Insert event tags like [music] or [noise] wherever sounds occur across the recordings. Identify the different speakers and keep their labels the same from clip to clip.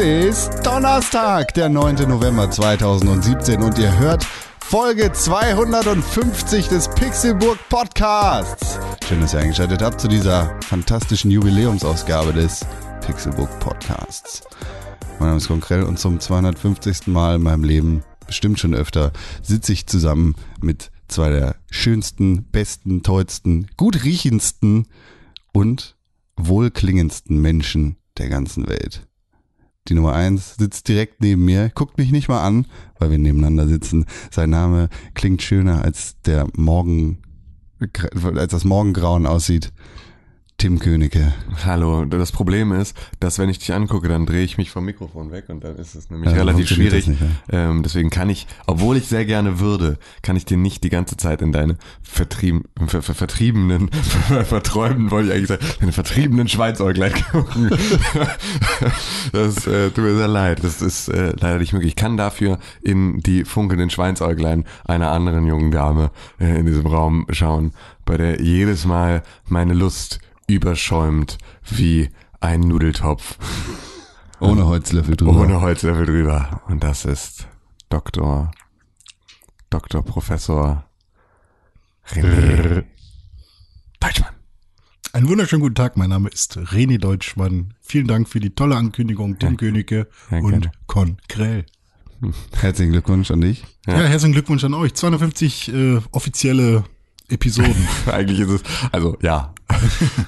Speaker 1: ist Donnerstag, der 9. November 2017 und ihr hört Folge 250 des Pixelburg Podcasts. Schön, dass ihr eingeschaltet habt zu dieser fantastischen Jubiläumsausgabe des Pixelburg Podcasts. Mein Name ist Konkrell und zum 250. Mal in meinem Leben, bestimmt schon öfter, sitze ich zusammen mit zwei der schönsten, besten, tollsten, gut riechendsten und wohlklingendsten Menschen der ganzen Welt. Die Nummer eins sitzt direkt neben mir, guckt mich nicht mal an, weil wir nebeneinander sitzen. Sein Name klingt schöner als der Morgen, als das Morgengrauen aussieht. Tim Königke.
Speaker 2: Hallo, das Problem ist, dass wenn ich dich angucke, dann drehe ich mich vom Mikrofon weg und dann ist es nämlich ja, relativ schwierig.
Speaker 1: nicht, ja.
Speaker 2: ähm, deswegen kann ich, obwohl ich sehr gerne würde, kann ich dir nicht die ganze Zeit in deine vertrieben, ver, ver, vertriebenen, [laughs] ver, verträumen wollte ich eigentlich sagen, in den vertriebenen Schweinsäuglein gucken. das äh, tut mir sehr leid. Das ist äh, leider nicht möglich. Ich kann dafür in die funkelnden Schweinsäuglein einer anderen jungen Dame äh, in diesem Raum schauen, bei der jedes Mal meine Lust überschäumt wie ein Nudeltopf
Speaker 1: Ohne Holzlöffel drüber.
Speaker 2: ohne Holzlöffel drüber. Und das ist Doktor, Doktor Professor René Deutschmann.
Speaker 3: Einen wunderschönen guten Tag, mein Name ist René Deutschmann. Vielen Dank für die tolle Ankündigung, Tim Königke
Speaker 2: Danke.
Speaker 3: und Con Krell.
Speaker 1: Herzlichen Glückwunsch an dich.
Speaker 2: Ja.
Speaker 3: Ja. herzlichen Glückwunsch an euch. 250 äh, offizielle
Speaker 1: [laughs]
Speaker 3: Episoden.
Speaker 2: [laughs] Eigentlich ist es, also
Speaker 3: [laughs]
Speaker 2: ja,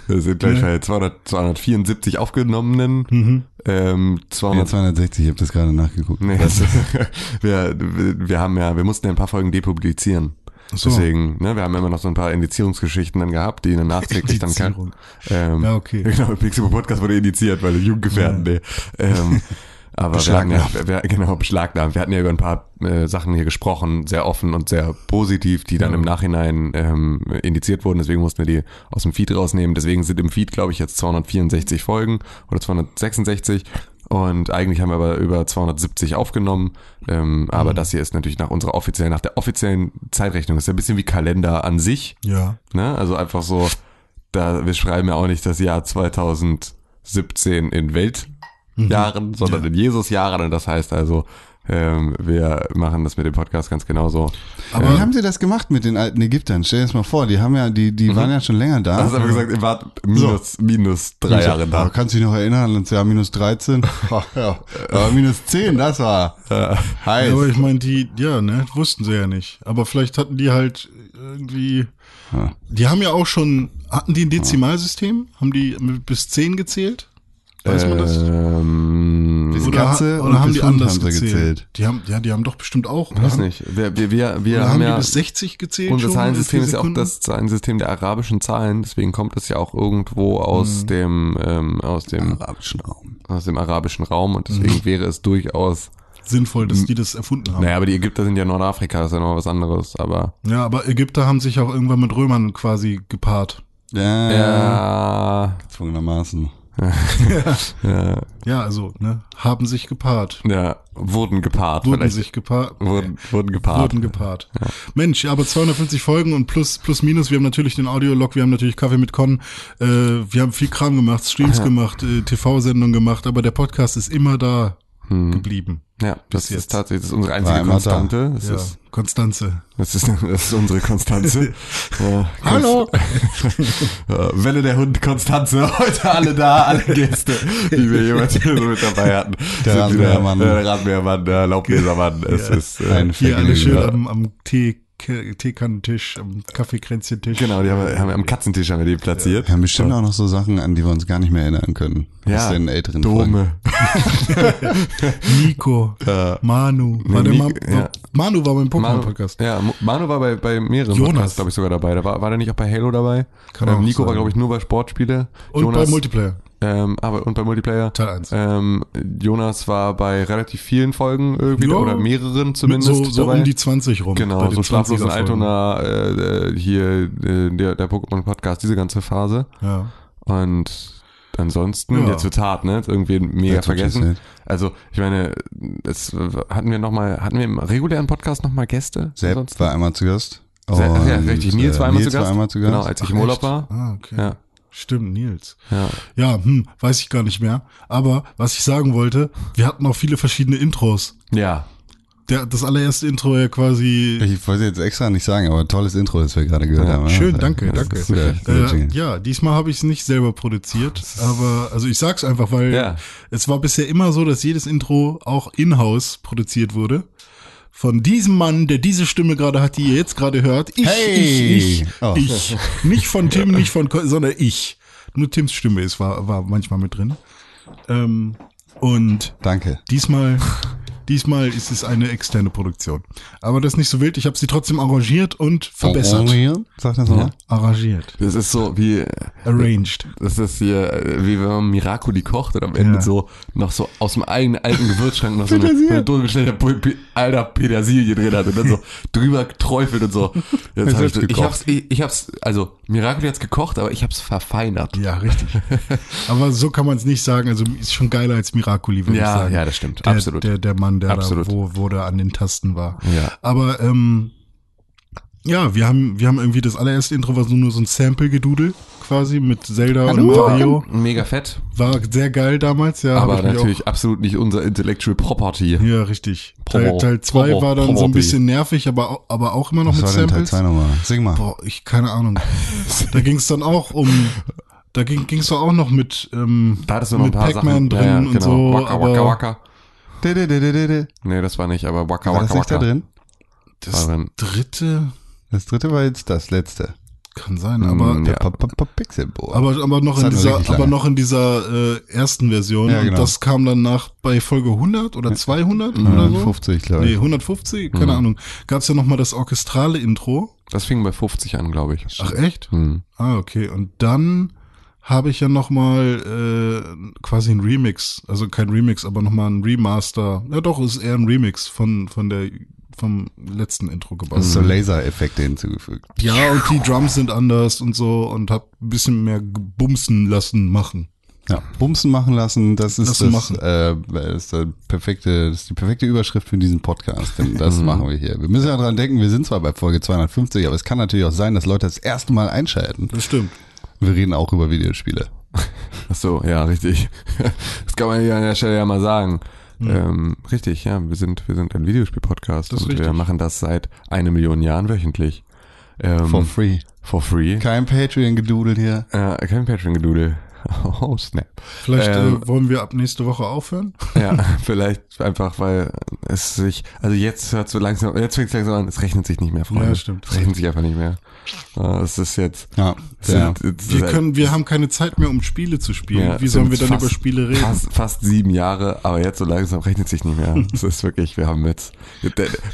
Speaker 2: es sind gleich bei 200, 274 aufgenommenen,
Speaker 3: Mhm.
Speaker 2: ähm,
Speaker 1: Nee,
Speaker 2: 200,
Speaker 1: 260, ich habe das gerade nachgeguckt.
Speaker 2: Nee, das, [laughs] wir, wir haben ja, wir mussten ja ein paar Folgen depublizieren.
Speaker 3: so.
Speaker 2: Deswegen, ne, wir haben immer noch so ein paar Indizierungsgeschichten dann gehabt, die dann nachträglich dann kam.
Speaker 3: Indizierung.
Speaker 2: Ähm,
Speaker 3: Ja, okay.
Speaker 2: [laughs] Genau, Pixelbook Podcast wurde indiziert, weil Jugendgefährden, nee. Ähm, aber wir hatten ja, wir, genau, beschlagnahmt. Wir hatten ja über ein paar äh, Sachen hier gesprochen, sehr offen und sehr positiv, die dann im Nachhinein ähm, indiziert wurden. Deswegen mussten wir die aus dem Feed rausnehmen. Deswegen sind im Feed, glaube ich, jetzt 264 Folgen oder 266. Und eigentlich haben wir aber über 270 aufgenommen. Ähm, aber das hier ist natürlich nach unserer offiziellen, nach der offiziellen Zeitrechnung. Ist ja ein bisschen wie Kalender an sich.
Speaker 3: Ja.
Speaker 2: Ne? Also einfach so, da wir schreiben ja auch nicht das Jahr 2017 in Weltjahren,
Speaker 3: Mhm.
Speaker 2: sondern in Jesusjahren. Und das heißt also, ähm, wir machen das mit dem Podcast ganz genauso. Ähm,
Speaker 1: Aber wie haben sie das gemacht mit den alten Ägyptern? Stell dir das mal vor, die haben ja, die,
Speaker 3: Mhm.
Speaker 1: die waren ja schon länger da.
Speaker 2: Du hast einfach gesagt, ihr wart minus, minus drei
Speaker 1: Ja,
Speaker 2: Jahre
Speaker 1: oh,
Speaker 2: da.
Speaker 1: Kannst du dich noch erinnern, ans Jahr minus 13? Oh, [laughs] ja. Aber minus 10, das war heiß.
Speaker 3: Aber ich meine, die, ja, ne, wussten sie ja nicht. Aber vielleicht hatten die halt irgendwie,
Speaker 1: Ja.
Speaker 3: die haben ja auch schon, hatten die ein Dezimalsystem? Haben die mit bis 10 gezählt? Weiß man das?
Speaker 2: Ähm,
Speaker 1: Bis
Speaker 3: Oder,
Speaker 1: Äh, Katze
Speaker 3: oder
Speaker 1: und
Speaker 3: haben
Speaker 1: bis
Speaker 3: die
Speaker 1: Hund
Speaker 3: anders
Speaker 1: haben sie
Speaker 3: gezählt?
Speaker 1: gezählt.
Speaker 3: Die haben, ja, die haben doch bestimmt auch. oder?
Speaker 2: weiß nicht. Wir, wir, wir, wir
Speaker 3: Oder
Speaker 2: haben
Speaker 3: haben die
Speaker 2: ja,
Speaker 3: bis 60 gezählt
Speaker 2: unser
Speaker 3: schon in
Speaker 2: Zahlensystem
Speaker 3: vier
Speaker 2: ist ja auch
Speaker 3: Sekunden?
Speaker 2: das Zahlensystem der arabischen Zahlen. Deswegen kommt es ja auch irgendwo
Speaker 3: Mhm.
Speaker 2: aus dem, ähm, aus
Speaker 3: Ah,
Speaker 2: dem,
Speaker 1: Arabischen Raum.
Speaker 2: aus dem arabischen Raum. Und deswegen
Speaker 3: Mhm.
Speaker 2: wäre es durchaus
Speaker 3: sinnvoll, dass die das erfunden haben.
Speaker 2: Naja, aber die Ägypter sind ja Nordafrika, das ist ja noch was anderes, aber.
Speaker 3: Ja, aber Ägypter haben sich auch irgendwann mit Römern quasi gepaart.
Speaker 1: Ja, ja.
Speaker 2: Ja.
Speaker 1: gezwungenermaßen.
Speaker 2: Ja,
Speaker 3: Ja, also, ne, haben sich gepaart.
Speaker 2: ja wurden gepaart,
Speaker 3: Wurden
Speaker 2: vielleicht.
Speaker 3: sich gepaart.
Speaker 2: wurden, wurden gepaart.
Speaker 3: Wurden gepaart. Mensch, aber 250 Folgen und plus, plus, minus. Wir haben natürlich den Audiolog, wir haben natürlich Kaffee mit Con. Äh, wir haben viel Kram gemacht, Streams gemacht, äh, TV-Sendungen gemacht, aber der Podcast ist immer da geblieben.
Speaker 2: Hm, ja, das
Speaker 3: jetzt.
Speaker 2: ist tatsächlich das ist unsere einzige
Speaker 1: immer da.
Speaker 2: Konstante. Das,
Speaker 3: Ja,
Speaker 2: ist,
Speaker 3: Konstanze.
Speaker 2: das, ist, [laughs] das ist unsere
Speaker 3: [laughs]
Speaker 2: Konstanze. ja,
Speaker 1: [laughs]
Speaker 3: Hallo.
Speaker 2: Ja, Welle der Hund Konstanze, heute alle da, alle Gäste, die wir jemals so mit dabei
Speaker 3: [laughs]
Speaker 2: hatten.
Speaker 1: Der
Speaker 2: Sind wieder-
Speaker 1: Rasenmähermann.
Speaker 2: Der Rasenmähermann, der Laublesermann. Es
Speaker 3: Ja.
Speaker 2: ist äh,
Speaker 1: Ein
Speaker 3: Hier alle schön
Speaker 1: Vergnügen.
Speaker 3: am, am Tee, Teekannentisch, am Kaffeekränzchentisch.
Speaker 2: Genau, die haben, wir- haben wir am Katzentisch haben wir die platziert.
Speaker 1: Wir haben bestimmt auch noch so Sachen, an die wir uns gar nicht mehr erinnern können. Aus den älteren Folgen.
Speaker 2: Dome. [laughs]
Speaker 3: Nico, Manu.
Speaker 2: nee,
Speaker 3: war der
Speaker 2: Nico,
Speaker 3: Ma
Speaker 2: ja.
Speaker 3: Manu war beim Pokémon-Podcast.
Speaker 2: Ja, Mo- Manu war bei, bei mehreren
Speaker 3: Jonas.
Speaker 2: Podcasts, glaube ich, sogar dabei. Da war, war der nicht auch bei Halo dabei?
Speaker 3: Kann
Speaker 2: ähm,
Speaker 3: auch
Speaker 2: Nico war,
Speaker 3: sein.
Speaker 2: glaube ich, nur bei Sportspiele.
Speaker 3: Und bei Multiplayer.
Speaker 2: ähm, aber, und bei Multiplayer.
Speaker 3: Teil eins.
Speaker 2: Ähm, Jonas war bei relativ vielen Folgen irgendwie
Speaker 3: Ja.
Speaker 2: oder mehreren
Speaker 3: Mit
Speaker 2: zumindest.
Speaker 3: so, so
Speaker 2: dabei.
Speaker 3: um die 20 rum. bei
Speaker 2: Genau,
Speaker 3: den
Speaker 2: so schlaflos in
Speaker 3: 20er Folgen.
Speaker 2: Altona, äh, äh, hier äh, der, der Pokémon-Podcast, diese ganze Phase.
Speaker 3: Ja.
Speaker 2: Und ansonsten,
Speaker 3: Ja.
Speaker 2: jetzt wird's hart, ne? Jetzt irgendwie
Speaker 1: Jetzt
Speaker 2: mega
Speaker 1: wird's
Speaker 2: vergessen.
Speaker 1: halt.
Speaker 2: Also, ich meine, es hatten wir noch mal, hatten wir im regulären Podcast noch mal Gäste?
Speaker 1: Sepp war einmal zu Gast.
Speaker 2: Se- ach ja,
Speaker 1: Und,
Speaker 2: richtig. Nils
Speaker 1: äh,
Speaker 2: war einmal
Speaker 1: Nils
Speaker 2: zu Gast.
Speaker 1: War einmal zu Gast.
Speaker 2: Genau, als ich im
Speaker 3: Ach,
Speaker 2: Urlaub
Speaker 3: echt?
Speaker 2: war.
Speaker 3: Ah, okay.
Speaker 2: Ja.
Speaker 3: Stimmt, Nils. Ja, ja hm, weiß ich gar nicht mehr. Aber was ich sagen wollte, wir hatten auch viele verschiedene Intros.
Speaker 2: Ja.
Speaker 3: Der, das allererste Intro ja quasi.
Speaker 1: Ich wollte jetzt extra nicht sagen, aber tolles Intro, das wir gerade gehört haben.
Speaker 3: Oh, Schön,
Speaker 1: Ja,
Speaker 3: danke,
Speaker 1: das
Speaker 3: danke.
Speaker 1: ist ein guter- guter
Speaker 3: Äh,
Speaker 1: Jingle.
Speaker 3: ja, diesmal habe ich es nicht selber produziert, aber also ich sag's einfach, weil
Speaker 2: Ja.
Speaker 3: es war bisher immer so, dass jedes Intro auch in-house produziert wurde. Von diesem Mann, der diese Stimme gerade hat, die ihr jetzt gerade hört. Ich,
Speaker 1: Hey!
Speaker 3: ich, ich,
Speaker 1: Oh.
Speaker 3: ich. Nicht von Tim, nicht von, Ko- sondern ich. Nur Tims Stimme ist, war, war manchmal mit drin. Ähm, und
Speaker 1: Danke.
Speaker 3: Diesmal, diesmal ist es eine externe Produktion. Aber das ist nicht so wild. Ich habe sie trotzdem arrangiert und verbessert.
Speaker 1: Arrangieren? Sag das nochmal.
Speaker 3: Arrangiert.
Speaker 2: Das ist so wie,
Speaker 3: Arranged.
Speaker 2: das ist hier, äh, wie wenn man Miracoli kocht und am Ende
Speaker 3: Ja.
Speaker 2: so noch so aus dem einen alten Gewürzschrank noch so eine, so eine Dose bestellter Pu- Pi- alter Petersilie drin hat und dann so drüber geträufelt und so. Jetzt hab ich,
Speaker 1: Selbst
Speaker 2: ich
Speaker 1: gekocht.
Speaker 2: hab's, ich, ich hab's, also Miracoli hat's gekocht, aber ich hab's verfeinert.
Speaker 3: Ja, richtig.
Speaker 2: [laughs]
Speaker 3: Aber so kann man es nicht sagen. Also ist schon geiler als Miracoli, würde ich
Speaker 2: Ja,
Speaker 3: sagen.
Speaker 2: ja, das stimmt.
Speaker 3: Der,
Speaker 2: Absolut.
Speaker 3: Der, der Mann, der da,
Speaker 2: Absolut.
Speaker 3: wo, wo der an den Tasten war.
Speaker 2: Ja.
Speaker 3: Aber ähm, ja, wir haben, wir haben irgendwie das allererste Intro war so nur so ein Sample-Gedudel quasi mit Zelda und Mario.
Speaker 2: Mega fett,
Speaker 3: War sehr geil damals, ja. Ah, hab
Speaker 2: aber
Speaker 3: ich mich auch-
Speaker 2: natürlich absolut nicht unser Intellectual Property.
Speaker 3: Ja, richtig.
Speaker 2: Promo-
Speaker 3: Teil, Teil 2
Speaker 2: Promo-
Speaker 3: war dann so ein
Speaker 2: Promo-T.
Speaker 3: bisschen nervig, aber, au- aber auch immer noch
Speaker 1: Was
Speaker 3: mit
Speaker 1: war denn Teil
Speaker 3: Samples.
Speaker 1: 2 nochmal? Sing mal.
Speaker 3: Boah, ich, keine Ahnung. da ging es dann auch um, da ging es doch auch noch mit, ähm,
Speaker 2: Da hattest du noch ein
Speaker 3: mit
Speaker 2: paar Sachen.
Speaker 3: Pac-Man drin
Speaker 2: ja, ja,
Speaker 3: und so.
Speaker 2: Waka,
Speaker 3: aber
Speaker 2: waka, waka.
Speaker 1: Di- di- di- di- di- di.
Speaker 2: Nee, das war nicht, aber Waka
Speaker 1: War
Speaker 2: Waka
Speaker 1: das nicht da
Speaker 2: Waka.
Speaker 1: drin?
Speaker 3: Das
Speaker 2: War drin.
Speaker 3: dritte
Speaker 1: Das dritte war jetzt das letzte.
Speaker 3: kann sein, aber,
Speaker 2: Mm, ja.
Speaker 1: Pa- pa- pa- Pixelboard.
Speaker 3: aber, aber noch
Speaker 1: Das
Speaker 3: in
Speaker 1: hat
Speaker 3: dieser,
Speaker 1: wirklich lange.
Speaker 3: aber noch in dieser äh, ersten Version.
Speaker 1: Ja, genau.
Speaker 3: Und das kam dann nach bei Folge 100 oder 200 oder so.
Speaker 1: 50, glaube
Speaker 3: Nee,
Speaker 1: ich.
Speaker 3: 150, keine Ahnung. Gab's ja noch mal das orchestrale Intro.
Speaker 2: Das fing bei 50 an, glaube ich.
Speaker 3: Ach echt?
Speaker 2: Hm.
Speaker 3: Ah, okay. Und dann habe ich ja noch mal äh, quasi ein Remix, also kein Remix, aber noch mal ein Remaster. Ja, doch, ist eher ein Remix von von der vom letzten Intro gebaut.
Speaker 1: Hast du Laser-Effekte hinzugefügt?
Speaker 3: Ja, und die Drums sind anders und so und hab ein bisschen mehr gebumsen lassen machen.
Speaker 1: Ja, Bumsen machen lassen, das ist, das,
Speaker 3: Lassen machen.
Speaker 1: äh, das, ist der perfekte, das ist die perfekte Überschrift für diesen Podcast. Denn das
Speaker 3: Mhm.
Speaker 1: machen wir hier. Wir müssen ja dran denken, wir sind zwar bei Folge 250, aber es kann natürlich auch sein, dass Leute das erste Mal einschalten.
Speaker 3: Das stimmt.
Speaker 1: Wir reden auch über Videospiele.
Speaker 2: Ach so, ja, richtig. [laughs] Das kann man hier an der Stelle ja mal sagen. Ähm, richtig, ja, wir sind, wir sind ein Videospiel-Podcast und
Speaker 3: Hm. ist richtig.
Speaker 2: wir machen das seit eine Million Jahren wöchentlich. Ähm,
Speaker 1: For free.
Speaker 2: for free.
Speaker 1: Kein Patreon-Gedudel hier.
Speaker 2: äh, kein Patreon-Gedudel. [laughs] Oh, snap.
Speaker 3: Vielleicht
Speaker 2: Ähm.
Speaker 3: äh, wollen wir ab nächste Woche aufhören.
Speaker 2: Ja, [laughs] vielleicht einfach, weil es sich, also jetzt hört so langsam, jetzt fängt es langsam an, es rechnet sich nicht mehr, Freunde.
Speaker 3: Ja, stimmt.
Speaker 2: Es rechnet sich einfach nicht mehr. Äh, Es ist jetzt,
Speaker 1: Ja,
Speaker 2: es
Speaker 1: ja.
Speaker 2: sind- es ist
Speaker 3: Wir
Speaker 2: halt-
Speaker 3: können, wir haben keine Zeit mehr, um Spiele zu spielen.
Speaker 2: Ja,
Speaker 3: Wie sollen wir
Speaker 2: sind
Speaker 3: dann
Speaker 2: fast-
Speaker 3: über Spiele reden?
Speaker 2: Fast, fast sieben Jahre, aber jetzt so langsam rechnet sich nicht mehr. Es ist wirklich, wir haben jetzt,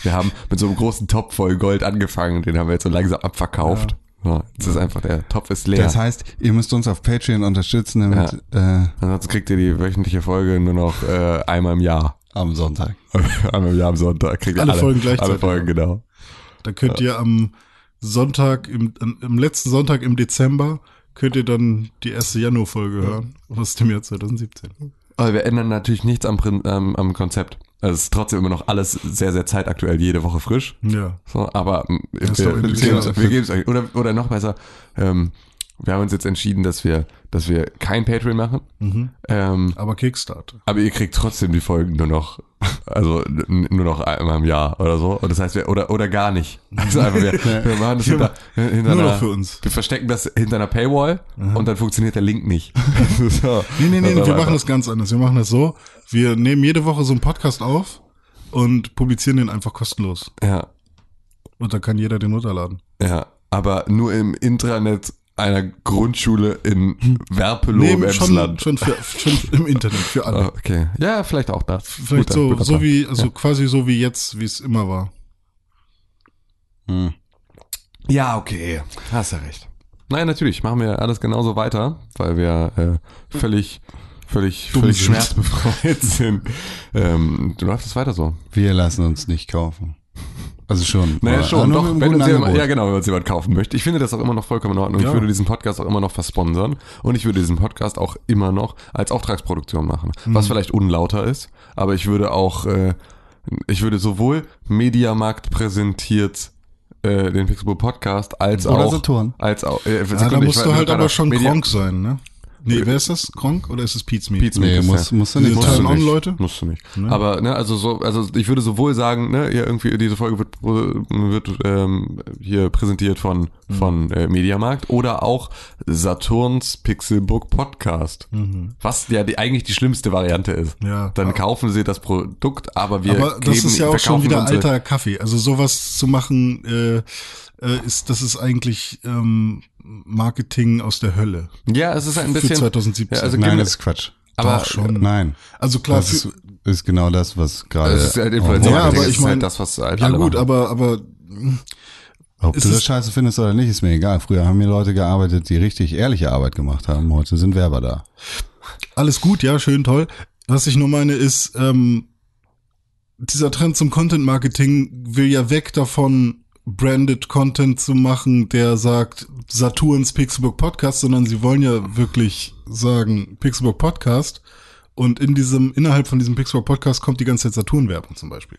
Speaker 2: wir haben mit so einem großen Topf voll Gold angefangen, den haben wir jetzt so langsam abverkauft. Ja, jetzt ist einfach, der Topf ist leer.
Speaker 1: Das heißt, ihr müsst uns auf Patreon unterstützen, damit äh,
Speaker 2: Ansonsten kriegt ihr die wöchentliche Folge nur noch äh, einmal im Jahr. [laughs]
Speaker 1: am Sonntag.
Speaker 2: einmal im Jahr am Sonntag. Kriegt ihr
Speaker 3: Alle Folgen gleichzeitig.
Speaker 2: Alle Folgen, genau.
Speaker 3: Da könnt ihr am Sonntag, im, am- am letzten Sonntag im Dezember, könnt ihr dann die erste Januar-Folge hören. Aus dem Jahr 2017.
Speaker 2: Aber wir ändern natürlich nichts am, Prin- ähm, am Konzept. Also es ist trotzdem immer noch alles sehr, sehr zeitaktuell, jede Woche frisch.
Speaker 3: Ja.
Speaker 2: So, aber ähm,
Speaker 3: ist
Speaker 2: wir,
Speaker 3: doch
Speaker 2: wir,
Speaker 3: irgendwie
Speaker 2: geben
Speaker 3: so.
Speaker 2: es- wir geben es eigentlich. Oder, oder noch besser, ähm, wir haben uns jetzt entschieden, dass wir, dass wir kein Patreon machen.
Speaker 3: Mhm.
Speaker 2: Ähm,
Speaker 3: Aber Kickstarter.
Speaker 2: aber ihr kriegt trotzdem die Folgen nur noch, also n- nur noch einmal im Jahr oder so. Und das heißt, wir, oder, oder gar nicht. Also einfach,
Speaker 3: [laughs]
Speaker 2: wir, wir machen das hinter, hinter
Speaker 3: Nur
Speaker 2: einer,
Speaker 3: noch für uns.
Speaker 2: Wir verstecken das hinter einer Paywall und dann funktioniert der Link nicht. [laughs] so.
Speaker 3: Nee,
Speaker 2: [laughs]
Speaker 3: nee, nee,
Speaker 2: Also
Speaker 3: wir
Speaker 2: einfach-
Speaker 3: machen das ganz anders. Wir machen das so. Wir nehmen jede Woche so einen Podcast auf und publizieren den einfach kostenlos.
Speaker 2: Ja,
Speaker 3: Und dann kann jeder den runterladen.
Speaker 2: ja. Aber nur im Intranet einer Grundschule in Werpelow im
Speaker 3: Nee, schon,
Speaker 2: Emsland.
Speaker 3: schon, für, schon im
Speaker 2: [laughs]
Speaker 3: Internet, für alle.
Speaker 2: Ah, Okay. Ja, vielleicht auch das.
Speaker 3: Vielleicht
Speaker 2: Guter-
Speaker 3: so,
Speaker 2: guter
Speaker 3: so
Speaker 2: Plan.
Speaker 3: wie, also quasi so wie jetzt, wie es immer war.
Speaker 1: Hm.
Speaker 2: Ja, okay. Hast ja recht. Nein, natürlich. Machen wir alles genauso weiter, weil wir äh, völlig, völlig,
Speaker 3: Dumm
Speaker 2: völlig
Speaker 3: sind.
Speaker 2: schmerzbefreit [laughs] sind. Ähm, du läufst es weiter so.
Speaker 1: Wir lassen uns nicht kaufen. Also schon.
Speaker 2: Naja,
Speaker 1: aber
Speaker 2: schon.
Speaker 1: nur
Speaker 2: Doch,
Speaker 1: mit einem
Speaker 2: wenn
Speaker 1: guten
Speaker 2: uns jemand,
Speaker 1: Angebot.
Speaker 2: ja, genau, wenn uns jemand kaufen möchte. Ich finde das auch immer noch vollkommen in Ordnung.
Speaker 3: Ja.
Speaker 2: Ich würde diesen Podcast auch immer noch versponsern und ich würde diesen Podcast auch immer noch als Auftragsproduktion machen.
Speaker 3: Mhm.
Speaker 2: Was vielleicht unlauter ist, aber ich würde auch, äh, ich würde sowohl Mediamarkt präsentiert äh, den Pixelbook Podcast als
Speaker 1: Oder
Speaker 2: auch
Speaker 1: Saturn.
Speaker 2: als auch äh,
Speaker 3: Ja, da
Speaker 2: ich
Speaker 3: musst
Speaker 2: weiß
Speaker 3: du
Speaker 2: nicht,
Speaker 3: halt
Speaker 2: warte,
Speaker 3: aber schon
Speaker 2: Media-
Speaker 3: Kronk sein, ne? Nee, wer ist das? Kronk oder ist es Pete's Meat?
Speaker 2: Pizza
Speaker 1: Nee,
Speaker 2: Meat ist
Speaker 1: muss-
Speaker 2: ja-
Speaker 1: musst du nicht
Speaker 2: Musst
Speaker 3: sein.
Speaker 2: du nicht.
Speaker 3: Leute?
Speaker 2: Musst du nicht. Aber, ne, also so, also ich würde sowohl sagen, ne, ja, irgendwie diese Folge wird, wird ähm, hier präsentiert von,
Speaker 3: Mhm.
Speaker 2: von äh, Mediamarkt oder auch Saturns Pixelbook Podcast. Was ja die, eigentlich die schlimmste Variante ist.
Speaker 3: Mhm. Ja.
Speaker 2: Dann kaufen sie das Produkt, aber wir
Speaker 3: Aber das
Speaker 2: geben-
Speaker 3: ist ja auch schon
Speaker 2: verkaufen
Speaker 3: wieder
Speaker 2: unsere-
Speaker 3: alter Kaffee. Also sowas zu machen, äh, äh, ist, das ist eigentlich ähm, Marketing aus der Hölle.
Speaker 2: Ja, es ist ein
Speaker 3: für
Speaker 2: bisschen.
Speaker 3: 2017.
Speaker 2: Ja, also
Speaker 1: Nein,
Speaker 2: gib-
Speaker 1: das ist Quatsch.
Speaker 2: aber äh,
Speaker 3: Doch schon.
Speaker 1: Nein.
Speaker 3: Also klar,
Speaker 1: Das
Speaker 3: für,
Speaker 1: ist, ist genau das, was gerade.
Speaker 2: es ist halt Influencer.
Speaker 1: Ob,
Speaker 3: Ja, aber
Speaker 2: Marketing, es
Speaker 3: ich
Speaker 2: ist
Speaker 3: mein-
Speaker 2: halt das, was halt
Speaker 3: ja
Speaker 2: alle
Speaker 3: gut,
Speaker 2: machen.
Speaker 3: aber, aber
Speaker 1: ob
Speaker 3: es
Speaker 1: du das
Speaker 3: ist-
Speaker 1: scheiße findest oder nicht, ist mir egal. Früher haben hier Leute gearbeitet, die richtig ehrliche Arbeit gemacht haben. Heute sind Werber da.
Speaker 3: alles gut, ja, schön, toll. Was ich nur meine ist, ähm, dieser Trend zum Content-Marketing will ja weg davon, branded Content zu machen, der sagt Saturns Pixelbook Podcast, sondern sie wollen ja wirklich sagen Pixelbook Podcast. Und in diesem, innerhalb von diesem Pixelbook Podcast kommt die ganze Zeit Saturn-Werbung zum Beispiel.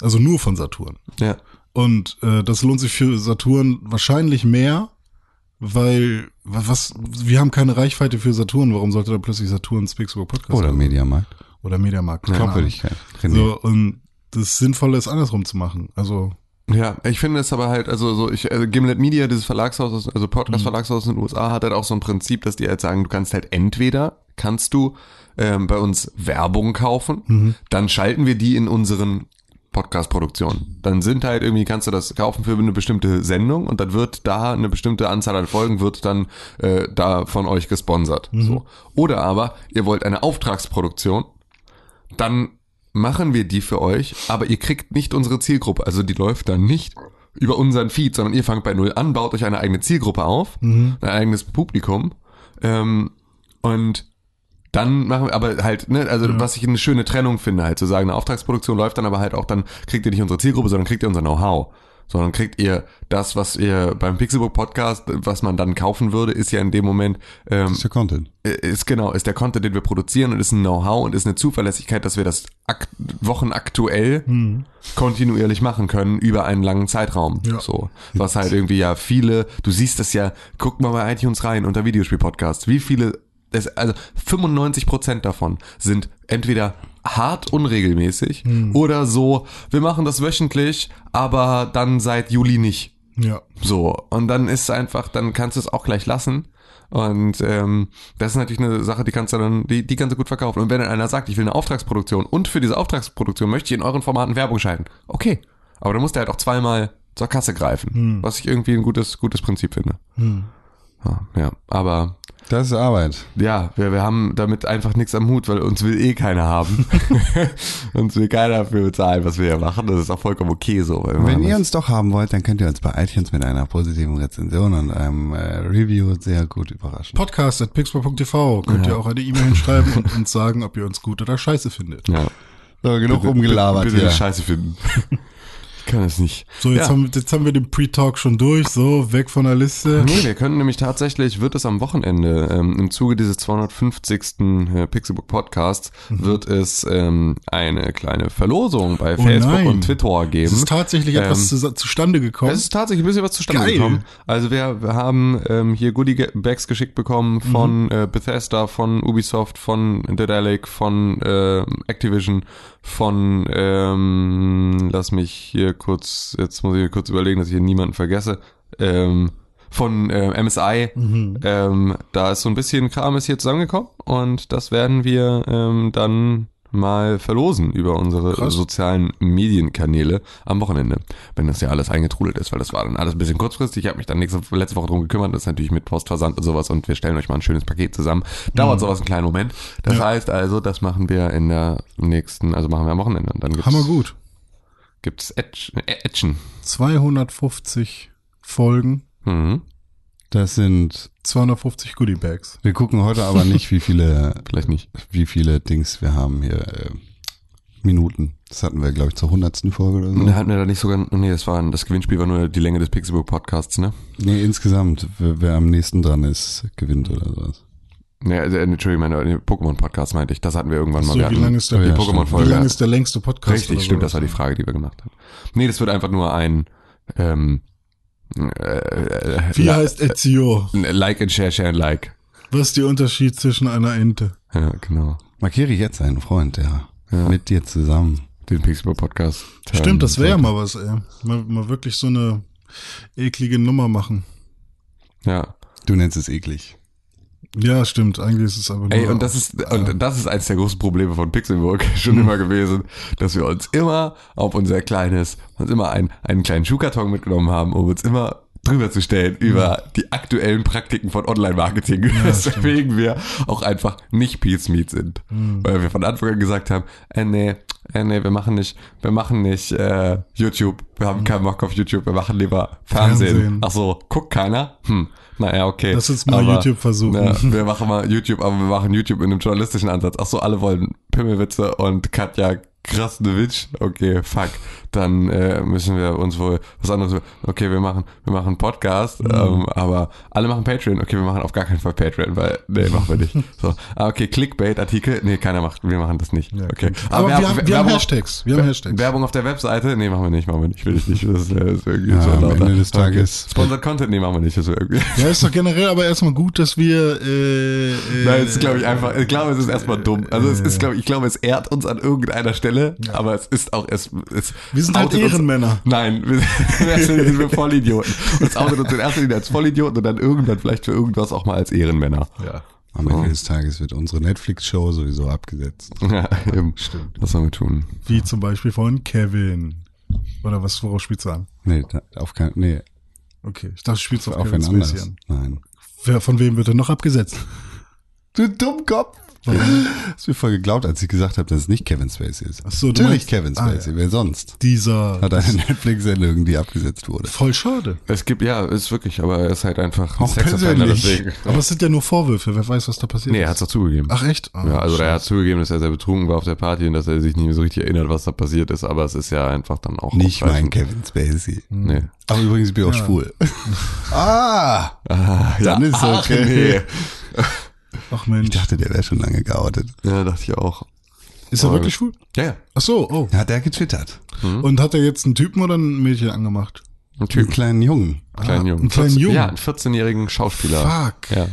Speaker 3: Also nur von Saturn.
Speaker 2: ja.
Speaker 3: Und äh, das lohnt sich für Saturn wahrscheinlich mehr, weil wa- was wir haben keine Reichweite für Saturn. Warum sollte da plötzlich Saturns Pixelbook Podcast
Speaker 1: Oder
Speaker 3: sein?
Speaker 1: Mediamarkt.
Speaker 3: oder Mediamarkt? keine Ahnung.
Speaker 1: Glaubwürdigkeit. So.
Speaker 3: So und das Sinnvolle ist andersrum zu machen. Also
Speaker 2: Ja, ich finde es aber halt, also so, ich, also Gimlet Media, dieses Verlagshaus, aus, also Podcast-Verlagshaus in den USA, hat halt auch so ein Prinzip, dass die halt sagen, du kannst halt entweder, kannst du ähm, bei uns Werbung kaufen, dann schalten wir die in unseren Podcast-Produktionen. Dann sind halt irgendwie, kannst du das kaufen für eine bestimmte Sendung und dann wird da eine bestimmte Anzahl an Folgen wird dann äh, da von euch gesponsert. So. Oder aber, ihr wollt eine Auftragsproduktion, dann machen wir die für euch, aber ihr kriegt nicht unsere Zielgruppe. Also die läuft dann nicht über unseren Feed, sondern ihr fangt bei Null an, baut euch eine eigene Zielgruppe auf, ein eigenes Publikum. Ähm, und dann machen wir, aber halt, ne, also was ich eine schöne Trennung finde, halt zu sagen, eine Auftragsproduktion läuft dann aber halt auch, dann kriegt ihr nicht unsere Zielgruppe, sondern kriegt ihr unser Know-how. Sondern kriegt ihr das, was ihr beim Pixelbook Podcast, was man dann kaufen würde, ist ja in dem Moment ähm,
Speaker 1: Ist der Content.
Speaker 2: ist genau, ist der Content, den wir produzieren und ist ein Know-how und ist eine Zuverlässigkeit, dass wir das akt wochenaktuell kontinuierlich machen können über einen langen Zeitraum.
Speaker 3: Ja.
Speaker 2: So, was halt irgendwie ja viele, du siehst das ja, guck mal bei iTunes rein unter Videospiel-Podcast, wie viele, es, also 95 Prozent davon sind entweder hart unregelmäßig oder so, wir machen das wöchentlich, aber dann seit Juli nicht.
Speaker 3: ja,
Speaker 2: So, und dann ist einfach, dann kannst du es auch gleich lassen. Und ähm, das ist natürlich eine Sache, die kannst du dann, die, die kannst du gut verkaufen. Und wenn dann einer sagt, ich will eine Auftragsproduktion und für diese Auftragsproduktion möchte ich in euren Formaten Werbung schalten, okay. Aber dann musst du halt auch zweimal zur Kasse greifen,
Speaker 1: Hm.
Speaker 2: was ich irgendwie ein gutes, gutes Prinzip finde. Ja, ja, aber
Speaker 1: Das ist Arbeit.
Speaker 2: ja, wir, wir haben damit einfach nichts am Hut, weil uns will eh keiner
Speaker 1: [laughs]
Speaker 2: haben. [laughs] uns will keiner dafür bezahlen, was wir hier machen. Das ist auch vollkommen okay so. Weil wir
Speaker 1: Wenn
Speaker 2: machen
Speaker 1: ihr
Speaker 2: das-
Speaker 1: uns doch haben wollt, dann könnt ihr uns bei iTunes mit einer positiven Rezension und einem äh, Review sehr gut überraschen.
Speaker 3: Podcast at pixelbook.tv könnt ihr auch eine E-Mail hinschreiben und uns sagen, ob ihr uns gut oder scheiße findet.
Speaker 2: ja.
Speaker 1: So, genug
Speaker 2: Bitte-
Speaker 1: rumgelabert
Speaker 2: bitte, bitte
Speaker 1: hier.
Speaker 2: Scheiße finden. [laughs] ich kann es nicht.
Speaker 3: So jetzt
Speaker 2: ja.
Speaker 3: haben jetzt haben wir den Pre-Talk schon durch. So weg von der Liste.
Speaker 2: Nee, wir können nämlich tatsächlich, wird es am Wochenende, ähm, im Zuge dieses 250. äh, Pixelbook Podcasts,
Speaker 3: Mhm.
Speaker 2: wird es ähm, eine kleine Verlosung bei Facebook
Speaker 3: Oh nein.
Speaker 2: und Twitter
Speaker 3: Es
Speaker 2: geben.
Speaker 3: ist tatsächlich etwas zu, zustande gekommen.
Speaker 2: Ähm, Es ist tatsächlich ein bisschen was zustande
Speaker 3: Geil.
Speaker 2: gekommen. Also wir, wir haben ähm, hier Goodie Bags geschickt bekommen von
Speaker 3: Mhm.
Speaker 2: äh, Bethesda, von Ubisoft, von Dedalic, von äh, Activision, von ähm, lass mich hier kurz, jetzt muss ich hier kurz überlegen, dass ich hier niemanden vergesse. Ähm, von äh, MSI.
Speaker 3: Mhm.
Speaker 2: Ähm, da ist so ein bisschen Kram ist hier zusammengekommen und das werden wir ähm, dann mal verlosen über unsere sozialen Medienkanäle am Wochenende, wenn das ja alles eingetrudelt ist, weil das war dann alles ein bisschen kurzfristig. Ich habe mich dann nächste, letzte Woche drum gekümmert, das ist natürlich mit Postversand und sowas und wir stellen euch mal ein schönes Paket zusammen. Dauert
Speaker 3: Mhm.
Speaker 2: sowas einen kleinen Moment. Das heißt also, das machen wir in der nächsten, also machen wir am Wochenende und dann gibt's
Speaker 3: Hammer gut.
Speaker 2: gibt's Action. Ä- Action.
Speaker 3: 250 Folgen,
Speaker 2: Mhm.
Speaker 1: Das sind,
Speaker 3: 250 Goodie Bags.
Speaker 1: wir gucken heute aber nicht, wie viele,
Speaker 2: Vielleicht nicht.
Speaker 1: wie viele Dings wir haben hier. Äh, Minuten. Das hatten wir, glaube ich, zur hundertsten Folge oder so.
Speaker 2: Da Ne, hatten wir da nicht sogar, nee, das war, das Gewinnspiel war nur die Länge des Pixelbook Podcasts, ne?
Speaker 1: Nee, insgesamt. Wer, wer am nächsten dran ist, gewinnt oder sowas.
Speaker 2: Nee, also, äh, Entschuldigung, meine den Pokémon-Podcast meinte ich. Das hatten wir irgendwann mal.
Speaker 3: So,
Speaker 2: wir
Speaker 3: wie
Speaker 2: hatten
Speaker 3: lang ist der-
Speaker 2: die
Speaker 1: Ja, stimmt.
Speaker 3: Wie
Speaker 2: Pokémon-Folge?
Speaker 3: lang ist der längste Podcast?
Speaker 2: Richtig,
Speaker 3: oder
Speaker 2: stimmt,
Speaker 3: sowas?
Speaker 2: das war die Frage, die wir gemacht haben. Nee, das wird einfach nur ein Ähm, äh,
Speaker 3: Wie
Speaker 2: li-
Speaker 3: heißt Ezio?
Speaker 2: like and share, share and like.
Speaker 3: Was ist der Unterschied zwischen einer Ente?
Speaker 2: Ja, genau.
Speaker 1: Markiere ich jetzt einen Freund, der mit dir zusammen.
Speaker 2: Den Pixelbook Podcast. Ähm,
Speaker 3: Stimmt, das wäre ja mal was, ey. Mal, mal wirklich so eine eklige Nummer machen.
Speaker 2: Ja.
Speaker 1: Du nennst es eklig.
Speaker 3: Ja, stimmt. Eigentlich ist es aber nur.
Speaker 2: Ey, und das ist, und das ist eins der großen Probleme von Pixelburg [laughs] schon immer gewesen, dass wir uns immer auf unser kleines, uns immer einen, einen kleinen Schuhkarton mitgenommen haben, um uns immer drüber zu stellen über die aktuellen Praktiken von Online-Marketing, [laughs] weswegen wir auch einfach nicht Peace-Meet sind. Weil wir von Anfang an gesagt haben, äh, nee, äh, nee, wir machen nicht, wir machen nicht äh, YouTube, wir haben keinen Bock auf YouTube, wir machen lieber Fernsehen.
Speaker 3: Fernsehen.
Speaker 2: Ach so, guckt keiner? Hm, naja, okay.
Speaker 3: Lass uns mal YouTube versuchen.
Speaker 2: Ja,
Speaker 3: [laughs]
Speaker 2: wir machen mal YouTube, aber wir machen YouTube in einem journalistischen Ansatz. Ach so, alle wollen Pimmelwitze und Katja Krasnewitsch. Okay, fuck. Dann äh, müssen wir uns wohl was anderes. Okay, wir machen, wir machen einen Podcast,
Speaker 3: Mhm.
Speaker 2: ähm, aber alle machen Patreon. Okay, wir machen auf gar keinen Fall Patreon, weil nee, machen wir
Speaker 3: [laughs]
Speaker 2: nicht. So, ah, okay, Clickbait-Artikel. Nee, keiner macht. Wir machen das nicht. okay,
Speaker 3: Aber wir
Speaker 2: Werbung-
Speaker 3: haben, wir haben
Speaker 2: Werbung-
Speaker 3: Hashtags. Wir haben Hashtags.
Speaker 2: Werbung auf der Webseite? Nee, machen wir nicht, machen wir nicht. Will ich nicht. Das ist, äh, ist irgendwie
Speaker 1: Ja,
Speaker 2: so
Speaker 1: am
Speaker 2: lauter.
Speaker 1: Ende des Tages-
Speaker 2: Okay. Sponsored Content? Nee, machen wir nicht. Das ist irgendwie.
Speaker 3: Ja, ist doch generell aber erstmal gut, dass wir. Äh, äh,
Speaker 2: Nein, es ist, glaube ich, einfach, ich glaube, es ist erstmal dumm. Also es ist, glaube ich, ich glaube, es ehrt uns an irgendeiner Stelle, aber es ist auch, es, es
Speaker 3: Wir sind halt
Speaker 2: outet uns-
Speaker 3: Ehrenmänner.
Speaker 2: Nein, wir [laughs] sind, sind wir Vollidioten. Und es outet uns in erster Linie als Vollidioten und dann irgendwann vielleicht für irgendwas auch mal als Ehrenmänner.
Speaker 3: Ja.
Speaker 1: Am Ende des Tages wird unsere Netflix-Show sowieso abgesetzt.
Speaker 2: [laughs] Ja, eben. Stimmt. Was sollen wir tun?
Speaker 3: Wie zum Beispiel von Kevin. Oder was, worauf spielst du an?
Speaker 1: Nee, da- auf kein, nee,
Speaker 3: Okay, ich dachte, du spielst auf,
Speaker 1: auf
Speaker 3: Kevin
Speaker 1: ein
Speaker 3: Spacey
Speaker 1: anderes.
Speaker 3: an.
Speaker 1: Nein.
Speaker 3: Wer, von wem wird denn noch abgesetzt?
Speaker 1: Du Dummkopf! [laughs] Hast du mir voll geglaubt, als ich gesagt habe, dass es nicht Kevin Spacey ist.
Speaker 3: Ach so, du
Speaker 1: Natürlich
Speaker 3: meinst-
Speaker 1: Kevin
Speaker 3: Ah,
Speaker 1: Spacey, wer sonst?
Speaker 3: Dieser.
Speaker 1: Hat eine [laughs] Netflix-Sendung, die abgesetzt wurde.
Speaker 3: Voll schade.
Speaker 2: Es gibt, ja, ist wirklich, aber er ist halt einfach ein
Speaker 1: Auch
Speaker 2: Sexoffender
Speaker 1: persönlich.
Speaker 2: deswegen.
Speaker 3: Aber es sind ja nur Vorwürfe. Wer weiß, was da passiert
Speaker 2: Nee, er
Speaker 3: ist.
Speaker 2: hat es doch zugegeben.
Speaker 3: Ach, echt? Ah,
Speaker 2: Ja, also er hat zugegeben, dass er sehr betrunken war auf der Party und dass er sich nicht mehr so richtig erinnert, was da passiert ist, aber es ist ja einfach dann auch
Speaker 1: Nicht mein
Speaker 2: ausreichend.
Speaker 1: Kevin Spacey.
Speaker 2: Nee.
Speaker 1: Aber übrigens bin ich auch schwul. ah! Dann ist
Speaker 2: ach,
Speaker 3: [laughs]
Speaker 1: okay.
Speaker 2: nee.
Speaker 3: Ach Mensch.
Speaker 1: Ich dachte, der wäre schon lange geoutet.
Speaker 2: Ja, dachte ich auch.
Speaker 3: ist er wirklich schwul?
Speaker 2: Ja, ja.
Speaker 3: Ach so, oh.
Speaker 1: Hat er getwittert.
Speaker 2: Mhm.
Speaker 3: Und hat er jetzt einen Typen oder ein Mädchen angemacht?
Speaker 2: Ein
Speaker 1: Einen
Speaker 2: Typ.
Speaker 1: kleinen Jungen. Ah,
Speaker 2: kleinen Jungen.
Speaker 3: einen kleinen
Speaker 2: 14
Speaker 3: Jungen.
Speaker 2: Ja, einen 14-jährigen Schauspieler.
Speaker 3: Fuck.
Speaker 2: Ja.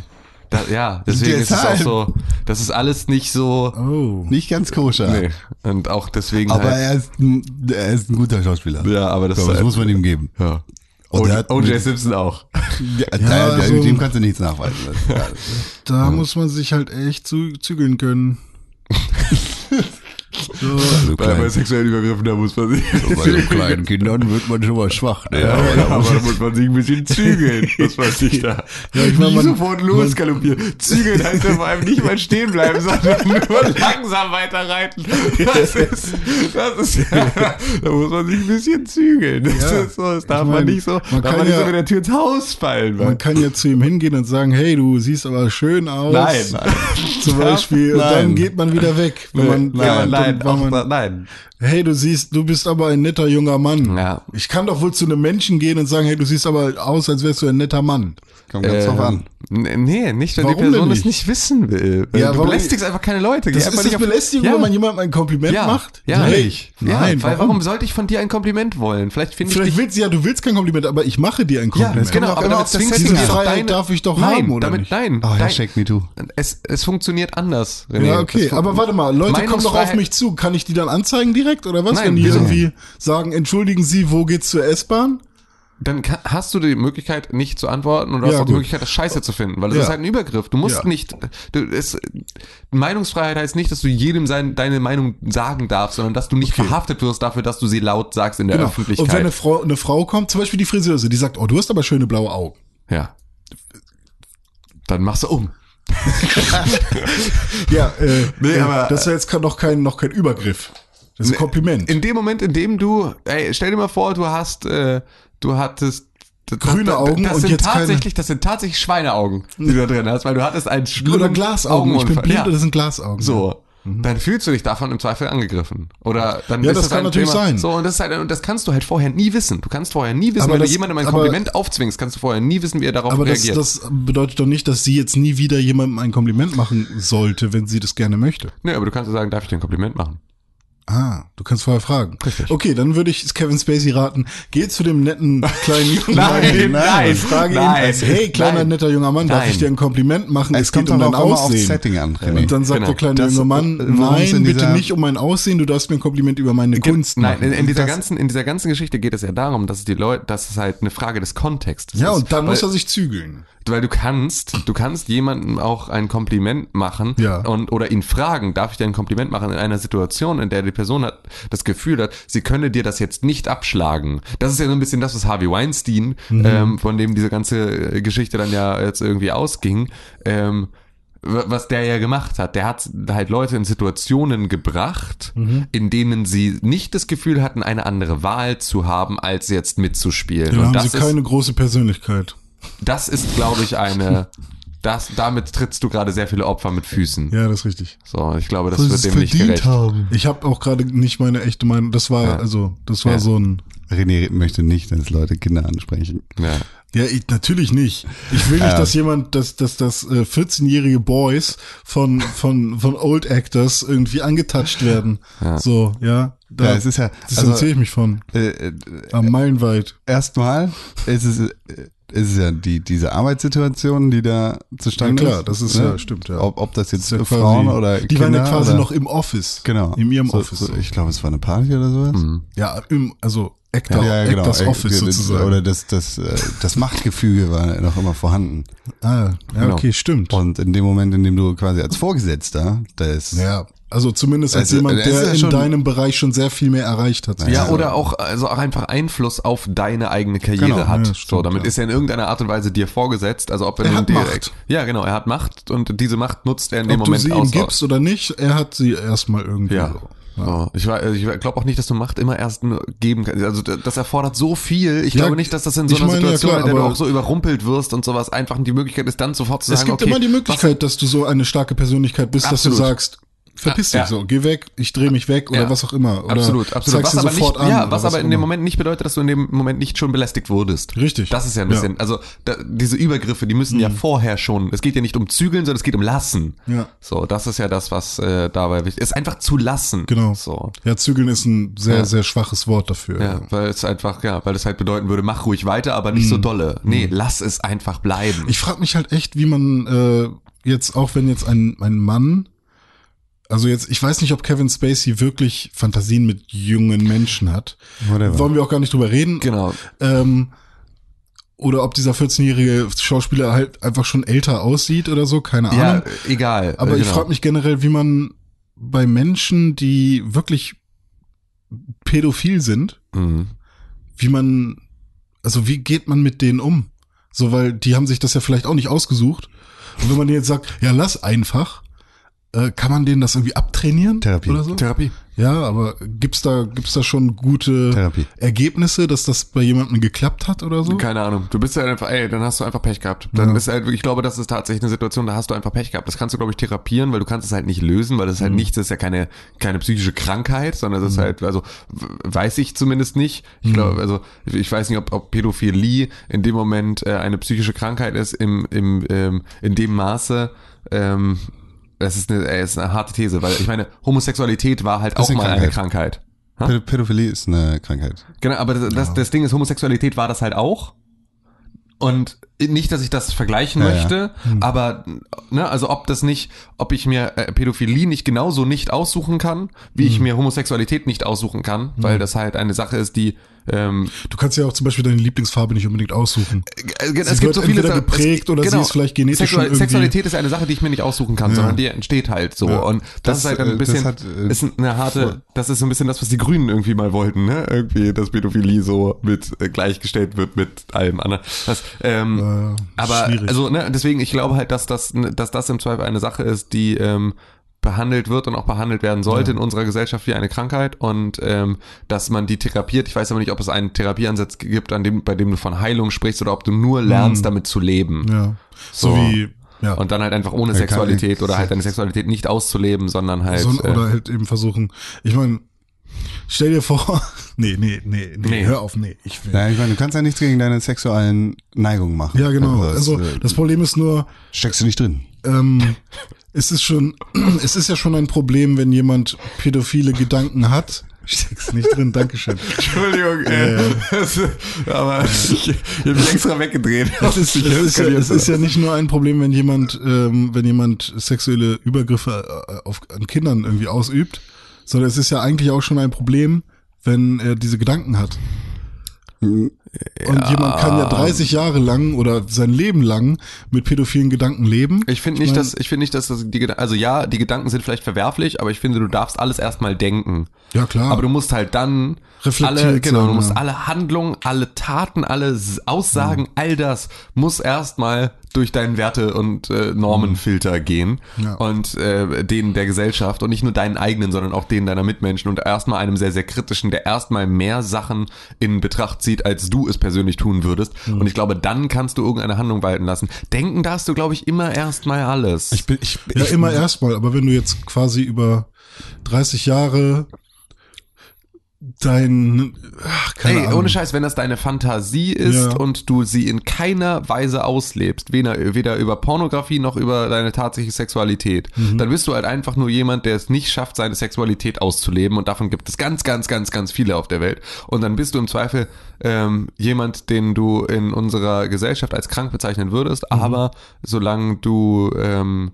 Speaker 2: Da, ja, deswegen ist es auch
Speaker 1: Deshalb.
Speaker 2: so, das ist alles nicht so,
Speaker 3: Oh.
Speaker 1: Nicht ganz koscher.
Speaker 2: nee. Und auch deswegen
Speaker 1: Aber
Speaker 2: halt,
Speaker 1: er ist, ein, er ist ein guter Schauspieler.
Speaker 2: ja, aber das,
Speaker 1: So,
Speaker 2: ist
Speaker 1: das
Speaker 2: halt,
Speaker 1: muss man ihm geben.
Speaker 2: ja.
Speaker 1: Und
Speaker 2: O-
Speaker 1: er hat-
Speaker 2: O.J. Simpson auch.
Speaker 1: Ja, da, da,
Speaker 3: also-
Speaker 1: dem kannst du nichts nachweisen. Das- ja, das-
Speaker 3: Da muss man sich halt echt zu, zügeln können. so.
Speaker 1: [laughs] so
Speaker 2: Bei,
Speaker 1: klein-
Speaker 2: bei sexuellen Übergriffen, da muss man sich,
Speaker 1: so bei
Speaker 2: [laughs]
Speaker 1: so kleinen Kindern wird [laughs] man schon mal schwach. Ne?
Speaker 2: ja, aber da muss man sich ein bisschen zügeln, dass man sich da
Speaker 3: ich meine,
Speaker 2: nicht
Speaker 3: man-
Speaker 2: sofort losgaloppieren. Zügeln heißt ja vor allem nicht mal stehen bleiben,
Speaker 3: [laughs]
Speaker 2: sondern nur langsam weiterreiten. Das ist, das ist ja, da muss man sich ein bisschen zügeln. Das,
Speaker 3: Ja.
Speaker 2: ist so, das
Speaker 3: Ich
Speaker 2: darf man
Speaker 3: meine,
Speaker 2: nicht so,
Speaker 3: man
Speaker 2: darf
Speaker 3: kann
Speaker 2: man nicht so
Speaker 3: ja-
Speaker 2: mit der Tür ins Haus fallen.
Speaker 3: Man kann ja zu ihm hingehen und sagen, hey, du siehst aber schön aus.
Speaker 2: nein, nein.
Speaker 3: [laughs] Zum Beispiel. Und
Speaker 1: Nein.
Speaker 3: dann geht man wieder weg. Wenn man,
Speaker 2: Nein, nein, nein,
Speaker 3: dann war
Speaker 2: auch,
Speaker 3: man,
Speaker 2: da- nein.
Speaker 3: hey, du siehst, du bist aber ein netter junger Mann.
Speaker 2: Ja.
Speaker 3: Ich kann doch wohl zu einem Menschen gehen und sagen, hey, du siehst aber aus, als wärst du ein netter Mann. Äh,
Speaker 1: Kommt ganz drauf an.
Speaker 2: ähm, N- Nee, nicht, wenn
Speaker 3: Warum
Speaker 2: die Person
Speaker 3: denn
Speaker 2: das
Speaker 3: nicht?
Speaker 2: nicht wissen will.
Speaker 3: Ja,
Speaker 2: du
Speaker 3: warum-
Speaker 2: belästigst einfach keine Leute. Geh
Speaker 3: Das
Speaker 2: einfach
Speaker 3: ist
Speaker 2: nicht
Speaker 3: das
Speaker 2: auf-
Speaker 3: Belästigung,
Speaker 2: Ja.
Speaker 3: wenn man jemandem ein Compliment macht?
Speaker 2: Ja,
Speaker 3: Nein.
Speaker 2: Ja,
Speaker 3: Nein,
Speaker 2: weil warum?
Speaker 3: warum?
Speaker 2: sollte ich von dir ein Kompliment wollen? Vielleicht finde ich
Speaker 3: Vielleicht
Speaker 2: dich.
Speaker 3: willst du ja, du willst kein Kompliment, aber ich mache dir ein Kompliment.
Speaker 2: Ja, genau,
Speaker 3: Kommt doch
Speaker 2: aber
Speaker 3: immer
Speaker 2: damit
Speaker 3: auf das
Speaker 2: zwingst du
Speaker 3: Setting
Speaker 2: mir
Speaker 3: an.
Speaker 2: doch
Speaker 3: Freiheit
Speaker 2: deine-
Speaker 3: darf ich doch
Speaker 2: Nein,
Speaker 3: haben, oder
Speaker 2: damit-
Speaker 3: nicht? Ah,
Speaker 2: nein,
Speaker 1: Oh,
Speaker 2: nein.
Speaker 1: Hashtag MeToo.
Speaker 2: Es, es funktioniert anders. René.
Speaker 3: Ja, okay,
Speaker 2: Es fun-
Speaker 3: aber warte mal, Leute kommen doch auf
Speaker 2: Meinungsfreiheit-
Speaker 3: mich zu. Kann ich die dann anzeigen direkt oder was?
Speaker 2: Nein,
Speaker 3: Wenn die
Speaker 2: wieso?
Speaker 3: irgendwie sagen, entschuldigen Sie, wo geht's zur S-Bahn?
Speaker 2: Dann ka- hast du die Möglichkeit, nicht zu antworten und du hast
Speaker 3: Ja,
Speaker 2: auch die
Speaker 3: gut.
Speaker 2: Möglichkeit, das Scheiße zu finden, weil das
Speaker 3: Ja.
Speaker 2: ist halt ein Übergriff. Du musst
Speaker 3: Ja.
Speaker 2: nicht. Du, es, Meinungsfreiheit heißt nicht, dass du jedem sein, deine Meinung sagen darfst, sondern dass du nicht verhaftet wirst dafür, dass du sie laut sagst in der
Speaker 3: Genau. Und
Speaker 2: Öffentlichkeit.
Speaker 3: wenn eine Frau, eine Frau kommt, zum Beispiel die Friseuse, die sagt, oh, du hast aber schöne blaue Augen.
Speaker 2: ja. Dann machst du um.
Speaker 3: Ja, äh,
Speaker 2: Nee,
Speaker 3: äh,
Speaker 2: aber-
Speaker 3: das ist ja jetzt kann- noch kein, noch kein Übergriff. Das ist ein Kompliment.
Speaker 2: In dem Moment, in dem du, ey, stell dir mal vor, du hast, äh, du hattest das-
Speaker 3: Grüne
Speaker 2: das-
Speaker 3: Augen
Speaker 2: das
Speaker 3: und
Speaker 2: sind
Speaker 3: jetzt keine-
Speaker 2: tatsächlich, das sind tatsächlich Schweineaugen, die du da drin hast, weil du hattest einen schlimmen
Speaker 3: oder Glasaugen. Ich bin
Speaker 2: Augenunfall.
Speaker 3: blind
Speaker 2: ja.
Speaker 3: oder das sind Glasaugen.
Speaker 2: so. Dann fühlst du dich davon im Zweifel angegriffen. Oder dann
Speaker 3: Ja,
Speaker 2: ist
Speaker 3: das kann
Speaker 2: halt
Speaker 3: natürlich
Speaker 2: Thema,
Speaker 3: sein.
Speaker 2: So, und das, ist halt, und das kannst du halt vorher nie wissen. Du kannst vorher nie wissen,
Speaker 3: Aber
Speaker 2: wenn
Speaker 3: das-
Speaker 2: du jemandem ein
Speaker 3: aber-
Speaker 2: Kompliment aufzwingst, kannst du vorher nie wissen, wie er darauf
Speaker 3: Aber das,
Speaker 2: reagiert.
Speaker 3: das bedeutet doch nicht, dass sie jetzt nie wieder jemandem ein Kompliment machen sollte, wenn sie das gerne möchte.
Speaker 2: Ne, nee, aber du kannst ja sagen, darf ich dir ein Kompliment machen?
Speaker 3: Ah, du kannst vorher fragen. Okay, dann würde ich Kevin Spacey raten, geh zu dem
Speaker 2: [laughs]
Speaker 3: netten kleinen jungen Mann
Speaker 2: Nein,
Speaker 3: hin
Speaker 2: nein,
Speaker 3: und frage
Speaker 2: nein,
Speaker 3: ihn, hey, kleiner
Speaker 2: nein.
Speaker 3: netter junger Mann, darf
Speaker 2: Nein.
Speaker 3: ich dir ein Kompliment machen?
Speaker 1: Also, Es kommt
Speaker 3: geht um
Speaker 1: dann
Speaker 3: dein
Speaker 1: auch immer aufs
Speaker 3: Aussehen.
Speaker 1: Setting an, René.
Speaker 3: Und dann sagt
Speaker 2: Genau.
Speaker 3: der kleine
Speaker 1: Das-
Speaker 3: junge Mann,
Speaker 1: worum es in
Speaker 3: nein, bitte
Speaker 1: dieser-
Speaker 3: nicht um mein Aussehen, du darfst mir ein Kompliment über meine Kunst
Speaker 2: Nein,
Speaker 3: machen.
Speaker 2: in, in, dieser
Speaker 1: Das-
Speaker 2: ganzen, in dieser ganzen Geschichte geht es ja darum, dass es die Leute, dass es halt eine Frage des Kontextes
Speaker 3: ja,
Speaker 2: ist.
Speaker 3: und dann
Speaker 2: weil,
Speaker 3: muss er sich zügeln.
Speaker 2: weil du kannst, du kannst jemandem auch ein Kompliment machen
Speaker 3: Ja.
Speaker 2: und oder ihn fragen, darf ich dir ein Kompliment machen in einer Situation, in der die Person hat das Gefühl hat, sie könne dir das jetzt nicht abschlagen. Das ist ja so ein bisschen das, was Harvey Weinstein,
Speaker 3: Mhm.
Speaker 2: ähm, von dem diese ganze äh, Geschichte dann ja jetzt irgendwie ausging, ähm, w- was der ja gemacht hat. Der hat halt Leute in Situationen gebracht,
Speaker 3: Mhm.
Speaker 2: in denen sie nicht das Gefühl hatten, eine andere Wahl zu haben, als jetzt mitzuspielen.
Speaker 3: Dann
Speaker 2: und
Speaker 3: haben
Speaker 2: das
Speaker 3: sie
Speaker 2: ist
Speaker 3: keine große Persönlichkeit.
Speaker 2: das ist, glaube ich, eine. Das, damit trittst du gerade sehr viele Opfer mit Füßen.
Speaker 3: Ja, das ist richtig.
Speaker 2: So, ich glaube, das wird dem nicht gerecht.
Speaker 1: haben.
Speaker 3: Ich habe auch gerade nicht meine echte Meinung. Das war, also, das war
Speaker 2: Ja.
Speaker 3: so ein
Speaker 1: René möchte nicht, dass Leute Kinder ansprechen.
Speaker 2: Ja.
Speaker 3: Ja, ich, natürlich nicht. Ich will nicht, dass jemand, dass, dass, dass äh, 14-jährige Boys von, von, von Old Actors irgendwie angetatscht werden. So, ja. Da,
Speaker 1: Ja, es ist ja-
Speaker 3: das
Speaker 1: also-
Speaker 3: erzähle ich mich von.
Speaker 1: Äh, äh,
Speaker 3: Am Meilenweit.
Speaker 1: erstmal ist es, äh, ist es ja die, diese Arbeitssituation, die da zustande
Speaker 3: Ja, klar,
Speaker 1: ist. ne?
Speaker 3: das ist ja- stimmt, ja.
Speaker 1: Ob, ob das jetzt
Speaker 3: Ja, Äh, quasi-
Speaker 1: Frauen oder
Speaker 3: Die
Speaker 1: Kinder
Speaker 3: waren ja quasi
Speaker 1: oder,
Speaker 3: noch im Office.
Speaker 1: genau,
Speaker 3: In ihrem
Speaker 1: so,
Speaker 3: Office.
Speaker 1: So, ich glaube, es war eine Party oder sowas.
Speaker 2: Hm. Mhm.
Speaker 3: Ja, im, also Actor,
Speaker 2: genau.
Speaker 3: Actors
Speaker 1: Äh,
Speaker 3: Office
Speaker 1: äh,
Speaker 3: sozusagen.
Speaker 1: Oder das, das, äh, das Machtgefüge war noch immer vorhanden.
Speaker 3: ah, ja,
Speaker 2: genau.
Speaker 3: okay, stimmt.
Speaker 1: Und in dem Moment, in dem du quasi als Vorgesetzter, das
Speaker 3: Ja, also zumindest als
Speaker 1: Also,
Speaker 3: jemand,
Speaker 1: das ist
Speaker 3: der
Speaker 1: ja
Speaker 3: in
Speaker 1: schon-
Speaker 3: deinem Bereich schon sehr viel mehr erreicht hat.
Speaker 2: Ja,
Speaker 3: sozusagen.
Speaker 2: oder auch, also auch einfach Einfluss auf deine eigene Karriere
Speaker 3: Genau,
Speaker 2: hat.
Speaker 3: ja,
Speaker 2: so,
Speaker 3: stimmt,
Speaker 2: damit
Speaker 3: ja.
Speaker 2: ist er in irgendeiner Art und Weise dir vorgesetzt. Also ob er,
Speaker 3: Er
Speaker 2: nun
Speaker 3: hat
Speaker 2: direkt.
Speaker 3: Macht.
Speaker 2: Ja, genau, er hat Macht und diese Macht nutzt er in dem
Speaker 3: Ob du
Speaker 2: Moment
Speaker 3: sie ihm
Speaker 2: aus.
Speaker 3: gibst oder nicht, er hat sie erstmal irgendwie.
Speaker 2: Ja.
Speaker 3: so.
Speaker 2: So. Ich, war- ich glaube auch nicht, dass du Macht immer erst nur geben kannst. Also d- das erfordert so viel. Ich
Speaker 3: Ja,
Speaker 2: glaube nicht, dass das in so
Speaker 3: ich
Speaker 2: einer
Speaker 3: meine, ja,
Speaker 2: Situation,
Speaker 3: klar,
Speaker 2: in der du
Speaker 3: aber-
Speaker 2: auch so überrumpelt wirst und sowas, einfach die Möglichkeit ist, dann sofort zu
Speaker 3: Es
Speaker 2: sagen,
Speaker 3: gibt
Speaker 2: okay,
Speaker 3: immer die Möglichkeit, dass du so eine starke Persönlichkeit bist, dass
Speaker 2: Absolut.
Speaker 3: du sagst, verpiss
Speaker 2: Ja,
Speaker 3: dich
Speaker 2: ja.
Speaker 3: so, geh weg, ich drehe mich weg oder
Speaker 2: Ja.
Speaker 3: was auch immer. Oder
Speaker 2: absolut, absolut.
Speaker 3: Zeigst
Speaker 2: Was
Speaker 3: du
Speaker 2: aber,
Speaker 3: sofort
Speaker 2: nicht,
Speaker 3: an,
Speaker 2: ja,
Speaker 3: oder
Speaker 2: was aber in dem
Speaker 3: auch
Speaker 2: Moment nicht bedeutet, dass du in dem Moment nicht schon belästigt wurdest.
Speaker 3: Richtig.
Speaker 2: Das ist ja ein
Speaker 3: Ja. Mhm.
Speaker 2: bisschen, also da, diese Übergriffe, die müssen ja vorher schon, es geht ja nicht um Zügeln, sondern es geht um Lassen.
Speaker 3: Ja.
Speaker 2: So, das ist ja das, was äh, dabei wichtig ist. Einfach zu lassen.
Speaker 3: Genau.
Speaker 2: So.
Speaker 3: immer. Ja, zügeln ist ein sehr,
Speaker 2: Ja.
Speaker 3: sehr schwaches Wort dafür.
Speaker 2: Ja, weil es einfach, ja, weil es halt bedeuten würde, mach ruhig weiter, aber nicht so dolle. Nee, lass es einfach bleiben.
Speaker 3: Mhm. Ich frage mich halt echt, wie man äh, jetzt, auch wenn jetzt ein, ein Mann, also jetzt, ich weiß nicht, ob Kevin Spacey wirklich Fantasien mit jungen Menschen hat.
Speaker 1: Whatever.
Speaker 3: Wollen wir auch gar nicht drüber reden.
Speaker 2: genau.
Speaker 3: Ähm, oder ob dieser 14-jährige Schauspieler halt einfach schon älter aussieht oder so, keine Ahnung.
Speaker 2: Ja, egal.
Speaker 3: Ah, ne? Aber
Speaker 2: Äh,
Speaker 3: ich
Speaker 2: genau.
Speaker 3: frage mich generell, wie man bei Menschen, die wirklich pädophil sind,
Speaker 2: Mhm.
Speaker 3: wie man, also wie geht man mit denen um? So, weil die haben sich das ja vielleicht auch nicht ausgesucht. Und wenn man denen jetzt sagt, ja, lass einfach, äh, kann man denen das irgendwie abtrainieren?
Speaker 1: Therapie.
Speaker 3: Oder so?
Speaker 2: Therapie.
Speaker 3: ja, aber gibt's da, gibt's da schon gute
Speaker 1: Therapie.
Speaker 3: Ergebnisse, dass das bei jemandem geklappt hat oder so?
Speaker 2: Keine Ahnung. Du bist ja einfach, ey, dann hast du einfach Pech gehabt. Dann ist halt, ich glaube, das ist tatsächlich eine Situation, da hast du einfach Pech gehabt. Das kannst du, glaube ich, therapieren, weil du kannst es halt nicht lösen, weil das ist
Speaker 3: Mhm.
Speaker 2: halt nichts, das ist ja keine, keine psychische Krankheit, sondern das ist halt, also w- weiß ich zumindest nicht. Ich
Speaker 3: Mhm.
Speaker 2: glaube, also ich- ich weiß nicht, ob, ob Pädophilie in dem Moment äh, eine psychische Krankheit ist, im, im, ähm, in dem Maße, ähm, das ist eine, ey, ist eine harte These, weil ich meine, Homosexualität war halt auch
Speaker 1: ist eine
Speaker 2: mal eine Krankheit. Ha?
Speaker 1: Pä- Pädophilie ist eine Krankheit.
Speaker 2: Genau, aber das, das, das Ding ist, Homosexualität war das halt auch. Und nicht, dass ich das vergleichen
Speaker 1: Ja, Hm. ja.
Speaker 2: möchte, aber ne, also ob das nicht, ob ich mir äh, Pädophilie nicht genauso nicht aussuchen kann, wie
Speaker 1: Hm.
Speaker 2: ich mir Homosexualität nicht aussuchen kann, weil das halt eine Sache ist, die ähm,
Speaker 3: Du kannst ja auch zum Beispiel deine Lieblingsfarbe nicht unbedingt aussuchen.
Speaker 2: äh, es
Speaker 3: wird entweder
Speaker 2: Sachen-
Speaker 3: geprägt oder sie ist vielleicht genetisch schon irgendwie-
Speaker 2: Sexualität ist eine Sache, die ich mir nicht aussuchen kann, sondern die entsteht halt so. Und das,
Speaker 1: Das,
Speaker 2: ist halt dann
Speaker 1: äh,
Speaker 2: ein bisschen,
Speaker 1: das hat, äh,
Speaker 2: ist eine harte, das ist so ein bisschen das, was die Grünen irgendwie mal wollten, ne? Irgendwie, dass Pädophilie so mit äh, gleichgestellt wird mit allem anderen. Das, ähm,
Speaker 3: Ja,
Speaker 2: aber
Speaker 3: Äh, schwierig.
Speaker 2: also, ne, deswegen, ich glaube halt, dass das, dass das im Zweifel eine Sache ist, die ähm, behandelt wird und auch behandelt werden sollte in unserer Gesellschaft wie eine Krankheit und ähm, dass man die therapiert. Ich weiß aber nicht, ob es einen Therapieansatz gibt, an dem, bei dem du von Heilung sprichst oder ob du nur lernst, damit zu leben.
Speaker 3: Mhm. Ja. So,
Speaker 2: So.
Speaker 3: wie, ja.
Speaker 2: Und dann halt einfach ohne Sexualität oder halt deine Sexualität nicht auszuleben, sondern halt.
Speaker 3: So,
Speaker 2: äh,
Speaker 3: oder halt eben versuchen. Ich meine, stell dir vor, [laughs] nee, nee, nee, nee,
Speaker 2: Nee.
Speaker 3: hör auf, nee, ich will.
Speaker 1: Ja, ich meine, du kannst ja nichts gegen deine sexuellen Neigungen machen.
Speaker 3: Ja, genau.
Speaker 1: das,
Speaker 3: Also
Speaker 1: äh,
Speaker 3: das Problem ist nur,
Speaker 2: [laughs]
Speaker 1: steckst du nicht drin.
Speaker 3: ähm, es ist schon, [clears throat] es ist ja schon ein Problem, wenn jemand pädophile Gedanken hat. Steck's nicht
Speaker 2: [laughs]
Speaker 3: drin, Dankeschön.
Speaker 2: Entschuldigung, äh, das, aber ich, ich habe mich extra weggedreht.
Speaker 3: Es ist, es, ist ja, es ist ja nicht nur ein Problem, wenn jemand, ähm, wenn jemand sexuelle Übergriffe äh, auf, an Kindern irgendwie ausübt, sondern es ist ja eigentlich auch schon ein Problem, wenn er diese Gedanken hat.
Speaker 2: Hm,
Speaker 3: Und jemand kann ja 30 Jahre lang oder sein Leben lang mit pädophilen Gedanken leben.
Speaker 2: Ich finde nicht, dass ich finde nicht, dass das die Gedan- also ja, die Gedanken sind vielleicht verwerflich, aber ich finde, du darfst alles erstmal denken.
Speaker 3: Ja, klar.
Speaker 2: Aber du musst halt dann
Speaker 3: Reflektiert
Speaker 2: alle genau,
Speaker 3: sein,
Speaker 2: du musst
Speaker 3: ja.
Speaker 2: alle Handlungen, alle Taten, alle S- Aussagen, all das muss erstmal durch deinen Werte- und äh, Normenfilter gehen
Speaker 3: Mhm. Ja.
Speaker 2: und äh, den der Gesellschaft und nicht nur deinen eigenen, sondern auch den deiner Mitmenschen und erstmal einem sehr, sehr kritischen, der erstmal mehr Sachen in Betracht zieht, als du es persönlich tun würdest.
Speaker 3: Mhm.
Speaker 2: Und ich glaube, dann kannst du irgendeine Handlung walten lassen. Denken darfst du, glaube ich, immer erstmal alles.
Speaker 1: Ich bin, ich,
Speaker 3: Ja,
Speaker 1: ich,
Speaker 3: immer erstmal, aber wenn du jetzt quasi über 30 Jahre dein, ach, keine
Speaker 2: Ey,
Speaker 3: Ahnung.
Speaker 2: ohne Scheiß, wenn das deine Fantasie ist
Speaker 3: Ja.
Speaker 2: und du sie in keiner Weise auslebst, weder, weder über Pornografie noch über deine tatsächliche Sexualität,
Speaker 3: Mhm.
Speaker 2: dann bist du halt einfach nur jemand, der es nicht schafft, seine Sexualität auszuleben und davon gibt es ganz, ganz, ganz, ganz viele auf der Welt. Und dann bist du im Zweifel ähm, jemand, den du in unserer Gesellschaft als krank bezeichnen würdest,
Speaker 3: Mhm.
Speaker 2: aber solange du ähm,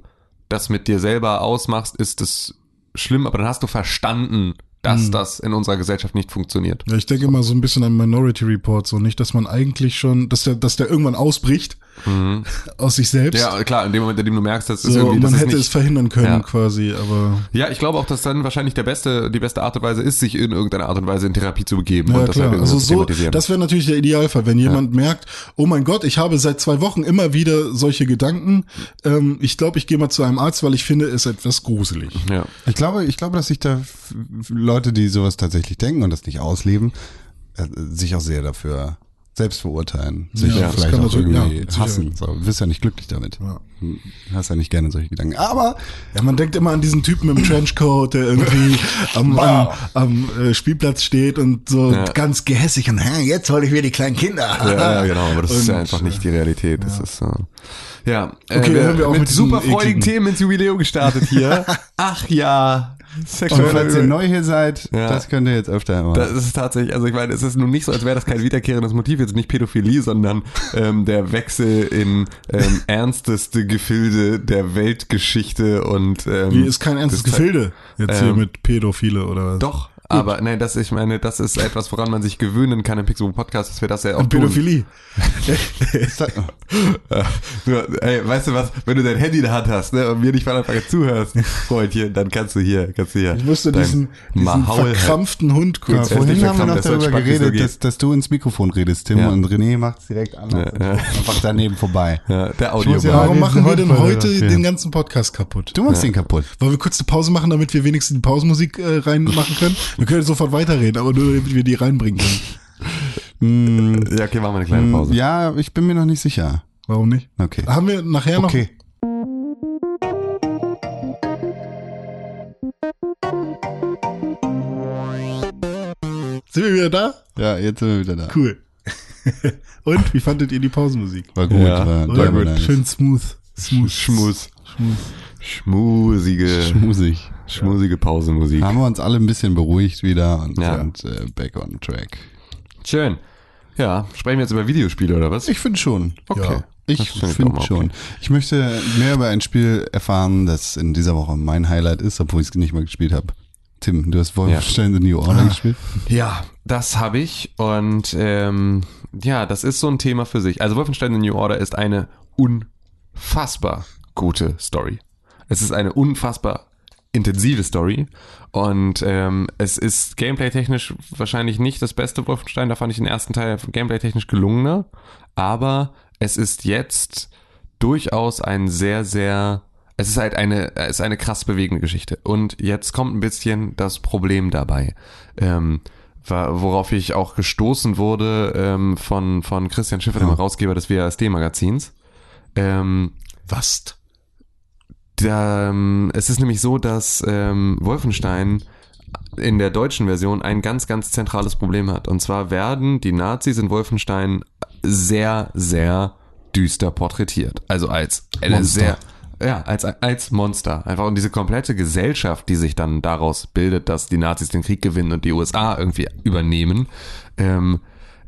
Speaker 2: das mit dir selber ausmachst, ist es schlimm, aber dann hast du verstanden, dass
Speaker 3: Mhm.
Speaker 2: das in unserer Gesellschaft nicht funktioniert.
Speaker 3: Ja, ich denke immer so ein bisschen an Minority Report, so nicht, dass man eigentlich schon, dass der, dass der irgendwann ausbricht [laughs] aus sich selbst.
Speaker 2: Ja, klar, in dem Moment, in dem du merkst, das Mhm. ist
Speaker 3: so,
Speaker 2: irgendwie,
Speaker 3: und
Speaker 2: das
Speaker 3: man
Speaker 2: ist
Speaker 3: hätte
Speaker 2: nicht,
Speaker 3: es verhindern können
Speaker 2: Ja.
Speaker 3: quasi, aber
Speaker 2: Ja, ich glaube auch, dass dann wahrscheinlich der beste, die beste Art und Weise ist, sich in irgendeiner Art und Weise in Therapie zu begeben
Speaker 3: ja
Speaker 2: und das
Speaker 3: klar.
Speaker 2: halt
Speaker 3: also
Speaker 2: irgendwie zu
Speaker 3: so,
Speaker 2: thematisieren.
Speaker 3: das wäre natürlich der Idealfall, wenn jemand merkt, oh mein Gott, ich habe seit zwei Wochen immer wieder solche Gedanken. Ähm, ich glaube, ich gehe mal zu einem Arzt, weil ich finde es etwas gruselig.
Speaker 2: ja.
Speaker 1: ich glaube, ich glaube, dass sich da f- f- Leute, die sowas tatsächlich denken und das nicht ausleben, äh, sich auch sehr dafür selbst verurteilen, sich
Speaker 3: Ja, das
Speaker 1: vielleicht
Speaker 3: kann
Speaker 1: auch
Speaker 3: natürlich- ja,
Speaker 1: irgendwie
Speaker 3: sicher.
Speaker 1: hassen. So, du bist ja nicht glücklich damit.
Speaker 3: Ja.
Speaker 1: Du Hast ja nicht gerne solche Gedanken. Aber
Speaker 3: Ja, man denkt immer an diesen Typen im Trenchcoat, der [laughs] irgendwie am, am, am äh, Spielplatz steht und so
Speaker 2: Ja.
Speaker 3: ganz gehässig und "Hä, jetzt hol ich wieder die kleinen Kinder.
Speaker 2: Ja, ja, genau, aber das ist ja
Speaker 3: Ah, Und,
Speaker 2: einfach nicht die Realität. Das ist so. Ja, äh,
Speaker 3: Okay, hören wir auf
Speaker 2: mit,
Speaker 3: mit diesen
Speaker 2: super freudigen
Speaker 3: ekligen-
Speaker 2: Themen ins Jubiläum gestartet hier. [laughs] Ach ja,
Speaker 1: und falls ihr
Speaker 2: sexuell.
Speaker 1: neu hier seid,
Speaker 2: Ja.
Speaker 1: das könnt ihr jetzt öfter machen.
Speaker 2: Das ist tatsächlich, also ich meine, es ist nun nicht so, als wäre das kein wiederkehrendes Motiv, jetzt nicht Pädophilie, sondern ähm, der Wechsel in ähm, [laughs] ernsteste Gefilde der Weltgeschichte und ähm,
Speaker 3: Hier ist kein ernstes
Speaker 2: das-
Speaker 3: Gefilde jetzt hier mit Pädophile oder was.
Speaker 2: Doch, aber nein, das ich meine, das ist etwas, woran man sich gewöhnen kann im Pixelbook Podcast, dass wir das ja auch tun.
Speaker 3: Pädophilie.
Speaker 2: Äh, nur, ey, weißt du was, wenn du dein Handy in der Hand hast, ne, und
Speaker 1: äh,
Speaker 2: mir nicht von Anfang an zuhörst, Freundchen, dann kannst du hier, kannst du hier.
Speaker 3: Ich musste
Speaker 2: dein
Speaker 3: diesen, diesen
Speaker 2: Mahaul
Speaker 3: verkrampften Hund
Speaker 1: Ja,
Speaker 3: kurz.
Speaker 2: Jetzt
Speaker 1: vorhin
Speaker 2: nicht
Speaker 1: haben wir noch
Speaker 2: verkrampft,
Speaker 1: darüber
Speaker 2: das soll Spaß, so
Speaker 1: geredet,
Speaker 2: geht.
Speaker 1: dass, dass du ins Mikrofon redest, Tim,
Speaker 2: Ja.
Speaker 1: und René macht's direkt an,
Speaker 2: ja.
Speaker 1: einfach daneben vorbei.
Speaker 2: ja, der
Speaker 1: Ich muss ja
Speaker 2: Audio.
Speaker 1: auch-
Speaker 3: Warum
Speaker 1: diesen
Speaker 3: machen wir denn
Speaker 1: Hund
Speaker 3: heute
Speaker 1: fotografieren.
Speaker 3: den ganzen Podcast kaputt?
Speaker 1: Du machst den kaputt.
Speaker 3: Wollen wir kurz eine Pause machen, damit wir wenigstens die Pausenmusik äh, reinmachen [laughs] können? Wir können sofort weiterreden, aber nur damit wir die reinbringen können.
Speaker 2: Ja, okay, machen wir eine kleine Pause.
Speaker 1: Hm, Ja, ich bin mir noch nicht sicher.
Speaker 3: Warum nicht?
Speaker 1: Okay.
Speaker 3: Haben wir nachher Ah, noch
Speaker 1: Okay.
Speaker 3: Sind wir wieder da?
Speaker 1: Ja, jetzt sind wir wieder da.
Speaker 3: Cool. [laughs] Und wie fandet ihr die Pausenmusik?
Speaker 1: War gut,
Speaker 2: Ja.
Speaker 1: war,
Speaker 3: Oder?
Speaker 1: war gut. Nice.
Speaker 3: Schön smooth. Smooth.
Speaker 2: Schmus. Schmusige,
Speaker 1: Schmusig.
Speaker 2: schmusige Pausenmusik.
Speaker 1: Haben wir uns alle ein bisschen beruhigt wieder und,
Speaker 2: Ja.
Speaker 1: und äh, back on track.
Speaker 2: Schön. Ja, sprechen wir jetzt über Videospiele oder was?
Speaker 1: Ich finde schon.
Speaker 2: Okay. Das
Speaker 1: Ich
Speaker 2: find ich
Speaker 1: finde
Speaker 2: auch mal okay.
Speaker 1: schon. Ich möchte mehr über ein Spiel erfahren, das in dieser Woche mein Highlight ist, obwohl ich es nicht mal gespielt habe. Tim, du hast Wolfenstein The New
Speaker 2: Ah.
Speaker 1: Order gespielt?
Speaker 2: Ja, das habe ich und ähm, ja, das ist so ein Thema für sich. Also Wolfenstein The New Order ist eine unfassbar gute Story. Es ist eine unfassbar intensive Story und ähm, es ist gameplay-technisch wahrscheinlich nicht das beste Wolfenstein. Da fand ich den ersten Teil gameplay-technisch gelungener, aber es ist jetzt durchaus ein sehr, sehr es ist halt eine, es ist eine krass bewegende Geschichte. Und jetzt kommt ein bisschen das Problem dabei, ähm, wa- worauf ich auch gestoßen wurde ähm, von, von Christian Schiffer, dem Herausgeber des WASD-Magazins. Ähm,
Speaker 3: Was?
Speaker 2: da, ähm, es ist nämlich so, dass ähm, Wolfenstein in der deutschen Version ein ganz, ganz zentrales Problem hat. Und zwar werden die Nazis in Wolfenstein sehr, sehr düster porträtiert. Also als eine
Speaker 1: Monster.
Speaker 2: sehr ja, als, als Monster. Einfach und diese komplette Gesellschaft, die sich dann daraus bildet, dass die Nazis den Krieg gewinnen und die USA irgendwie übernehmen, ähm,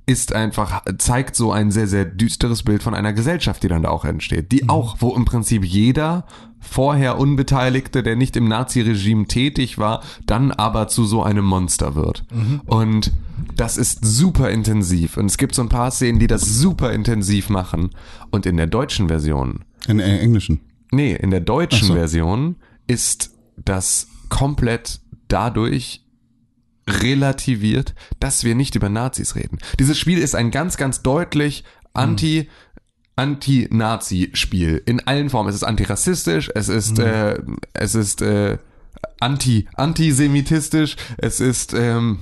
Speaker 2: ist einfach, zeigt so ein sehr, sehr düsteres Bild von einer Gesellschaft, die dann da auch entsteht. Die auch, wo im Prinzip jeder vorher Unbeteiligte, der nicht im Naziregime tätig war, dann aber zu so einem Monster wird. Und das ist super intensiv. Und es gibt so ein paar Szenen, die das super intensiv machen. Und in der deutschen Version
Speaker 1: In äh, Englischen.
Speaker 2: Nee, in der deutschen
Speaker 1: Ach so.
Speaker 2: Version ist das komplett dadurch relativiert, dass wir nicht über Nazis reden. Dieses Spiel ist ein ganz, ganz deutlich
Speaker 1: Hm.
Speaker 2: anti- Anti-Nazi-Spiel. In allen Formen. Es ist antirassistisch, es ist,
Speaker 1: Hm.
Speaker 2: äh, es ist äh, anti antisemitistisch, es ist ähm,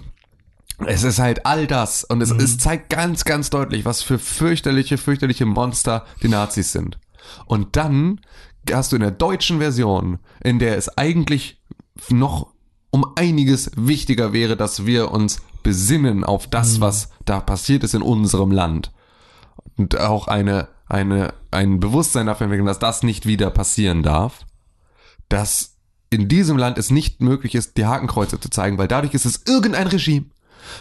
Speaker 2: es ist halt all das und es, es zeigt ganz, ganz deutlich, was für fürchterliche, fürchterliche Monster die Nazis sind. Und dann hast du in der deutschen Version, in der es eigentlich noch um einiges wichtiger wäre, dass wir uns besinnen auf das, was da passiert ist in unserem Land. Und auch eine, eine, ein Bewusstsein dafür entwickeln, dass das nicht wieder passieren darf dass in diesem Land es nicht möglich ist, die Hakenkreuze zu zeigen, weil dadurch ist es irgendein Regime.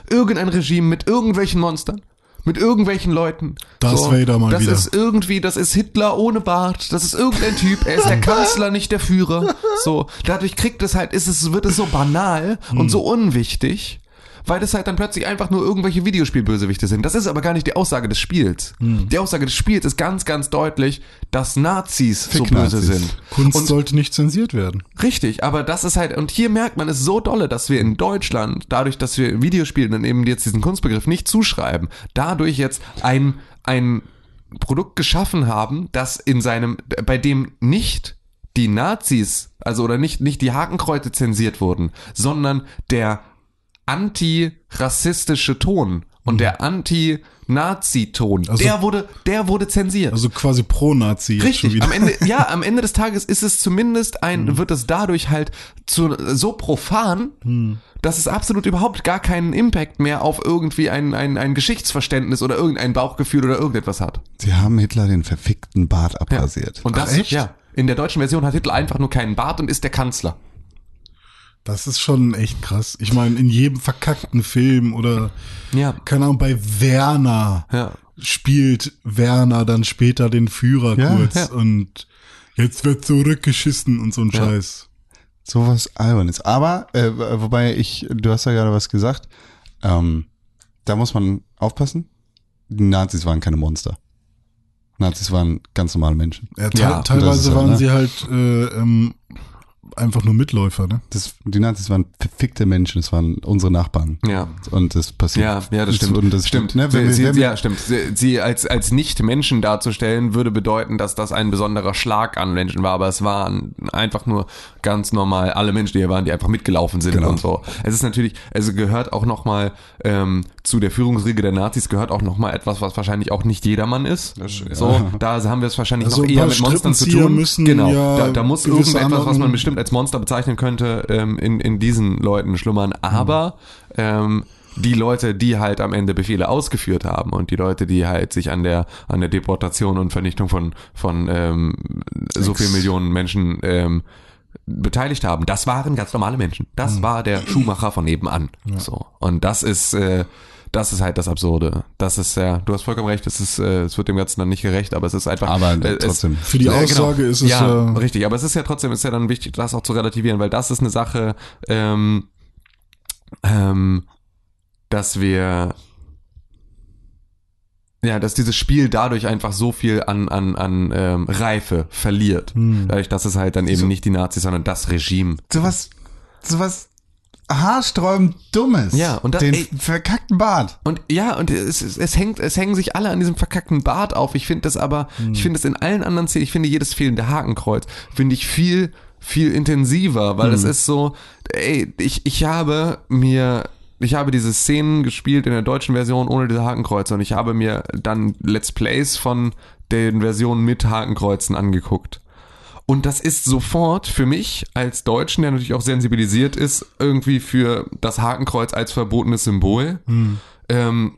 Speaker 2: Irgendein Regime mit irgendwelchen Monstern. Mit irgendwelchen Leuten.
Speaker 3: Darth Vader mal
Speaker 2: das
Speaker 3: wieder.
Speaker 2: ist irgendwie, das ist Hitler ohne Bart, das ist irgendein Typ, er ist der Kanzler, nicht der Führer. So, dadurch kriegt es halt, ist es, wird es so banal und so unwichtig, weil das halt dann plötzlich einfach nur irgendwelche Videospielbösewichte sind. Das ist aber gar nicht die Aussage des Spiels. Die Aussage des Spiels ist ganz, ganz deutlich, dass Nazis so
Speaker 1: Fick-Nazis.
Speaker 2: böse sind.
Speaker 3: Kunst
Speaker 2: Und-
Speaker 3: sollte nicht zensiert werden.
Speaker 2: Richtig, aber das ist halt, und hier merkt man es so dolle, dass wir in Deutschland, dadurch, dass wir Videospielen dann eben jetzt diesen Kunstbegriff nicht zuschreiben, dadurch jetzt ein, ein Produkt geschaffen haben, das in seinem, bei dem nicht die Nazis, also oder nicht, nicht die Hakenkreuze zensiert wurden, sondern der antirassistische Ton und der Anti-Nazi-Ton,
Speaker 3: Also-
Speaker 2: der wurde, der wurde zensiert.
Speaker 3: Also quasi pro-Nazi jetzt schon
Speaker 2: Richtig,
Speaker 3: wieder. Mhm.
Speaker 2: am Ende, ja, am Ende des Tages ist es zumindest ein, wird es dadurch halt zu, so profan,
Speaker 3: Mhm.
Speaker 2: dass es absolut überhaupt gar keinen Impact mehr auf irgendwie ein, ein, ein Geschichtsverständnis oder irgendein Bauchgefühl oder irgendetwas hat.
Speaker 1: Sie haben Hitler den verfickten Bart abrasiert.
Speaker 2: Und das,
Speaker 3: Ach, echt?
Speaker 2: ja, in der deutschen Version hat Hitler einfach nur keinen Bart und ist der Kanzler.
Speaker 3: Das ist schon echt krass. Ich meine, in jedem verkackten Film oder
Speaker 2: Ja.
Speaker 3: keine Ahnung, bei Werner
Speaker 2: Ja.
Speaker 3: spielt Werner dann später den Führer
Speaker 1: Ja,
Speaker 3: kurz
Speaker 2: ja.
Speaker 3: und jetzt wird zurückgeschissen und so ein Scheiß.
Speaker 1: sowas Albernes. Aber, äh, wobei ich, du hast ja gerade was gesagt, ähm, da muss man aufpassen. Die Nazis waren keine Monster. Nazis waren ganz normale Menschen.
Speaker 3: Ja, te
Speaker 2: Ja,
Speaker 1: das ist
Speaker 3: teilweise
Speaker 1: ja,
Speaker 3: waren
Speaker 1: ne?
Speaker 3: sie halt äh, ähm, einfach nur Mitläufer, ne?
Speaker 1: Das, die Nazis waren verfickte Menschen, das waren unsere Nachbarn.
Speaker 2: Ja.
Speaker 1: Und das passiert.
Speaker 2: Ja, ja, das stimmt.
Speaker 1: Und das
Speaker 2: stimmt.
Speaker 1: Ne, wenn
Speaker 2: sie,
Speaker 1: wir,
Speaker 2: sie,
Speaker 1: wenn wir,
Speaker 2: ja, stimmt. Sie, sie als, als Nicht-Menschen darzustellen, würde bedeuten, dass das ein besonderer Schlag an Menschen war, aber es waren einfach nur ganz normal alle Menschen, die hier waren, die einfach mitgelaufen sind
Speaker 1: Genau.
Speaker 2: und so. Es ist natürlich, also gehört auch nochmal ähm, zu der Führungsriege der Nazis gehört auch nochmal etwas, was wahrscheinlich auch nicht jedermann ist. So, da haben wir es wahrscheinlich
Speaker 3: Also
Speaker 2: noch
Speaker 3: ein
Speaker 2: eher
Speaker 3: paar
Speaker 2: mit Monstern zu
Speaker 3: Strippenzieher
Speaker 2: tun.
Speaker 3: müssen
Speaker 2: genau.
Speaker 3: ja
Speaker 2: da, da muss
Speaker 3: gewisse
Speaker 2: irgendetwas, was man
Speaker 3: Anordnungen-
Speaker 2: bestimmt als Monster bezeichnen könnte, ähm, in, in diesen Leuten schlummern. Aber ähm, die Leute, die halt am Ende Befehle ausgeführt haben und die Leute, die halt sich an der an der Deportation und Vernichtung von von ähm, so vielen Millionen Menschen ähm, beteiligt haben, das waren ganz normale Menschen. Das
Speaker 1: Mhm.
Speaker 2: war der Schuhmacher von nebenan. So und das ist äh, das ist halt das Absurde. Das ist ja, du hast vollkommen recht. Es ist, äh, es wird dem Ganzen dann nicht gerecht, aber es ist einfach.
Speaker 1: aber
Speaker 2: äh, es,
Speaker 1: trotzdem.
Speaker 3: Für die
Speaker 2: ja, genau.
Speaker 3: Aussage ist es äh,
Speaker 2: ja,
Speaker 3: ja,
Speaker 2: richtig. Aber es ist ja trotzdem, ist ja dann wichtig, das auch zu relativieren, weil das ist eine Sache, ähm, ähm, dass wir, ja, dass dieses Spiel dadurch einfach so viel an, an, an ähm, Reife verliert.
Speaker 3: Hm.
Speaker 2: Dadurch, dass es halt dann eben nicht die Nazis, sondern das Regime.
Speaker 1: Sowas, sowas haarsträubend Dummes.
Speaker 2: Ja, und da-
Speaker 1: den
Speaker 2: ey.
Speaker 1: verkackten Bart.
Speaker 2: Und ja, und es, es, es hängt, es hängen sich alle an diesem verkackten Bart auf. Ich finde das aber, ich finde das in allen anderen Szenen, ich finde jedes fehlende Hakenkreuz, finde ich viel, viel intensiver, weil es ist so, ey, ich, ich habe mir, ich habe diese Szenen gespielt in der deutschen Version ohne diese Hakenkreuze und ich habe mir dann Let's Plays von den Versionen mit Hakenkreuzen angeguckt. Und das ist sofort für mich als Deutschen, der natürlich auch sensibilisiert ist, irgendwie für das Hakenkreuz als verbotenes Symbol, ähm,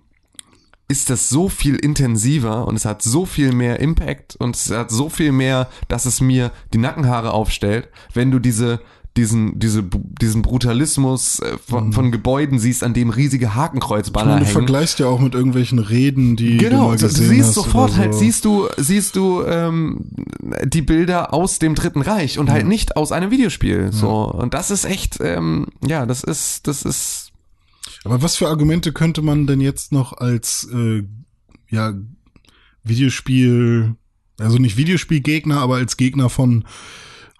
Speaker 2: ist das so viel intensiver und es hat so viel mehr Impact und es hat so viel mehr, dass es mir die Nackenhaare aufstellt, wenn du diese diesen, diese, diesen Brutalismus äh, von, von Gebäuden siehst, an dem riesige Hakenkreuzbanner
Speaker 3: Und du
Speaker 2: hängen.
Speaker 3: vergleichst ja auch mit irgendwelchen Reden, die du
Speaker 2: Genau,
Speaker 3: mal
Speaker 2: du, du
Speaker 3: gesehen
Speaker 2: siehst
Speaker 3: hast
Speaker 2: sofort
Speaker 3: oder so.
Speaker 2: halt, siehst du, siehst du ähm, die Bilder aus dem Dritten Reich und halt nicht aus einem Videospiel. So. Und das ist echt, ähm, ja, das ist, das ist
Speaker 3: Aber was für Argumente könnte man denn jetzt noch als äh, ja, Videospiel, also nicht Videospielgegner, aber als Gegner von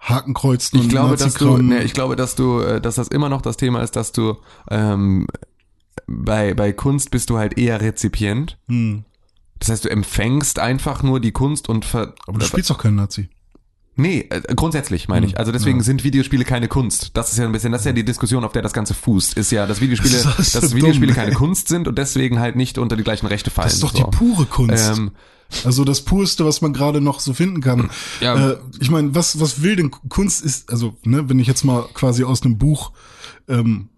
Speaker 3: Hakenkreuzen
Speaker 2: Ich
Speaker 3: und
Speaker 2: glaube, dass du,
Speaker 3: Nazi-Kronen-
Speaker 2: nee, ich glaube, dass du, äh, dass das immer noch das Thema ist, dass du ähm, bei, bei Kunst bist du halt eher Rezipient.
Speaker 3: hm.
Speaker 2: Das heißt, du empfängst einfach nur die Kunst und ver
Speaker 3: Aber du spielst doch keinen Nazi.
Speaker 2: Nee, äh, grundsätzlich meine
Speaker 3: Hm,
Speaker 2: ich. Also deswegen sind Videospiele keine Kunst. Das ist ja ein bisschen, das ist ja die Diskussion, auf der das Ganze fußt. Ist ja, dass Videospiele,
Speaker 3: [laughs] Das ist so
Speaker 2: dass Videospiele
Speaker 3: dumm, ey.
Speaker 2: keine Kunst sind und deswegen halt nicht unter die gleichen Rechte fallen.
Speaker 3: Das ist doch
Speaker 2: so.
Speaker 3: die pure Kunst.
Speaker 2: ähm,
Speaker 3: Also das Purste, was man gerade noch so finden kann.
Speaker 2: [clears throat] Ja.
Speaker 3: Äh, ich meine, was, was will denn Kunst ist, also ne, wenn ich jetzt mal quasi aus einem Buch ähm,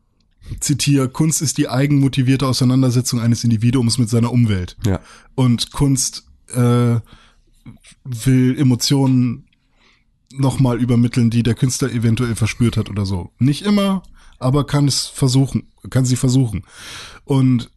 Speaker 3: zitiere, Kunst ist die eigenmotivierte Auseinandersetzung eines Individuums mit seiner Umwelt.
Speaker 2: Ja.
Speaker 3: Und Kunst äh, will Emotionen nochmal übermitteln, die der Künstler eventuell verspürt hat oder so. Nicht immer, aber kann es versuchen, kann sie versuchen. Und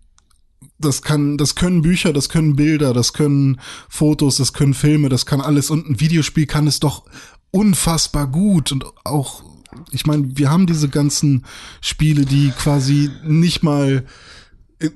Speaker 3: das kann, das können Bücher, das können Bilder, das können Fotos, das können Filme, das kann alles. Und ein Videospiel kann es doch unfassbar gut und auch, ich meine, wir haben diese ganzen Spiele, die quasi nicht mal,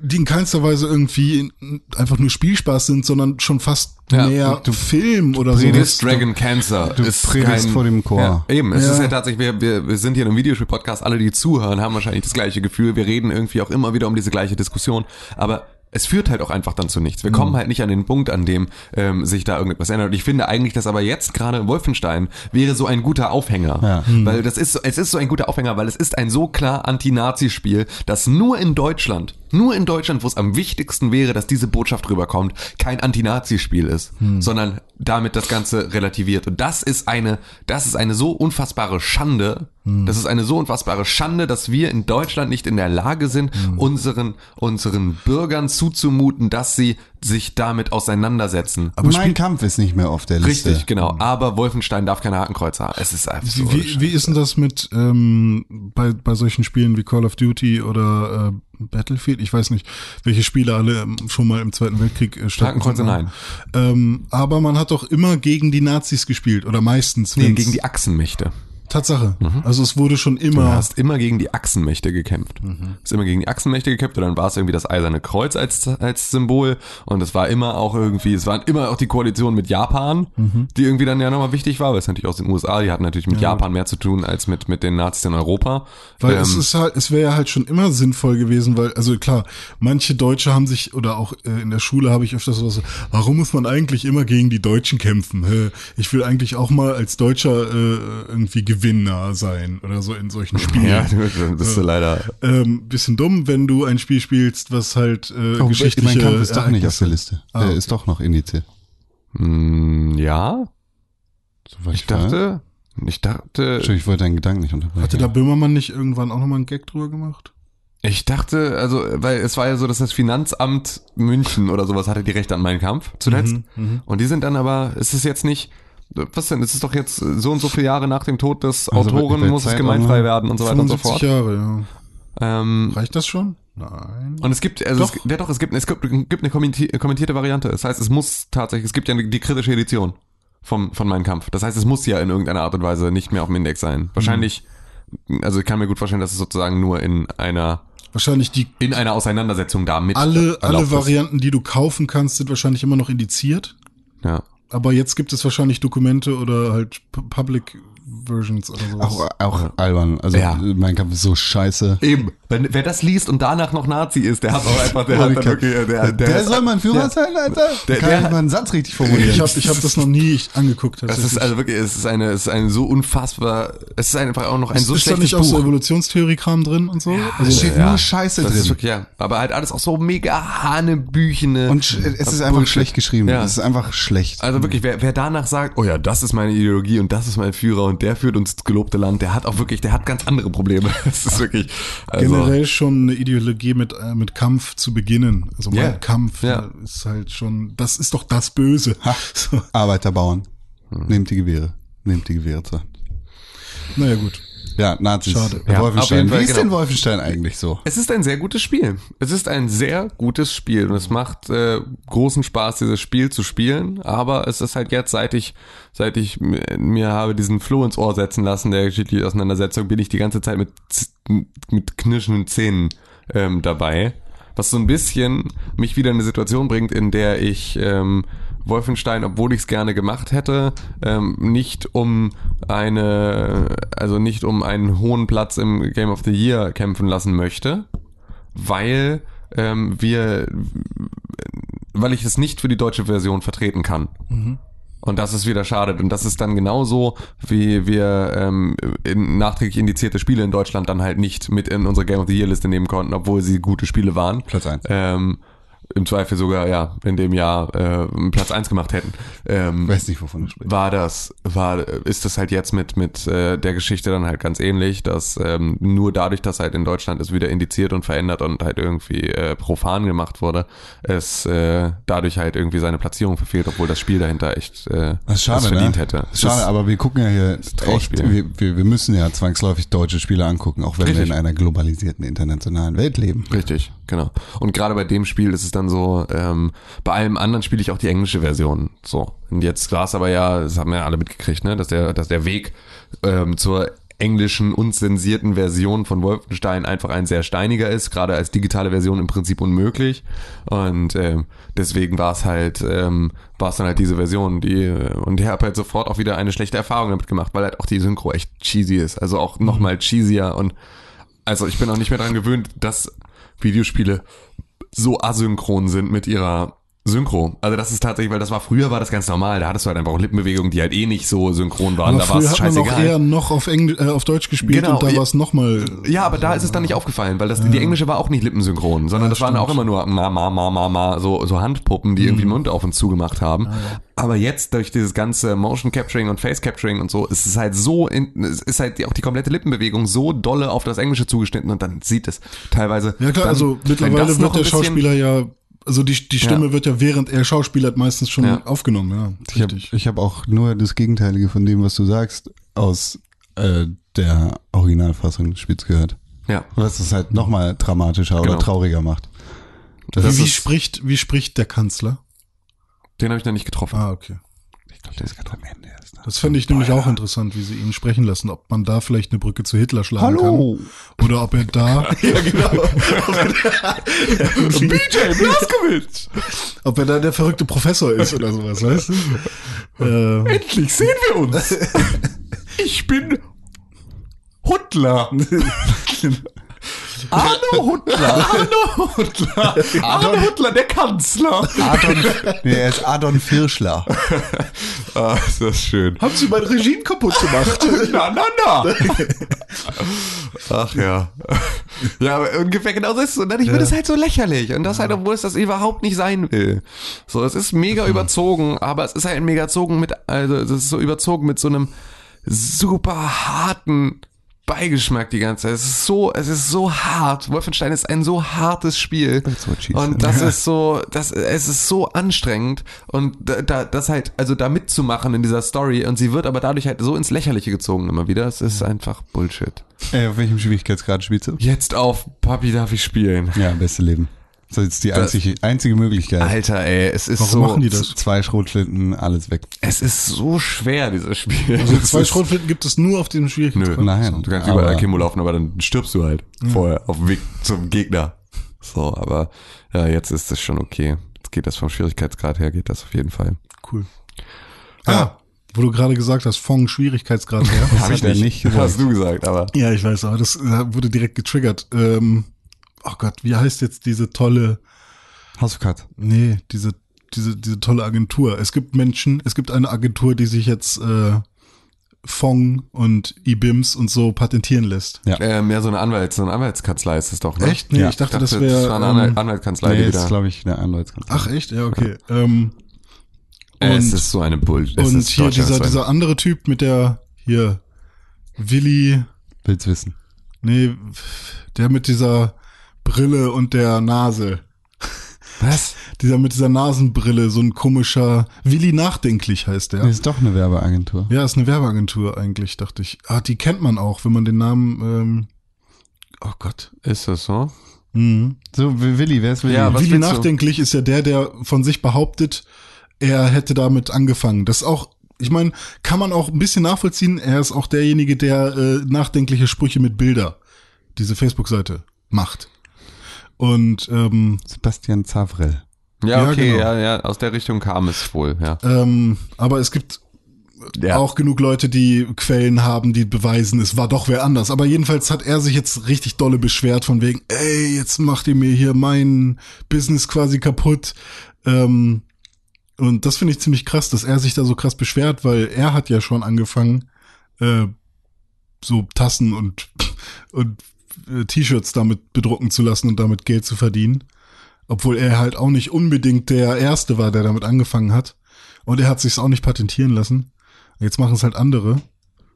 Speaker 3: die in keinster Weise irgendwie in- einfach nur Spielspaß sind, sondern schon fast
Speaker 2: Ja,
Speaker 3: mehr Film oder so.
Speaker 2: Predigt Dragon Cancer.
Speaker 1: ne? du predigst vor dem Chor.
Speaker 2: Ja, eben, es
Speaker 3: Ja.
Speaker 2: ist ja tatsächlich, wir, wir, wir sind hier in einem Videospiel-Podcast, alle, die zuhören, haben wahrscheinlich das gleiche Gefühl. Wir reden irgendwie auch immer wieder um diese gleiche Diskussion, aber es führt halt auch einfach dann zu nichts. Wir
Speaker 1: Mhm.
Speaker 2: kommen halt nicht an den Punkt, an dem ähm, sich da irgendetwas ändert. Und ich finde eigentlich, dass aber jetzt gerade in Wolfenstein wäre so ein guter Aufhänger.
Speaker 1: Ja. Mhm.
Speaker 2: Weil das ist, so- es ist so ein guter Aufhänger, weil es ist ein so klar Anti-Nazi-Spiel, dass nur in Deutschland, nur in Deutschland, wo es am wichtigsten wäre, dass diese Botschaft rüberkommt, kein Anti-Nazi-Spiel ist,
Speaker 3: Hm.
Speaker 2: sondern damit das Ganze relativiert. Und das ist eine, das ist eine so unfassbare Schande.
Speaker 3: Hm.
Speaker 2: Das ist eine so unfassbare Schande, dass wir in Deutschland nicht in der Lage sind,
Speaker 3: Hm.
Speaker 2: unseren, unseren Bürgern zuzumuten, dass sie sich damit auseinandersetzen.
Speaker 1: Aber mein Kampf ist nicht mehr auf der Liste.
Speaker 2: Richtig, genau. Aber Wolfenstein darf keine Hakenkreuz haben. Es ist einfach so.
Speaker 3: Hm. Wie, wie ist denn das mit ähm, bei, bei solchen Spielen wie Call of Duty oder äh, Battlefield? Ich weiß nicht, welche Spiele alle ähm, schon mal im Zweiten Weltkrieg äh,
Speaker 2: Hakenkreuze,
Speaker 3: stattgefunden
Speaker 2: nein.
Speaker 3: Ähm, aber man hat doch immer gegen die Nazis gespielt oder meistens.
Speaker 2: Nee,
Speaker 3: wenn's-
Speaker 2: gegen die Mhm. Achsenmächte.
Speaker 3: Tatsache. Also es wurde schon
Speaker 2: Du
Speaker 3: immer.
Speaker 2: hast immer gegen die Achsenmächte gekämpft.
Speaker 3: Mhm.
Speaker 2: Hast immer gegen die Achsenmächte gekämpft und dann war es irgendwie das Eiserne Kreuz als, als Symbol und es war immer auch irgendwie, es waren immer auch die Koalition mit Japan,
Speaker 3: Mhm.
Speaker 2: die irgendwie dann ja nochmal wichtig war, weil es natürlich aus den USA, die hatten natürlich mit Japan mehr zu tun als mit, mit den Nazis in Europa.
Speaker 3: Weil
Speaker 2: Ähm,
Speaker 3: es ist halt, es wäre ja halt schon immer sinnvoll gewesen, weil, also klar, manche Deutsche haben sich, oder auch äh, in der Schule habe ich öfters sowas, so, warum muss man eigentlich immer gegen die Deutschen kämpfen? Hä? Ich will eigentlich auch mal als Deutscher äh, irgendwie Gewinner sein oder so in solchen
Speaker 2: [laughs]
Speaker 3: Spielen. [laughs]
Speaker 2: ja, dann bist du leider.
Speaker 3: Ähm, bisschen dumm, wenn du ein Spiel spielst, was halt äh,
Speaker 1: Oh,
Speaker 3: geschichtliche
Speaker 1: mein Kampf ist doch nicht auf
Speaker 3: Ereignisse-
Speaker 1: der Liste.
Speaker 3: Ah,
Speaker 1: der
Speaker 3: okay.
Speaker 1: ist doch noch indiziert.
Speaker 2: Mh, mm, ja,
Speaker 1: Soweit
Speaker 2: ich dachte, ich dachte,
Speaker 1: Entschuldigung, ich wollte deinen Gedanken nicht
Speaker 3: Hatte
Speaker 1: unterbrechen.
Speaker 3: da Böhmermann nicht irgendwann auch nochmal einen Gag drüber gemacht?
Speaker 2: Ich dachte, also, weil es war ja so, dass das Finanzamt München oder sowas hatte die Rechte an meinen Kampf zuletzt. Und die sind dann aber, es ist jetzt nicht, was denn, es ist doch jetzt so und so viele Jahre nach dem Tod des
Speaker 1: Also bei-
Speaker 2: Autoren,
Speaker 1: bei
Speaker 2: muss es
Speaker 1: Zeit
Speaker 2: gemeinfrei
Speaker 1: online?
Speaker 2: werden und so weiter und so fort.
Speaker 3: Jahre, ja.
Speaker 2: Ähm,
Speaker 3: Reicht das schon? Nein.
Speaker 2: und es gibt, also
Speaker 3: Doch.
Speaker 2: Es, ja doch, es gibt, es gibt, gibt eine kommenti- kommentierte Variante. Das heißt, es muss tatsächlich, es gibt ja die kritische Edition vom, von meinem Kampf. Das heißt, es muss ja in irgendeiner Art und Weise nicht mehr auf dem Index sein. Wahrscheinlich, also ich kann mir gut vorstellen, dass es sozusagen nur in einer,
Speaker 3: Wahrscheinlich die
Speaker 2: in einer Auseinandersetzung damit
Speaker 3: alle, alle
Speaker 2: erlaubt ist.
Speaker 3: Varianten, die du kaufen kannst, sind wahrscheinlich immer noch indiziert.
Speaker 2: Ja.
Speaker 3: Aber jetzt gibt es wahrscheinlich Dokumente oder halt P- Public Versions oder sowas.
Speaker 1: Auch, auch albern. Also
Speaker 2: Ja.
Speaker 1: mein Kampf ist so scheiße.
Speaker 2: Eben. Wenn, wer das liest und danach noch Nazi ist, der hat auch einfach, der
Speaker 1: Oh,
Speaker 2: hat
Speaker 1: ich
Speaker 2: dann
Speaker 1: kann-
Speaker 2: wirklich, der, der,
Speaker 1: Der soll mein Führer
Speaker 2: Ja.
Speaker 1: sein, Alter.
Speaker 2: Der-
Speaker 1: Der kann
Speaker 2: der-
Speaker 1: nicht mal einen Satz richtig
Speaker 3: ich
Speaker 1: formulieren.
Speaker 3: habe ich hab das noch nie ich- angeguckt.
Speaker 2: oh, Das
Speaker 3: tatsächlich.
Speaker 2: ist also wirklich, es ist eine, es ist ein so unfassbar, es ist einfach auch noch ein so
Speaker 3: ist da
Speaker 2: schlechtes
Speaker 3: nicht auch so
Speaker 2: Buch.
Speaker 3: Evolutionstheorie-Kram drin und so?
Speaker 1: Da
Speaker 3: also,
Speaker 1: steht nur Scheiße
Speaker 2: das ist
Speaker 1: drin.
Speaker 2: wirklich, ja. Aber halt alles auch so mega hanebüchene.
Speaker 1: Und sch- es ist einfach schlecht geschrieben.
Speaker 2: Ja.
Speaker 1: Es ist einfach schlecht.
Speaker 2: also wirklich, wer, wer danach sagt, oh ja, das ist meine Ideologie und das ist mein Führer und der führt uns ins gelobte Land, der hat auch wirklich, der hat ganz andere Probleme. [laughs] Das ist wirklich. Also,
Speaker 3: Generell schon eine Ideologie mit, äh, mit Kampf zu beginnen. Also mein
Speaker 2: Ja.
Speaker 3: Kampf
Speaker 2: Ja.
Speaker 3: äh, ist halt schon, das ist doch das Böse. So,
Speaker 1: Arbeiter, Bauern.
Speaker 2: Hm.
Speaker 1: Nehmt die Gewehre. Nehmt die Gewehre zur Hand.
Speaker 3: naja gut.
Speaker 1: Ja, Nazis.
Speaker 3: Schade.
Speaker 2: Ja, auf
Speaker 1: Wolfenstein.
Speaker 2: jeden Fall,
Speaker 1: Wie ist denn
Speaker 2: genau.
Speaker 1: Wolfenstein eigentlich so?
Speaker 2: Es ist ein sehr gutes Spiel. Es ist ein sehr gutes Spiel und es macht äh, großen Spaß, dieses Spiel zu spielen. Aber es ist halt jetzt, seit ich, seit ich m- mir habe diesen Floh ins Ohr setzen lassen, der geschichtlichen Auseinandersetzung, bin ich die ganze Zeit mit, Z- mit knirschenden Zähnen ähm, dabei. Was so ein bisschen mich wieder in eine Situation bringt, in der ich ähm, Wolfenstein, obwohl ich es gerne gemacht hätte, ähm, nicht um eine, also nicht um einen hohen Platz im Game of the Year kämpfen lassen möchte, weil ähm, wir, weil ich es nicht für die deutsche Version vertreten kann.
Speaker 1: Mhm.
Speaker 2: Und das ist wieder schade. Und das ist dann genauso, wie wir ähm, in, nachträglich indizierte Spiele in Deutschland dann halt nicht mit in unsere Game of the Year Liste nehmen konnten, obwohl sie gute Spiele waren.
Speaker 1: Platz eins.
Speaker 2: Ähm, Im Zweifel sogar, ja, in dem Jahr äh, Platz eins gemacht hätten. Ähm,
Speaker 1: Ich weiß nicht, wovon du sprichst.
Speaker 2: war das, war, ist das halt jetzt mit, mit äh, der Geschichte dann halt ganz ähnlich, dass ähm, nur dadurch, dass halt in Deutschland es wieder indiziert und verändert und halt irgendwie äh, profan gemacht wurde, es äh, dadurch halt irgendwie seine Platzierung verfehlt, obwohl das Spiel dahinter echt äh,
Speaker 1: Das ist schade,
Speaker 2: es verdient
Speaker 1: ne?
Speaker 2: hätte.
Speaker 1: Das ist Schade, aber wir gucken ja hier
Speaker 2: Trauerspiel.
Speaker 1: echt, wir, wir, wir müssen ja zwangsläufig deutsche Spiele angucken, auch wenn wir
Speaker 2: Richtig.
Speaker 1: in einer globalisierten internationalen Welt leben.
Speaker 2: Richtig, genau. Und gerade bei dem Spiel ist es dann so, ähm, bei allem anderen spiele ich auch die englische Version. So. Und jetzt war es aber ja, das haben wir ja alle mitgekriegt, ne, dass der, dass der Weg ähm, zur englischen, unzensierten Version von Wolfenstein einfach ein sehr steiniger ist, gerade als digitale Version im Prinzip unmöglich. Und ähm, deswegen war es halt, ähm, war es dann halt diese Version, die, äh, und ich habe halt sofort auch wieder eine schlechte Erfahrung damit gemacht, weil halt auch die Synchro echt cheesy ist. Also auch nochmal cheesier und also ich bin auch nicht mehr daran gewöhnt, dass Videospiele so asynchron sind mit ihrer Synchro. Also das ist tatsächlich, weil das war früher war das ganz normal. Da hattest du halt einfach auch Lippenbewegungen, die halt eh nicht so synchron waren.
Speaker 3: Aber
Speaker 2: da war
Speaker 3: früher
Speaker 2: es
Speaker 3: hat man auch
Speaker 2: scheißegal.
Speaker 3: eher noch auf, Engl äh, auf Deutsch gespielt
Speaker 2: Genau,
Speaker 3: und da
Speaker 2: ja.
Speaker 3: war es nochmal.
Speaker 2: Ja, aber da ist es dann nicht aufgefallen, weil das, die englische war auch nicht lippensynchron, sondern das waren auch immer nur ma, ma, ma, ma, ma, so, so Handpuppen, die
Speaker 3: Mhm.
Speaker 2: irgendwie Mund auf und zu gemacht
Speaker 3: Ah,
Speaker 2: haben. Aber jetzt durch dieses ganze Motion Capturing und Face Capturing und so, ist es halt so, in, es ist halt auch die komplette Lippenbewegung so dolle auf das Englische zugeschnitten und dann sieht es teilweise.
Speaker 3: Ja klar,
Speaker 2: dann,
Speaker 3: also
Speaker 2: wenn das
Speaker 3: mittlerweile
Speaker 2: noch
Speaker 3: wird
Speaker 2: ein
Speaker 3: der
Speaker 2: bisschen-
Speaker 3: Schauspieler ja, also die, die Stimme wird ja während er schauspielert meistens schon
Speaker 2: Ja.
Speaker 3: aufgenommen, ja.
Speaker 1: Ich habe
Speaker 3: Richtig.
Speaker 1: ich hab auch nur das Gegenteilige von dem, was du sagst, aus äh, der Originalfassung des Spiels gehört.
Speaker 2: Ja.
Speaker 1: Was es halt nochmal dramatischer oder
Speaker 2: Genau.
Speaker 1: trauriger macht.
Speaker 3: Wie, wie,
Speaker 1: ist-
Speaker 3: spricht, wie spricht der Kanzler?
Speaker 2: Den habe ich noch nicht getroffen.
Speaker 3: Ah, okay.
Speaker 1: Ich glaube, der ist gerade am Ende erst.
Speaker 3: Das fände ich nämlich auch interessant, wie sie ihn sprechen lassen, ob man da vielleicht eine Brücke zu Hitler schlagen
Speaker 1: Hallo.
Speaker 3: kann. Oder ob er da,
Speaker 2: [laughs] BJ Blaskowitz!
Speaker 3: ob er da der verrückte Professor ist oder sowas, weißt du? Ähm,
Speaker 2: Endlich sehen wir uns! Ich bin Huttler! Arno Huttler! [laughs] Arno
Speaker 3: [laughs]
Speaker 2: Huttler! Arno Huttler, der Kanzler!
Speaker 1: Adon, [laughs] nee, er ist Adon Firschler.
Speaker 2: Ah, ist das schön.
Speaker 3: haben sie mein Regime kaputt [laughs] gemacht?
Speaker 2: Na, na, na. Ach ja. Ja, aber ungefähr genau so ist es. Und dann, ich finde es halt so lächerlich. Und das halt, obwohl es das überhaupt nicht sein will. So, es ist mega überzogen, aber es ist halt mega überzogen mit, also es ist so überzogen mit so einem super harten Beigeschmack die ganze Zeit. Es ist so, es ist so hart. Wolfenstein ist ein so hartes Spiel.
Speaker 1: what she
Speaker 2: Und
Speaker 1: said.
Speaker 2: das ist so, das, es ist so anstrengend und da, da, das halt, also da mitzumachen in dieser Story und sie wird aber dadurch halt so ins Lächerliche gezogen immer wieder. Es ist einfach Bullshit.
Speaker 1: Ey, auf welchem Schwierigkeitsgrad spielst du?
Speaker 2: Jetzt auf, Papi, darf ich spielen?
Speaker 1: Ja, beste Leben. Das ist jetzt die einzige, einzige Möglichkeit.
Speaker 2: Alter, ey, es ist
Speaker 3: Warum
Speaker 2: so,
Speaker 3: machen die das?
Speaker 1: Zwei Schrotflinten, alles weg.
Speaker 2: es ist so schwer, dieses Spiel.
Speaker 3: Also zwei
Speaker 2: Es ist-
Speaker 3: Schrotflinten gibt es nur auf dem
Speaker 2: Nö,
Speaker 3: Schwierigkeitsgrad.
Speaker 1: Nein,
Speaker 2: Du kannst
Speaker 1: aber-
Speaker 2: überall Akimbo laufen, aber dann stirbst du halt vorher auf dem Weg zum Gegner. So, aber ja, jetzt ist es schon okay. Jetzt geht das vom Schwierigkeitsgrad her, geht das auf jeden Fall.
Speaker 3: Cool. Ah, wo du gerade gesagt hast, Fong Schwierigkeitsgrad her.
Speaker 1: Hab ich denn nicht gesagt.
Speaker 2: hast du gesagt, aber
Speaker 3: Ja, ich weiß, aber das äh, wurde direkt getriggert. Ähm, oh Gott, wie heißt jetzt diese tolle,
Speaker 1: House of Cards.
Speaker 3: nee, diese, diese, diese tolle Agentur? Es gibt Menschen, es gibt eine Agentur, die sich jetzt äh, Fong und IBIMS und so patentieren lässt.
Speaker 1: Ja.
Speaker 2: ähm, ja, so eine Anwalts, so eine Anwaltskanzlei ist das doch, ne?
Speaker 3: Echt? Nee,
Speaker 1: Ja,
Speaker 3: ich dachte,
Speaker 2: das
Speaker 3: das
Speaker 2: war
Speaker 3: wäre.
Speaker 2: eine Anwalt,
Speaker 3: Ähm,
Speaker 2: Anwaltskanzlei,
Speaker 1: Nee,
Speaker 2: die
Speaker 1: ist,
Speaker 2: da.
Speaker 1: glaube ich, eine Anwaltskanzlei.
Speaker 3: ach, echt? Ja, okay. Ähm,
Speaker 2: Äh, es
Speaker 3: und-
Speaker 2: ist so eine Bull. es
Speaker 3: und
Speaker 2: ist
Speaker 3: hier
Speaker 2: Deutschland
Speaker 3: dieser,
Speaker 2: ist so eine-
Speaker 3: dieser andere Typ mit der hier Willi,
Speaker 1: Will's wissen.
Speaker 3: nee, der mit dieser Brille und der Nase.
Speaker 2: Was?
Speaker 3: Dieser mit dieser Nasenbrille, so ein komischer Willi Nachdenklich heißt der.
Speaker 1: Das ist doch eine Werbeagentur.
Speaker 3: Ja, ist eine Werbeagentur eigentlich, dachte ich. Ah, die kennt man auch, wenn man den Namen. Ähm, oh Gott.
Speaker 2: Ist das so?
Speaker 3: Mhm.
Speaker 1: So, Willi, wer ist Willi?
Speaker 2: Ja, was
Speaker 3: Willi
Speaker 2: willst du?
Speaker 3: Nachdenklich ist ja der, der von sich behauptet, er hätte damit angefangen. Das ist auch, ich meine, kann man auch ein bisschen nachvollziehen. Er ist auch derjenige, der äh, nachdenkliche Sprüche mit Bilder, diese Facebook-Seite, macht. Und ähm,
Speaker 1: Sebastian Zavrell.
Speaker 2: Ja,
Speaker 3: Ja,
Speaker 2: okay,
Speaker 3: genau.
Speaker 2: ja, ja, aus der Richtung kam es wohl, ja.
Speaker 3: ähm, aber es gibt
Speaker 2: Ja.
Speaker 3: auch genug Leute, die Quellen haben, die beweisen, es war doch wer anders. Aber jedenfalls hat er sich jetzt richtig dolle beschwert von wegen, ey, jetzt macht ihr mir hier mein Business quasi kaputt. Ähm, und das finde ich ziemlich krass, dass er sich da so krass beschwert, weil er hat ja schon angefangen, äh, so Tassen und, [laughs] und äh, T-Shirts damit bedrucken zu lassen und damit Geld zu verdienen. Obwohl er halt auch nicht unbedingt der Erste war, der damit angefangen hat. Und er hat sich's auch nicht patentieren lassen. Jetzt machen es halt andere.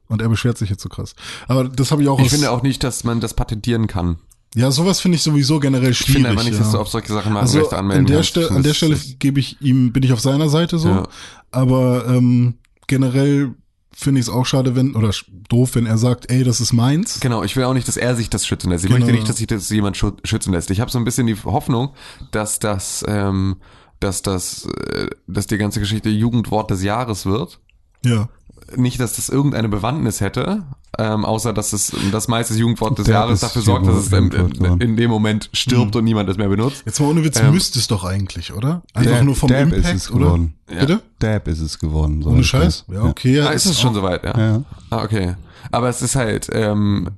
Speaker 3: Und er beschwert sich jetzt so krass. Aber das habe ich auch
Speaker 2: Ich
Speaker 3: aus-
Speaker 2: finde auch nicht, dass man das patentieren kann.
Speaker 3: Ja, sowas finde ich sowieso generell schwierig.
Speaker 2: Ich finde einfach nicht,
Speaker 3: ja.
Speaker 2: dass du auf solche Sachen mal
Speaker 3: Also
Speaker 2: Recht anmelden
Speaker 3: an der,
Speaker 2: kannst. Ich
Speaker 3: Stelle,
Speaker 2: finde,
Speaker 3: an der
Speaker 2: das
Speaker 3: Stelle
Speaker 2: ist-
Speaker 3: gebe ich ihm, bin ich auf seiner Seite so.
Speaker 2: Ja.
Speaker 3: Aber ähm, generell finde ich es auch schade, wenn, oder sch- doof, wenn er sagt, ey, das ist meins.
Speaker 2: Genau, ich will auch nicht, dass er sich das schützen lässt. Ich
Speaker 3: Genau,
Speaker 2: möchte nicht,
Speaker 3: ja.
Speaker 2: dass sich das jemand schu schützen lässt. Ich habe so ein bisschen die Hoffnung, dass das, ähm, dass das, äh, dass die ganze Geschichte Jugendwort des Jahres wird.
Speaker 3: Ja.
Speaker 2: Nicht, dass das irgendeine Bewandtnis hätte, ähm, außer dass es das meiste Jugendwort des
Speaker 1: Der
Speaker 2: Jahres
Speaker 1: ist
Speaker 2: dafür sorgt, dass es in, in, in dem Moment stirbt und niemand es mehr benutzt.
Speaker 3: Jetzt mal ohne Witz, müsste es doch eigentlich, oder? Einfach
Speaker 1: Dab-
Speaker 3: nur vom
Speaker 1: Dab
Speaker 3: Impact,
Speaker 1: ist es
Speaker 3: oder?
Speaker 1: geworden.
Speaker 2: Ja.
Speaker 3: Bitte?
Speaker 1: Dab ist es geworden. so
Speaker 3: Ohne
Speaker 1: heißt
Speaker 3: Scheiß?
Speaker 1: das.
Speaker 3: Ja, okay. Ja,
Speaker 2: ah, ist es schon soweit, ja.
Speaker 1: Ja.
Speaker 2: Ah, okay. Aber es ist halt, ähm,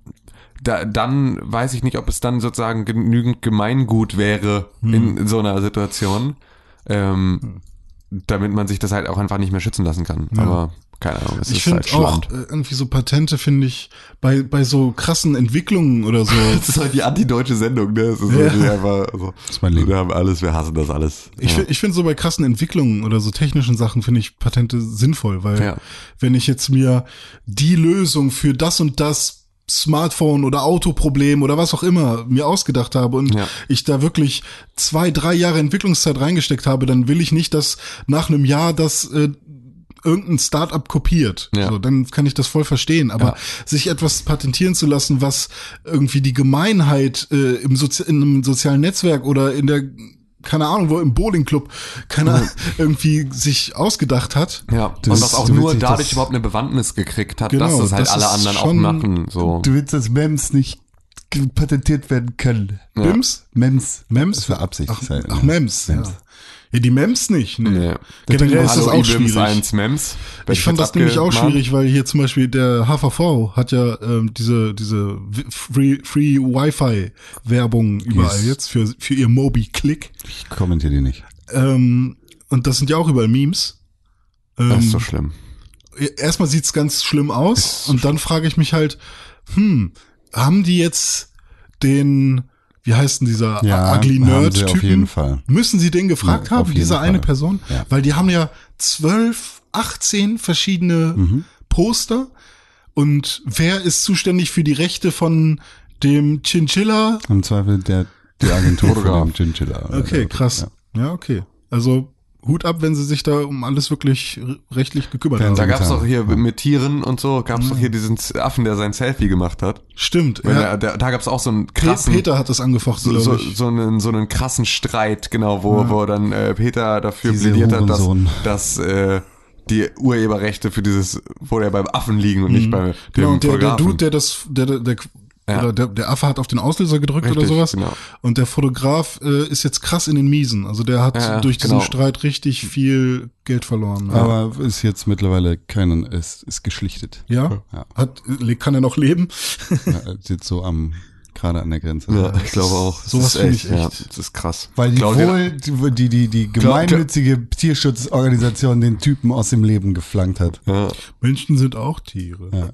Speaker 2: da, dann weiß ich nicht, ob es dann sozusagen genügend Gemeingut wäre
Speaker 3: Hm.
Speaker 2: in so einer Situation, ähm,
Speaker 3: Hm.
Speaker 2: damit man sich das halt auch einfach nicht mehr schützen lassen kann. Aber keine Ahnung, es
Speaker 3: Ich
Speaker 2: ist halt
Speaker 3: finde auch
Speaker 2: Schland.
Speaker 3: äh, irgendwie so Patente finde ich bei bei so krassen Entwicklungen oder so.
Speaker 2: [laughs] Das ist halt die antideutsche Sendung, ne? Es ist
Speaker 3: Ja.
Speaker 2: wirklich einfach so.
Speaker 1: ist mein Leben.
Speaker 2: Wir haben alles, wir hassen das alles.
Speaker 3: Ich,
Speaker 2: ja.
Speaker 3: find- ich finde so bei krassen Entwicklungen oder so technischen Sachen finde ich Patente sinnvoll, weil
Speaker 2: Ja.
Speaker 3: wenn ich jetzt mir die Lösung für das und das Smartphone oder Autoproblem oder was auch immer mir ausgedacht habe und
Speaker 2: Ja.
Speaker 3: ich da wirklich zwei, drei Jahre Entwicklungszeit reingesteckt habe, dann will ich nicht, dass nach einem Jahr das äh, irgendein Startup kopiert.
Speaker 2: Ja.
Speaker 3: So, dann kann ich das voll verstehen. Aber
Speaker 2: Ja.
Speaker 3: sich etwas patentieren zu lassen, was irgendwie die Gemeinheit äh, im Sozi in einem sozialen Netzwerk oder in der keine Ahnung, wo im Bowling Club keiner [laughs] irgendwie sich ausgedacht hat.
Speaker 2: ja,
Speaker 1: Das
Speaker 2: und
Speaker 1: ist
Speaker 2: was auch
Speaker 1: so
Speaker 2: nur
Speaker 1: witzig,
Speaker 2: dadurch
Speaker 1: dass-
Speaker 2: überhaupt eine Bewandtnis gekriegt hat,
Speaker 3: Genau,
Speaker 2: dass das halt
Speaker 3: das
Speaker 2: alle
Speaker 3: ist
Speaker 2: anderen auch
Speaker 3: schon-
Speaker 2: machen. So.
Speaker 1: Du willst, dass Mems nicht ge- patentiert werden können.
Speaker 2: Ja.
Speaker 3: Bims?
Speaker 1: Mems.
Speaker 3: Mems?
Speaker 1: Das verabsichtigt
Speaker 3: Ach,
Speaker 1: halt,
Speaker 3: ach
Speaker 1: ne?
Speaker 3: Mems.
Speaker 1: Mems.
Speaker 3: Ja. ja, die Mems nicht. Nee.
Speaker 2: Nee.
Speaker 3: Generell ist das
Speaker 2: Hallo,
Speaker 3: auch
Speaker 2: IBIMS
Speaker 3: schwierig.
Speaker 2: 1 MEMS. Werd
Speaker 3: Ich fand
Speaker 2: jetzt
Speaker 3: das nämlich auch
Speaker 2: abgemahnt.
Speaker 3: schwierig, weil hier zum Beispiel der HVV hat ja ähm, diese diese wi- Free, Free Wi-Fi Werbung überall
Speaker 1: Yes.
Speaker 3: jetzt für für ihr Mobi Click.
Speaker 1: Ich kommentiere die nicht.
Speaker 3: Ähm, und das sind ja auch überall Memes. Ähm, e,
Speaker 2: Das ist so schlimm.
Speaker 3: erstmal sieht's ganz schlimm aus und dann frage ich mich halt, hm, haben die jetzt den, wie heißt denn dieser
Speaker 1: Ja,
Speaker 3: ugly
Speaker 1: haben sie auf
Speaker 3: Nerd-Typen?
Speaker 1: jeden Fall.
Speaker 3: Müssen sie den gefragt
Speaker 1: Ja, auf
Speaker 3: haben,
Speaker 1: jeden
Speaker 3: diese
Speaker 1: Fall.
Speaker 3: eine Person?
Speaker 1: Ja.
Speaker 3: Weil die haben ja zwölf, 18 verschiedene
Speaker 1: Mhm.
Speaker 3: Poster und wer ist zuständig für die Rechte von dem Chinchilla?
Speaker 1: Im Zweifel der, [laughs] die Agentur
Speaker 2: Fotograf.
Speaker 1: von dem Chinchilla. oder
Speaker 3: Okay,
Speaker 1: so.
Speaker 3: krass. Ja. okay. Also Hut ab, wenn sie sich da um alles wirklich rechtlich gekümmert
Speaker 1: Fernseh-
Speaker 2: Da
Speaker 3: haben.
Speaker 2: gab's doch hier mit Tieren und so, gab's doch hier diesen Affen, der sein Selfie gemacht hat.
Speaker 3: Stimmt.
Speaker 2: Weil
Speaker 3: Ja.
Speaker 2: da, da, da gab's auch so einen
Speaker 3: Pe-
Speaker 2: krassen,
Speaker 3: Peter hat das angefochten,
Speaker 2: so,
Speaker 3: glaube
Speaker 2: so,
Speaker 3: ich.
Speaker 2: so, einen, so einen krassen Streit, genau, wo, wo dann äh, Peter dafür
Speaker 1: Diese
Speaker 2: plädiert hat, dass,
Speaker 1: Hurensohn.
Speaker 2: dass äh, die Urheberrechte für dieses, wo der beim Affen liegen und nicht bei dem
Speaker 3: Genau, und der, der
Speaker 2: Fotografen.
Speaker 3: Dude, der das, der, der, der
Speaker 2: Ja.
Speaker 3: oder der, der Affe hat auf den Auslöser gedrückt
Speaker 2: Richtig,
Speaker 3: oder sowas.
Speaker 2: genau.
Speaker 3: Und der Fotograf äh, ist jetzt krass in den Miesen. Also der hat
Speaker 2: Ja, ja,
Speaker 3: durch diesen
Speaker 2: genau.
Speaker 3: Streit richtig viel Geld verloren. Ja.
Speaker 1: Aber ist jetzt mittlerweile keinen, ist, ist
Speaker 3: [laughs]
Speaker 1: geschlichtet.
Speaker 3: ja?
Speaker 1: Ja.
Speaker 3: Hat, le- kann er noch leben?
Speaker 1: Ja, Sitzt so am, gerade an der Grenze.
Speaker 2: ja, ich glaube auch. Das
Speaker 3: Sowas
Speaker 2: ist
Speaker 3: finde ich
Speaker 2: Ja,
Speaker 3: echt.
Speaker 2: das ist krass.
Speaker 1: Weil die
Speaker 2: Claudia-
Speaker 1: wohl, die, die, die gemeinnützige Tierschutzorganisation den Typen aus dem Leben geflankt hat.
Speaker 2: Ja.
Speaker 3: Menschen sind auch Tiere.
Speaker 1: Ja.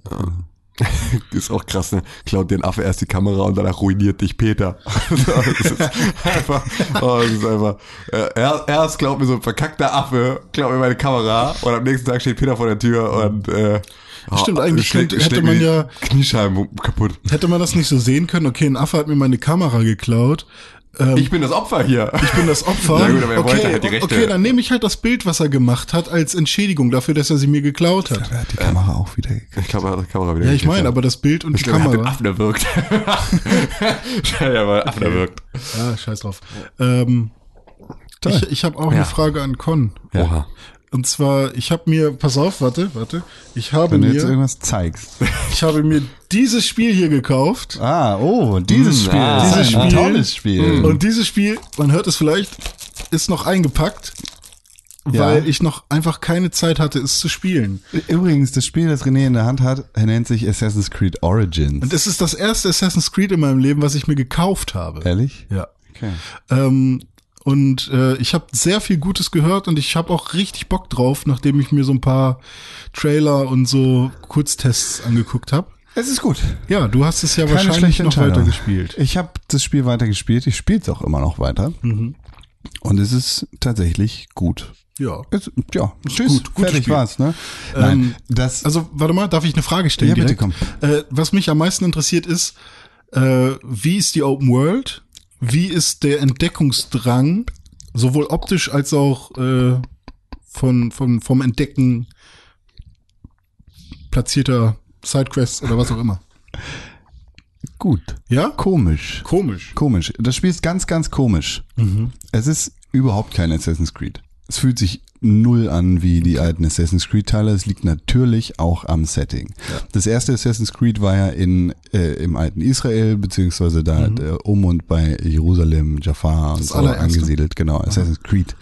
Speaker 2: ist auch krass, ne? Klaut den Affe erst die Kamera und danach ruiniert dich Peter. [laughs] das ist einfach, oh, das ist einfach äh, er- erst klaut mir so ein verkackter Affe, klaut mir meine Kamera und am nächsten Tag steht Peter vor der Tür und äh, oh,
Speaker 3: Stimmt, eigentlich
Speaker 2: schlägt-
Speaker 3: könnte- hätte
Speaker 2: schlägt mir
Speaker 3: man
Speaker 2: die
Speaker 3: ja-
Speaker 2: Kniescheiben kaputt.
Speaker 3: Hätte man das nicht so sehen können, okay, ein Affe hat mir meine Kamera geklaut. Ähm,
Speaker 2: Ich bin das Opfer [laughs] hier.
Speaker 3: ich bin das Opfer.
Speaker 2: Ja gut, aber er
Speaker 3: okay,
Speaker 2: wollte halt die Rechte.
Speaker 3: okay, dann nehme ich halt das Bild, was er gemacht hat, als Entschädigung dafür, dass er sie mir geklaut hat.
Speaker 1: Er hat die Kamera auch wieder gekriegt.
Speaker 2: ich glaube, er hat die Kamera wieder.
Speaker 3: Ja, ich meine, aber das Bild und die
Speaker 2: Ich glaube, er hat den
Speaker 3: Kamera.
Speaker 2: Affen [laughs] erwürgt. Stell dir mal, Affen erwürgt.
Speaker 3: Ja, Ah, scheiß drauf. Ähm, ich ich habe auch eine Frage an Con.
Speaker 2: Oha.
Speaker 3: Und zwar, ich habe mir, pass auf, warte, warte. Ich habe
Speaker 1: Wenn du jetzt
Speaker 3: mir,
Speaker 1: irgendwas [laughs] zeigst.
Speaker 3: ich habe mir dieses Spiel hier gekauft.
Speaker 1: Ah, oh, dieses
Speaker 2: Mm,
Speaker 1: Spiel. Hm.
Speaker 2: ah.
Speaker 1: Das ist
Speaker 3: Dieses
Speaker 1: ein
Speaker 3: Spiel.
Speaker 1: tolles Spiel.
Speaker 3: Und dieses Spiel, man hört es vielleicht, ist noch eingepackt,
Speaker 1: Ja.
Speaker 3: weil ich noch einfach keine Zeit hatte, es zu spielen.
Speaker 1: Übrigens, das Spiel, das René in der Hand hat, nennt sich Assassin's Creed Origins.
Speaker 3: Und es ist das erste Assassin's Creed in meinem Leben, was ich mir gekauft habe.
Speaker 1: Ehrlich?
Speaker 3: Ja.
Speaker 1: Okay.
Speaker 3: Ähm, und äh, ich habe sehr viel Gutes gehört und ich habe auch richtig Bock drauf, nachdem ich mir so ein paar Trailer und so Kurztests angeguckt habe.
Speaker 1: Es ist gut.
Speaker 3: Ja, du hast es ja
Speaker 1: Keine
Speaker 3: wahrscheinlich
Speaker 1: schlechte
Speaker 3: noch
Speaker 1: Entscheidung.
Speaker 3: weiter gespielt.
Speaker 1: Ich habe das Spiel weitergespielt. Ich spiele es auch immer noch weiter.
Speaker 3: Mhm.
Speaker 1: Und es ist tatsächlich gut.
Speaker 3: Ja.
Speaker 1: Es, ja, tschüss.
Speaker 3: gut, gutes
Speaker 1: fertig
Speaker 3: Spiel.
Speaker 1: war's, ne? Nein, das.
Speaker 3: Also, warte mal, darf ich eine Frage stellen?
Speaker 1: Ja, bitte,
Speaker 3: direkt? Äh, was mich am meisten interessiert ist, äh, wie ist die Open World? Wie ist der Entdeckungsdrang, sowohl optisch als auch äh, von, von, vom Entdecken platzierter Sidequests oder was auch immer?
Speaker 1: gut.
Speaker 3: Ja?
Speaker 1: Komisch.
Speaker 3: Komisch.
Speaker 1: Komisch. Das Spiel ist ganz, ganz komisch.
Speaker 3: Mhm.
Speaker 1: Es ist überhaupt kein Assassin's Creed. Es fühlt sich null an wie die alten Assassin's Creed-Teile. Es liegt natürlich auch am Setting. Das erste Assassin's Creed war ja in, äh, im alten Israel, beziehungsweise da äh, um und bei Jerusalem, Jafar und so
Speaker 3: Mhm. allererste?
Speaker 1: angesiedelt. Genau, Assassin's Creed,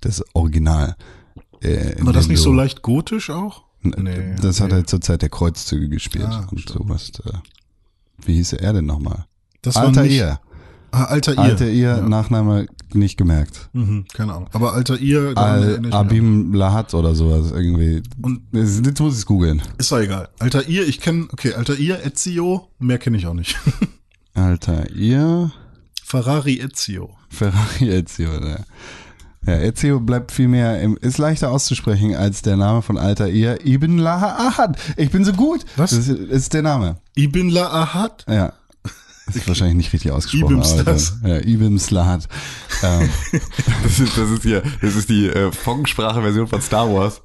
Speaker 1: das Original. Äh, in
Speaker 3: War das
Speaker 1: dem
Speaker 3: nicht so
Speaker 1: du-
Speaker 3: leicht gotisch auch? Nee,
Speaker 1: das hat
Speaker 3: nee.
Speaker 1: er zur Zeit der Kreuzzüge gespielt
Speaker 3: Ah,
Speaker 1: und sowas. Äh, wie hieß er denn nochmal?
Speaker 3: Das war
Speaker 1: Alter
Speaker 3: nicht-
Speaker 1: ihr.
Speaker 3: Ah, Alter ihr.
Speaker 1: Alter ihr, Nachname nicht gemerkt.
Speaker 3: Mhm, keine Ahnung. Aber Alter ihr, daran erinnere ich mich auch.
Speaker 1: Al-Abim Lahat oder sowas irgendwie.
Speaker 3: Und-
Speaker 1: Das- jetzt muss ich es googeln.
Speaker 3: ist doch egal. Alter ihr, ich kenne, okay, Alter ihr, Ezio, mehr kenne ich auch nicht. [laughs]
Speaker 1: Alter ihr,
Speaker 3: Ferrari Ezio.
Speaker 1: Ferrari Ezio. Ne? Ja, Ezio bleibt viel mehr, im, ist leichter auszusprechen als der Name von Alter ihr, Ibn Lahat. Ich bin so gut.
Speaker 3: Was?
Speaker 1: Das ist, ist der Name.
Speaker 3: Ibn La [laughs] Ahad.
Speaker 1: Ja. Das ist wahrscheinlich nicht richtig ausgesprochen.
Speaker 3: Ibims
Speaker 1: aber
Speaker 3: das.
Speaker 1: dann- Ja, Ibims Lahat. Ähm,
Speaker 2: Das ist, das ist hier, das ist die äh, Fong-Sprache-Version von Star Wars.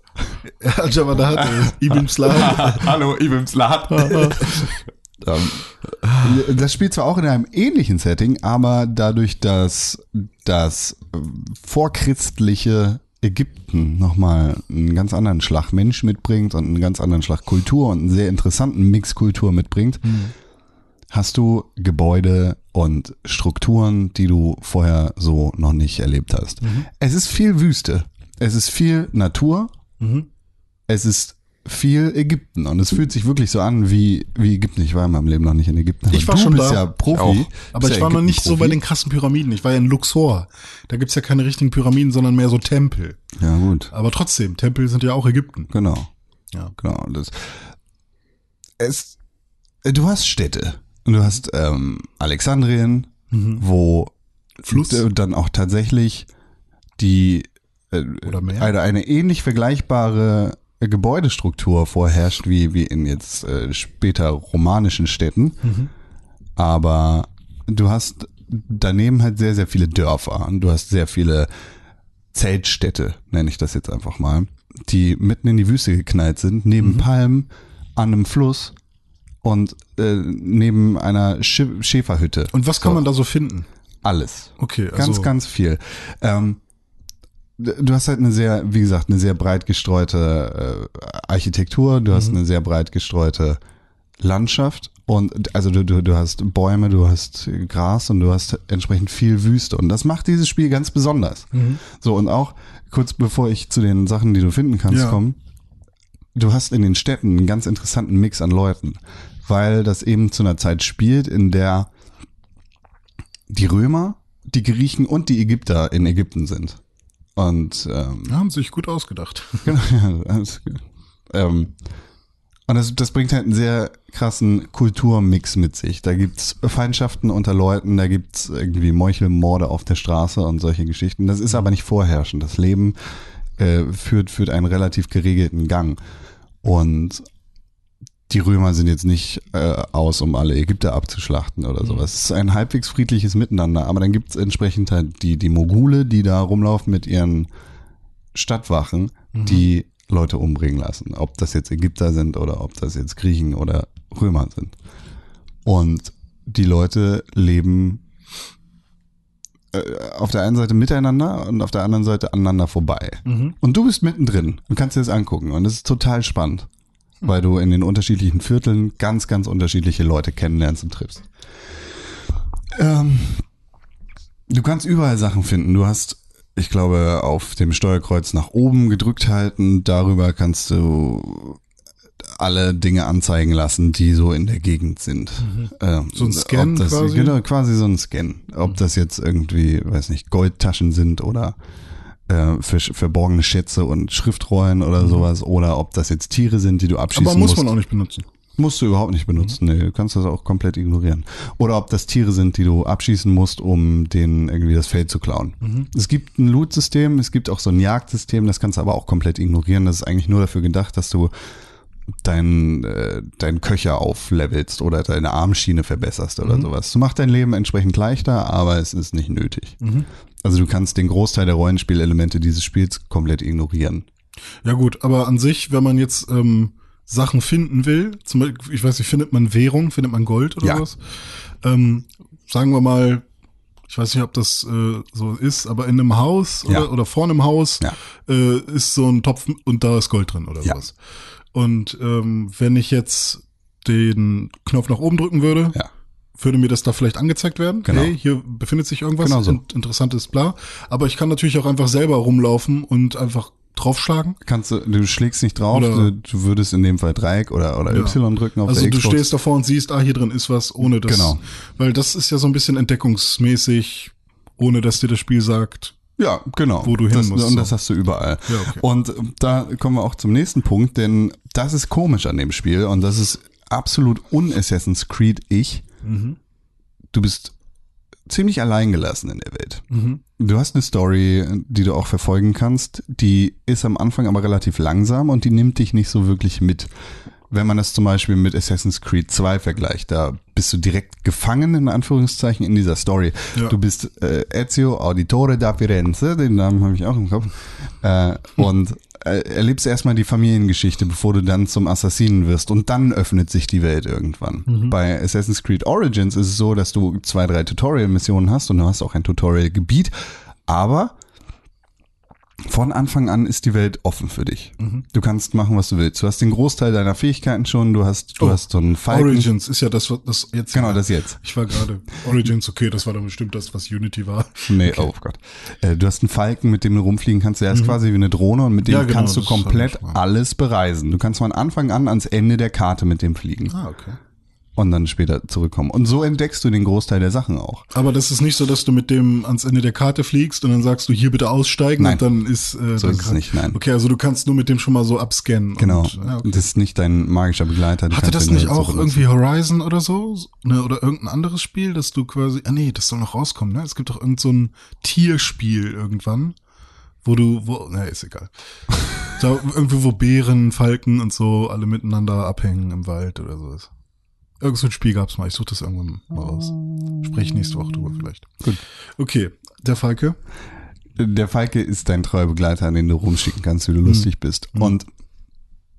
Speaker 3: Al-Jabba Dahat.
Speaker 1: [laughs]
Speaker 3: Ibn Slahat.
Speaker 2: [laughs] Hallo, ich bin's [laughs] Lahat.
Speaker 3: [laughs]
Speaker 1: Ähm, das spielt zwar auch in einem ähnlichen Setting, aber dadurch, dass das ähm, vorchristliche Ägypten nochmal einen ganz anderen Schlag Mensch mitbringt und einen ganz anderen Schlag Kultur und einen sehr interessanten Mix Kultur mitbringt,
Speaker 3: Mhm.
Speaker 1: hast du Gebäude und Strukturen, die du vorher so noch nicht erlebt hast.
Speaker 3: Mhm.
Speaker 1: Es ist viel Wüste, es ist viel Natur,
Speaker 3: Mhm.
Speaker 1: es ist viel Ägypten und es fühlt sich wirklich so an wie, wie Ägypten. Ich war in meinem Leben noch nicht in Ägypten. aber
Speaker 3: Ich war
Speaker 1: du
Speaker 3: schon
Speaker 1: bist
Speaker 3: da.
Speaker 1: ja Profi.
Speaker 2: auch.
Speaker 1: bist
Speaker 3: Aber
Speaker 1: ja
Speaker 3: ich war noch nicht so bei den
Speaker 1: Ägypten-Profi.
Speaker 3: krassen Pyramiden. Ich war ja in Luxor. Da gibt's ja keine richtigen Pyramiden, sondern mehr so Tempel.
Speaker 1: Ja, gut.
Speaker 3: Aber trotzdem, Tempel sind ja auch Ägypten.
Speaker 1: Genau.
Speaker 3: Ja.
Speaker 1: Genau. Und Das, es, äh, du hast Städte. Und du hast ähm, Alexandrien, wo
Speaker 3: Mhm. Fluss.
Speaker 1: d- dann auch tatsächlich die äh,
Speaker 3: Oder mehr.
Speaker 1: eine, eine ähnlich vergleichbare äh, Gebäudestruktur vorherrscht wie, wie in jetzt äh, später romanischen Städten. Aber du hast daneben halt sehr, sehr viele Dörfer und du hast sehr viele Zeltstädte, nenne ich das jetzt einfach mal, die mitten in die Wüste geknallt sind, neben Palmen, an einem Fluss und äh, neben einer Schä- Schäferhütte.
Speaker 3: Und was kann man da so finden?
Speaker 1: Alles.
Speaker 3: Okay, also.
Speaker 1: Ganz, ganz viel. Ähm, d- du hast halt eine sehr, wie gesagt, eine sehr breit gestreute äh, Architektur, du
Speaker 3: Mhm.
Speaker 1: hast eine sehr breit gestreute Landschaft und also du, du, du hast Bäume, du hast Gras und du hast entsprechend viel Wüste. Und das macht dieses Spiel ganz besonders.
Speaker 3: Mhm.
Speaker 1: So, und auch kurz bevor ich zu den Sachen, die du finden kannst,
Speaker 3: Ja.
Speaker 1: komme, du hast in den Städten einen ganz interessanten Mix an Leuten, weil das eben zu einer Zeit spielt, in der die Römer, die Griechen und die Ägypter in Ägypten sind. Und ähm,
Speaker 3: Ja, haben sich gut ausgedacht.
Speaker 1: Genau, ja, alles gut. Ähm, Und das, das bringt halt einen sehr krassen Kulturmix mit sich. Da gibt's Feindschaften unter Leuten, da gibt's irgendwie Meuchelmorde auf der Straße und solche Geschichten. Das ist aber nicht vorherrschend. Das Leben äh, führt, führt einen relativ geregelten Gang. Und die Römer sind jetzt nicht äh, aus, um alle Ägypter abzuschlachten oder sowas. Es ist ein halbwegs friedliches Miteinander. Aber dann gibt's entsprechend halt die, die Mogule, die da rumlaufen mit ihren Stadtwachen, die Leute umbringen lassen. Ob das jetzt Ägypter sind oder ob das jetzt Griechen oder Römer sind. Und die Leute leben äh, auf der einen Seite miteinander und auf der anderen Seite aneinander vorbei. Und du bist mittendrin und kannst dir das angucken. Und es ist total spannend,
Speaker 3: Hm.
Speaker 1: weil du in den unterschiedlichen Vierteln ganz, ganz unterschiedliche Leute kennenlernst und triffst. Ähm, du kannst überall Sachen finden. Du hast, ich glaube, auf dem Steuerkreuz nach oben gedrückt halten. Darüber kannst du alle Dinge anzeigen lassen, die so in der Gegend sind. Ähm,
Speaker 3: Mhm. So ein Scan
Speaker 1: ob das,
Speaker 3: quasi? Mhm.
Speaker 1: Genau, quasi so ein Scan. Ob das jetzt irgendwie, weiß nicht, Goldtaschen sind oder äh, für, verborgene Schätze und Schriftrollen oder sowas oder ob das jetzt Tiere sind, die du abschießen
Speaker 3: Mhm. Aber muss
Speaker 1: musst.
Speaker 3: man auch nicht benutzen.
Speaker 1: Musst du überhaupt nicht benutzen. Nee, du kannst das auch komplett ignorieren. Oder ob das Tiere sind, die du abschießen musst, um denen irgendwie das Feld zu klauen. Es gibt ein Loot-System, es gibt auch so ein Jagdsystem, das kannst du aber auch komplett ignorieren. Das ist eigentlich nur dafür gedacht, dass du deinen äh, deinen Köcher auflevelst oder deine Armschiene verbesserst oder sowas. Du machst dein Leben entsprechend leichter, aber es ist nicht nötig. Also du kannst den Großteil der Rollenspielelemente dieses Spiels komplett ignorieren.
Speaker 3: Ja gut, aber an sich, wenn man jetzt ähm, Sachen finden will, zum Beispiel, ich weiß nicht, findet man Währung, findet man Gold oder
Speaker 1: Ja.
Speaker 3: was? Ähm, sagen wir mal, ich weiß nicht, ob das äh, so ist, aber in einem Haus
Speaker 1: Ja.
Speaker 3: oder, oder vor einem Haus
Speaker 1: Ja.
Speaker 3: äh, ist so ein Topf und da ist Gold drin oder
Speaker 1: Ja.
Speaker 3: sowas. Und ähm, wenn ich jetzt den Knopf nach oben drücken würde,
Speaker 1: Ja.
Speaker 3: würde mir das da vielleicht angezeigt werden.
Speaker 1: Genau.
Speaker 3: Hey, hier befindet sich irgendwas
Speaker 1: Genau so.
Speaker 3: in- interessantes, bla. Aber ich kann natürlich auch einfach selber rumlaufen und einfach draufschlagen.
Speaker 1: kannst du, du schlägst nicht drauf, du,
Speaker 3: Oder-
Speaker 1: du würdest in dem Fall Dreieck oder, oder
Speaker 3: Ja.
Speaker 1: Y drücken auf
Speaker 3: Also
Speaker 1: der
Speaker 3: du
Speaker 1: Xbox.
Speaker 3: stehst davor und siehst, ah, hier drin ist was, ohne das.
Speaker 1: Genau.
Speaker 3: Weil das ist ja so ein bisschen entdeckungsmäßig, ohne dass dir das Spiel sagt.
Speaker 1: ja, genau.
Speaker 3: wo du hin
Speaker 1: das,
Speaker 3: musst,
Speaker 1: Und
Speaker 3: so.
Speaker 1: das hast du überall.
Speaker 3: Ja, okay.
Speaker 1: Und da kommen wir auch zum nächsten Punkt, denn das ist komisch an dem Spiel und das ist absolut un-Assassin's Creed-Ich.
Speaker 3: Mhm.
Speaker 1: Du bist ziemlich alleingelassen in der Welt. Du hast eine Story, die du auch verfolgen kannst. Die ist am Anfang aber relativ langsam und die nimmt dich nicht so wirklich mit. Wenn man das zum Beispiel mit Assassin's Creed 2 vergleicht, da bist du direkt gefangen, in Anführungszeichen, in dieser Story.
Speaker 3: Ja.
Speaker 1: Du bist äh, Ezio Auditore da Firenze, den Namen habe ich auch im Kopf, äh, und äh, erlebst erstmal die Familiengeschichte, bevor du dann zum Assassinen wirst. Und dann öffnet sich die Welt irgendwann. Bei Assassin's Creed Origins ist es so, dass du zwei, drei Tutorial-Missionen hast und du hast auch ein Tutorial-Gebiet, aber von Anfang an ist die Welt offen für dich. Du kannst machen, was du willst. Du hast den Großteil deiner Fähigkeiten schon. Du hast, du
Speaker 3: Oh.
Speaker 1: hast so einen Falken.
Speaker 3: Origins ist ja das, was das jetzt.
Speaker 1: Genau, das jetzt.
Speaker 3: Ich war gerade. Origins, okay, das war dann bestimmt das, was Unity war.
Speaker 1: Nee, oh Gott. Äh, du hast einen Falken, mit dem du rumfliegen kannst. Der ist quasi wie eine Drohne und mit dem
Speaker 3: Mhm. Ja, genau,
Speaker 1: kannst du
Speaker 3: das hab ich
Speaker 1: komplett
Speaker 3: schon mal.
Speaker 1: alles bereisen. Du kannst von Anfang an ans Ende der Karte mit dem fliegen
Speaker 3: Ah, okay.
Speaker 1: und dann später zurückkommen. Und so entdeckst du den Großteil der Sachen auch.
Speaker 3: Aber das ist nicht so, dass du mit dem ans Ende der Karte fliegst und dann sagst du, hier bitte aussteigen
Speaker 1: Nein.
Speaker 3: und dann ist. Äh,
Speaker 1: So
Speaker 3: dann
Speaker 1: ist es
Speaker 3: kann-
Speaker 1: nicht, nein.
Speaker 3: Okay, also du kannst nur mit dem schon mal so abscannen.
Speaker 1: Genau.
Speaker 3: Und, ja, okay.
Speaker 1: Das ist nicht dein magischer Begleiter. du
Speaker 3: Hatte
Speaker 1: kannst
Speaker 3: das
Speaker 1: den nur
Speaker 3: nicht
Speaker 1: dazu
Speaker 3: auch
Speaker 1: benutzen.
Speaker 3: irgendwie Horizon oder so? Ne, oder irgendein anderes Spiel, dass du quasi. Ah nee, das soll noch rauskommen, ne? Es gibt doch irgend so ein Tierspiel irgendwann, wo du, wo. Ne, ist egal. da irgendwie, wo Bären, Falken und so alle miteinander abhängen im Wald oder sowas. Irgend so ein Spiel gab's mal. Ich suche das irgendwann mal raus. Sprech nächste Woche drüber vielleicht.
Speaker 1: Gut.
Speaker 3: Okay, der Falke.
Speaker 1: der Falke ist dein treuer Begleiter, an den du rumschicken kannst, wie du lustig bist. Und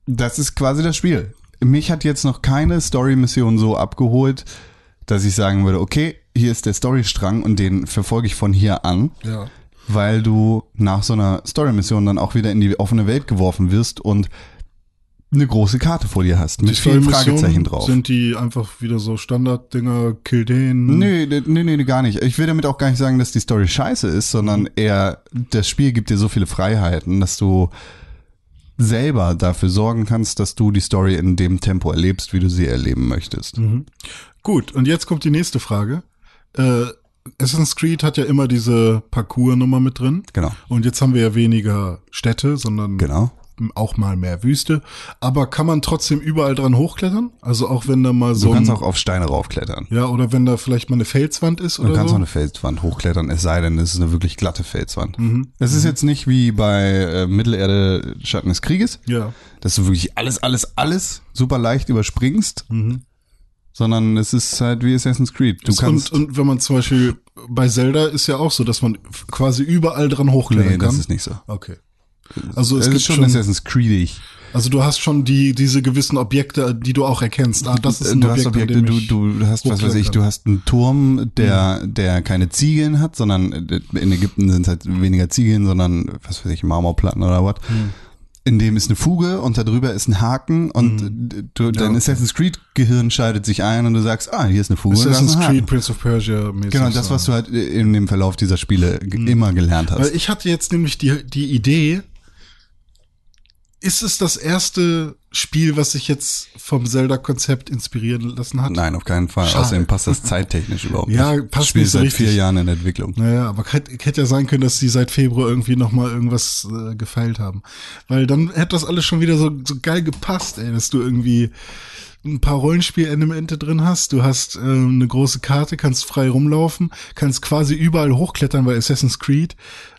Speaker 1: das ist quasi das Spiel. Mich hat jetzt noch keine Story-Mission so abgeholt, dass ich sagen würde, okay, hier ist der Story-Strang und den verfolge ich von hier an,
Speaker 3: Ja.
Speaker 1: weil du nach so einer Story-Mission dann auch wieder in die offene Welt geworfen wirst und eine große Karte vor dir hast, mit vielen Fragezeichen drauf.
Speaker 3: Sind die einfach wieder so Standarddinger, kill den.
Speaker 1: Nee, nee, nee, nee, gar nicht. Ich will damit auch gar nicht sagen, dass die Story scheiße ist, sondern eher, das Spiel gibt dir so viele Freiheiten, dass du selber dafür sorgen kannst, dass du die Story in dem Tempo erlebst, wie du sie erleben möchtest.
Speaker 3: Mhm. Gut, und jetzt kommt die nächste Frage. Äh, Assassin's Creed hat ja immer diese Parcours-Nummer mit drin.
Speaker 1: Genau.
Speaker 3: Und jetzt haben wir ja weniger Städte, sondern
Speaker 1: Genau.
Speaker 3: auch mal mehr Wüste. Aber kann man trotzdem überall dran hochklettern? Also auch wenn da mal so
Speaker 1: Du kannst
Speaker 3: ein-
Speaker 1: auch auf Steine raufklettern.
Speaker 3: ja, oder wenn da vielleicht mal eine Felswand ist
Speaker 1: Du
Speaker 3: oder
Speaker 1: kannst
Speaker 3: so.
Speaker 1: auch eine Felswand hochklettern, es sei denn, es ist eine wirklich glatte Felswand.
Speaker 3: Mhm.
Speaker 1: Es ist jetzt nicht wie bei äh, Mittelerde Schatten des Krieges,
Speaker 3: ja.
Speaker 1: dass du wirklich alles, alles, alles super leicht überspringst, sondern es ist halt wie Assassin's Creed. Du kannst.
Speaker 3: Mhm. und, und wenn man zum Beispiel bei Zelda ist ja auch so, dass man f- quasi überall dran hochklettern
Speaker 1: nee,
Speaker 3: kann.
Speaker 1: das ist nicht so.
Speaker 3: okay. Also es,
Speaker 1: Es
Speaker 3: gibt
Speaker 1: ist schon Assassin's Creedig.
Speaker 3: also du hast schon die diese gewissen Objekte, die du auch erkennst. Ah, das ist ein
Speaker 1: du hast
Speaker 3: Objekt,
Speaker 1: Objekte,
Speaker 3: an dem
Speaker 1: du,
Speaker 3: ich Mhm.
Speaker 1: du hast, was weiß ich, du hast einen Turm, der, der keine Ziegeln hat, sondern äh, in Ägypten sind es halt weniger Ziegeln, sondern, was weiß ich, Marmorplatten oder was.
Speaker 3: Mhm.
Speaker 1: In dem ist eine Fuge und da drüber ist ein Haken und
Speaker 3: Mhm.
Speaker 1: du, dein Assassin's Creed Gehirn schaltet sich ein und du sagst, ah, hier ist eine Fuge. und da ist ein
Speaker 3: Assassin's
Speaker 1: Haken.
Speaker 3: Creed, Prince of Persia mäßig.
Speaker 1: Genau, das,
Speaker 3: so.
Speaker 1: was du halt in dem Verlauf dieser Spiele ge- immer gelernt hast.
Speaker 3: Mhm. Weil ich hatte jetzt nämlich die, die Idee, ist es das erste Spiel, was sich jetzt vom Zelda-Konzept inspirieren lassen hat?
Speaker 1: Nein, auf keinen Fall.
Speaker 3: Schade.
Speaker 1: Außerdem passt das zeittechnisch überhaupt
Speaker 3: Ja,
Speaker 1: nicht.
Speaker 3: passt
Speaker 1: Spiel
Speaker 3: nicht so
Speaker 1: seit
Speaker 3: richtig.
Speaker 1: vier Jahren in Entwicklung.
Speaker 3: Naja, aber hätte hätte ja sein können, dass die seit Februar irgendwie noch mal irgendwas äh, gefeilt haben. Weil dann hätte das alles schon wieder so, so geil gepasst, ey, dass du irgendwie ein paar Rollenspielelemente drin hast, du hast ähm, eine große Karte, kannst frei rumlaufen, kannst quasi überall hochklettern bei Assassin's Creed,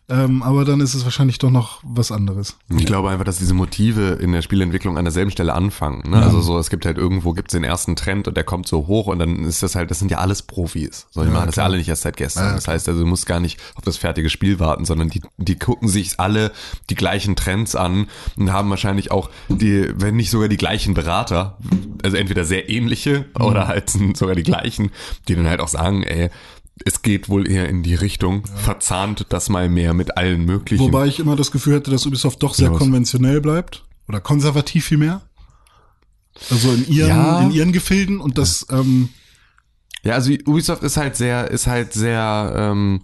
Speaker 3: ähm, aber dann ist es wahrscheinlich doch noch was anderes.
Speaker 2: Ich glaube einfach, dass diese Motive in der Spielentwicklung an derselben Stelle anfangen. Ne? Also so, es gibt halt irgendwo gibt's den ersten Trend und der kommt so hoch und dann ist das halt, das sind ja alles Profis. So, die machen das ja alle nicht erst seit gestern. das heißt also, du musst gar nicht auf das fertige Spiel warten, sondern die, die gucken sich alle die gleichen Trends an und haben wahrscheinlich auch die, wenn nicht sogar die gleichen Berater, also entweder sehr ähnliche oder halt [laughs] sind sogar die gleichen, die dann halt auch sagen, ey, es geht wohl eher in die Richtung, verzahnt das mal mehr mit allen möglichen.
Speaker 3: Wobei ich immer das Gefühl hatte, dass Ubisoft doch sehr
Speaker 2: was?
Speaker 3: konventionell bleibt oder konservativ vielmehr. Also in ihren,
Speaker 2: Ja.
Speaker 3: in ihren Gefilden und das ähm,
Speaker 2: Ja, also Ubisoft ist halt sehr, ist halt sehr, ähm,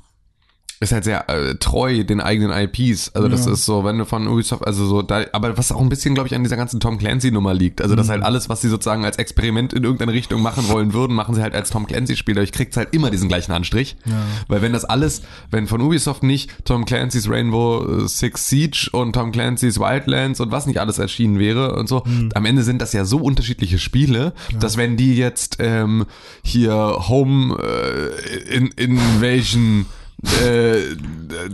Speaker 2: ist halt sehr äh, treu den eigenen IPs. Also das
Speaker 3: Ja.
Speaker 2: ist so, wenn du von Ubisoft, also so, da, aber was auch ein bisschen, glaube ich, an dieser ganzen Tom Clancy-Nummer liegt. Also das halt alles, was sie sozusagen als Experiment in irgendeine Richtung machen wollen würden, machen sie halt als Tom Clancy-Spiel. Dadurch kriegt's halt immer diesen gleichen Anstrich. Weil wenn das alles, wenn von Ubisoft nicht Tom Clancy's Rainbow äh, Six Siege und Tom Clancy's Wildlands und was nicht alles erschienen wäre und so, am Ende sind das ja so unterschiedliche Spiele, dass wenn die jetzt ähm, hier Home äh, in, Invasion äh,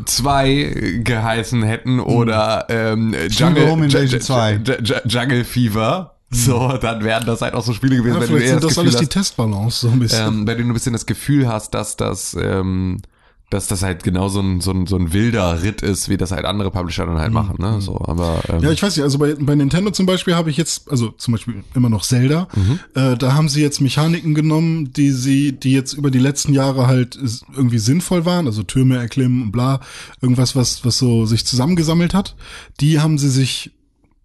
Speaker 2: zwei geheißen hätten oder ähm, Jungle,
Speaker 1: Home Invasion
Speaker 2: Ju-
Speaker 1: 2.
Speaker 2: Ju- Ju- Jungle Fever, so, dann wären das halt auch so Spiele gewesen,
Speaker 3: ja,
Speaker 2: wenn du
Speaker 3: vielleicht
Speaker 2: eher
Speaker 3: sind
Speaker 2: das Gefühl
Speaker 3: das alles die
Speaker 2: hast,
Speaker 3: Testbalance so ein bisschen.
Speaker 2: ähm, bei denen du ein bisschen das Gefühl hast, dass das, ähm, dass das halt genau so ein, so, ein, so ein wilder Ritt ist, wie das halt andere Publisher dann halt machen, ne? So, aber ähm,
Speaker 3: Ja, ich weiß nicht, also bei, bei Nintendo zum Beispiel habe ich jetzt, also zum Beispiel immer noch Zelda,
Speaker 2: Mhm.
Speaker 3: äh, da haben sie jetzt Mechaniken genommen, die sie, die jetzt über die letzten Jahre halt s- irgendwie sinnvoll waren, also Türme erklimmen und bla, irgendwas, was, was so sich zusammengesammelt hat. Die haben sie sich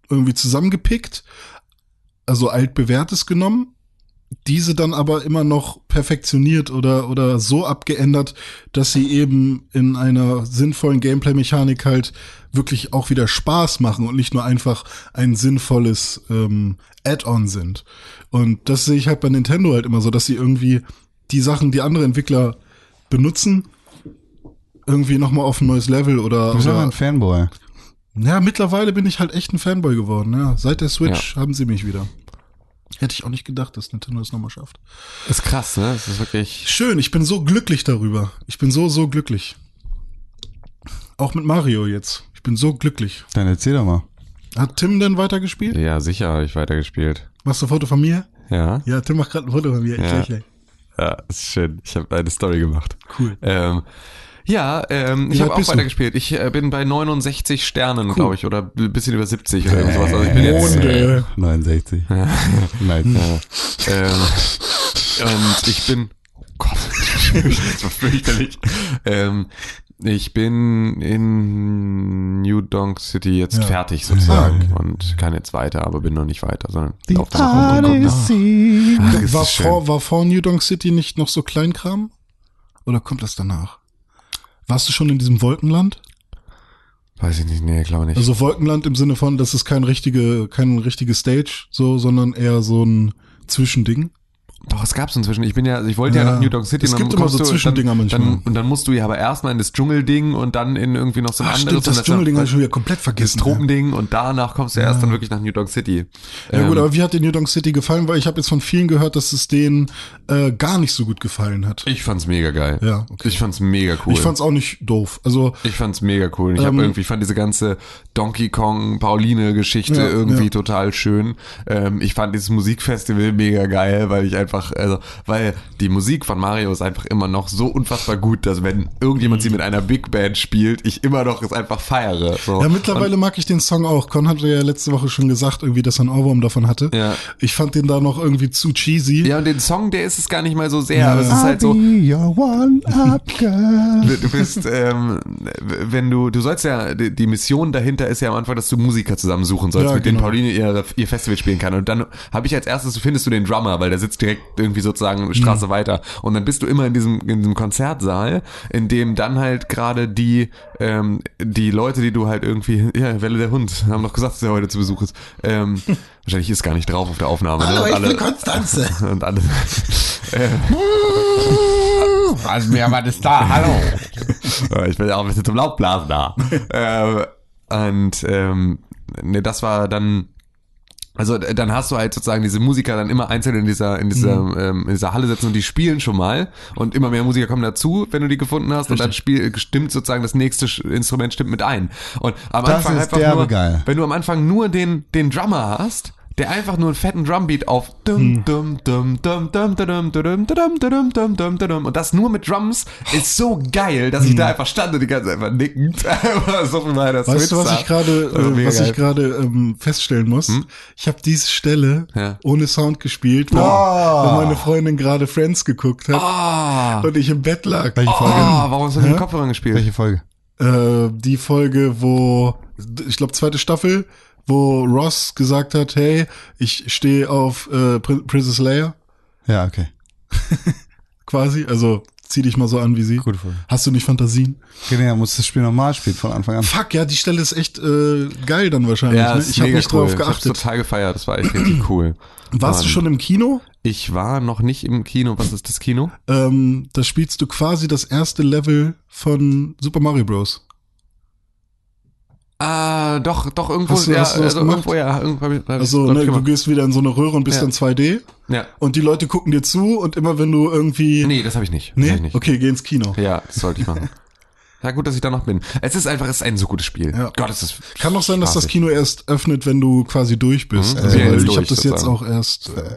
Speaker 3: irgendwie zusammengepickt, also altbewährtes genommen diese dann aber immer noch perfektioniert oder, oder so abgeändert, dass sie eben in einer sinnvollen Gameplay-Mechanik halt wirklich auch wieder Spaß machen und nicht nur einfach ein sinnvolles ähm, Add-on sind. Und das sehe ich halt bei Nintendo halt immer so, dass sie irgendwie die Sachen, die andere Entwickler benutzen, irgendwie nochmal auf ein neues Level oder,
Speaker 1: Du bist aber
Speaker 3: oder
Speaker 1: ein Fanboy.
Speaker 3: ja, mittlerweile bin ich halt echt ein Fanboy geworden. Ja, seit der Switch haben sie mich wieder. Hätte ich auch nicht gedacht, dass Nintendo das nochmal schafft.
Speaker 2: ist krass, ne? Es ist wirklich.
Speaker 3: Schön, ich bin so glücklich darüber. Ich bin so, so glücklich. Auch mit Mario jetzt. Ich bin so glücklich.
Speaker 1: Dann erzähl doch mal.
Speaker 3: Hat Tim denn weitergespielt?
Speaker 2: Ja, sicher habe ich weitergespielt.
Speaker 3: Machst du ein Foto von mir?
Speaker 2: Ja.
Speaker 3: Ja, Tim macht gerade ein Foto von mir. Ich
Speaker 2: Ja.
Speaker 3: lächle.
Speaker 2: Ja, ist schön. Ich habe eine Story gemacht.
Speaker 3: Cool.
Speaker 2: Ähm, ja, ähm,
Speaker 3: Wie
Speaker 2: ich
Speaker 3: weit
Speaker 2: habe auch
Speaker 3: bist du?
Speaker 2: weitergespielt. Ich äh, bin bei 69 Sternen, glaube ich, oder ein bisschen über 70
Speaker 3: Äh,
Speaker 2: oder irgendwas. Also ich bin jetzt,
Speaker 3: Monde. Äh.
Speaker 1: 69. [laughs] Nein.
Speaker 2: ähm, und ich bin. Oh Gott, [laughs] das war fürchterlich. Ähm, ich bin in New Donk City jetzt fertig sozusagen und kann jetzt weiter, aber bin noch nicht weiter, sondern lauf
Speaker 1: oh
Speaker 2: da noch rum und guck nach.
Speaker 1: Odyssey.
Speaker 2: Ach, es
Speaker 3: War
Speaker 2: ist schön.
Speaker 3: vor, war vor New Donk City nicht noch so Kleinkram? Oder kommt das danach? Warst du schon in diesem Wolkenland?
Speaker 2: Weiß ich nicht, nee, glaube nicht.
Speaker 3: Also Wolkenland im Sinne von, das ist kein richtige, kein richtige Stage, so, sondern eher so ein Zwischending.
Speaker 2: Doch, es gab's inzwischen. Ich bin ja, also ich wollte ja,
Speaker 3: Ja.
Speaker 2: nach New York City.
Speaker 3: Es
Speaker 2: und dann
Speaker 3: gibt immer
Speaker 2: kommst
Speaker 3: so
Speaker 2: du-
Speaker 3: Zwischendinger
Speaker 2: dann,
Speaker 3: manchmal.
Speaker 2: Dann, und dann musst du ja aber erstmal in das Dschungelding und dann in irgendwie noch so ein
Speaker 3: Ach,
Speaker 2: anderes.
Speaker 3: stimmt, das
Speaker 2: und dann-
Speaker 3: Dschungelding habe ich
Speaker 2: das
Speaker 3: schon wieder komplett vergessen.
Speaker 2: Tropending und danach kommst du erst dann wirklich nach New York City.
Speaker 3: Ja
Speaker 2: Ähm.
Speaker 3: gut, aber wie hat dir New Donk City gefallen? Weil ich habe jetzt von vielen gehört, dass es denen äh, gar nicht so gut gefallen hat.
Speaker 2: Ich fand's mega geil.
Speaker 3: Ja, okay.
Speaker 2: Ich fand's mega cool.
Speaker 3: Ich fand's auch nicht doof. Also
Speaker 2: Ich fand's mega cool. Ich hab
Speaker 3: Ähm,
Speaker 2: irgendwie ich fand diese ganze Donkey Kong Pauline Geschichte
Speaker 3: Ja,
Speaker 2: irgendwie
Speaker 3: ja.
Speaker 2: total schön. Ähm, ich fand dieses Musikfestival mega geil, weil ich einfach also weil die Musik von Mario ist einfach immer noch so unfassbar gut, dass wenn irgendjemand
Speaker 3: Mhm.
Speaker 2: sie mit einer Big Band spielt, ich immer noch es einfach feiere. So.
Speaker 3: ja, mittlerweile mag ich den Song auch. Con hatte ja letzte Woche schon gesagt, irgendwie, dass er einen Ohrwurm davon hatte.
Speaker 2: Ja.
Speaker 3: Ich fand den da noch irgendwie zu cheesy.
Speaker 2: ja, und den Song, der ist es gar nicht mal so sehr, aber es ist halt so,
Speaker 1: be your [laughs] one-up-girl.
Speaker 2: Du bist, ähm, wenn du, du sollst ja, die die Mission dahinter ist ja am Anfang, dass du Musiker zusammensuchen sollst,
Speaker 3: Ja,
Speaker 2: mit denen
Speaker 3: genau.
Speaker 2: Pauline ihr, ihr Festival spielen kann. Und dann habe ich als erstes, findest du den Drummer, weil der sitzt direkt irgendwie sozusagen
Speaker 3: Mhm.
Speaker 2: Straße weiter. Und dann bist du immer in diesem, in diesem Konzertsaal, in dem dann halt gerade die, ähm, die Leute, die du halt irgendwie, ja, Welle der Hund, haben doch gesagt, dass er heute zu Besuch ist.
Speaker 3: [laughs]
Speaker 2: Ähm, wahrscheinlich ist gar nicht drauf auf der Aufnahme. ne? Und alle-
Speaker 3: Konstanze.
Speaker 2: und alle.
Speaker 4: [laughs] Also, wer war das da? Hallo.
Speaker 2: Äh, ich bin ja auch ein bisschen zum Laubblasen da. ähm, und ähm, ne, das war dann. Also d- dann hast du halt sozusagen diese Musiker dann immer einzeln in dieser in dieser
Speaker 4: Mhm.
Speaker 2: ähm, in dieser Halle sitzen und die spielen schon mal und immer mehr Musiker kommen dazu, wenn du die gefunden hast und dann spiel, stimmt sozusagen das nächste Sch- Instrument stimmt mit ein und am
Speaker 1: Das
Speaker 2: Anfang
Speaker 1: ist
Speaker 2: einfach
Speaker 1: derbe
Speaker 2: nur
Speaker 1: geil.
Speaker 2: wenn du am Anfang nur den den Drummer hast, der einfach nur einen fetten Drumbeat auf dum
Speaker 3: Hm.
Speaker 2: dum dum dum dum dum dum dum dum dum dum dum dum dum und das nur mit Drums ist so geil, dass ich
Speaker 3: Hm.
Speaker 2: da einfach stand und die ganze Zeit einfach nickend [laughs] so viel weiter
Speaker 3: Weißt du, was ich gerade,
Speaker 2: Oh,
Speaker 3: äh, was ich gerade ähm, feststellen muss?
Speaker 2: Hm?
Speaker 3: Ich habe diese Stelle
Speaker 2: Ja.
Speaker 3: ohne Sound gespielt, weil,
Speaker 1: Ah.
Speaker 3: weil Oh, meine Freundin gerade Friends geguckt hat
Speaker 2: Ah,
Speaker 3: und ich im Bett lag.
Speaker 1: Welche Folge?
Speaker 2: ah, warum hast du mit dem Kopfhörern gespielt?
Speaker 1: Welche Folge?
Speaker 3: Äh, die Folge, wo ich glaube zweite Staffel, wo Ross gesagt hat, hey, ich stehe auf äh, Prin- Princess Leia
Speaker 1: Ja, okay.
Speaker 3: quasi, also zieh dich mal so an wie sie.
Speaker 1: Gute Folge.
Speaker 3: Hast du nicht Fantasien?
Speaker 1: Genau, er muss das Spiel nochmal spielen von Anfang an.
Speaker 3: Fuck, ja, die Stelle ist echt äh, geil dann wahrscheinlich.
Speaker 2: Ja,
Speaker 3: ne?
Speaker 2: das ist
Speaker 3: Ich habe
Speaker 2: mega
Speaker 3: nicht
Speaker 2: cool.
Speaker 3: drauf
Speaker 2: Ich
Speaker 3: geachtet.
Speaker 2: hab's total gefeiert, das war echt
Speaker 3: [clears throat]
Speaker 2: richtig cool.
Speaker 3: Warst du
Speaker 2: Mann.
Speaker 3: schon im Kino?
Speaker 2: Ich war noch nicht im Kino. Was ist das Kino?
Speaker 3: Ähm, da spielst du quasi das erste Level von Super Mario Bros.
Speaker 2: Ah, doch, doch, irgendwo,
Speaker 3: Hast du-
Speaker 2: ja,
Speaker 3: hast du was
Speaker 2: also
Speaker 3: gemacht?
Speaker 2: irgendwo, ja, irgendwo hab ich, hab ich,
Speaker 3: Also,
Speaker 2: glaub ich
Speaker 3: ne, du
Speaker 2: gemacht.
Speaker 3: gehst wieder in so eine Röhre und bist
Speaker 2: Ja.
Speaker 3: dann 2D
Speaker 2: ja.
Speaker 3: und die Leute gucken dir zu und immer wenn du irgendwie.
Speaker 2: Nee, das habe ich nicht. Das hab ich
Speaker 3: Nee?
Speaker 2: nicht.
Speaker 3: Okay, geh ins Kino.
Speaker 2: Ja, das sollte ich machen. [laughs] ja, gut, dass ich da noch bin. Es ist einfach, es ist ein so gutes Spiel.
Speaker 3: Ja.
Speaker 2: Gott, es ist.
Speaker 3: Kann doch sein, dass das
Speaker 2: spaßig.
Speaker 3: Kino erst öffnet, wenn du quasi durch bist.
Speaker 2: Mhm.
Speaker 1: Hm?
Speaker 3: Also,
Speaker 2: Ja,
Speaker 3: weil
Speaker 2: jetzt
Speaker 3: ich habe
Speaker 2: durch,
Speaker 3: das jetzt
Speaker 2: sozusagen.
Speaker 3: auch erst. Äh,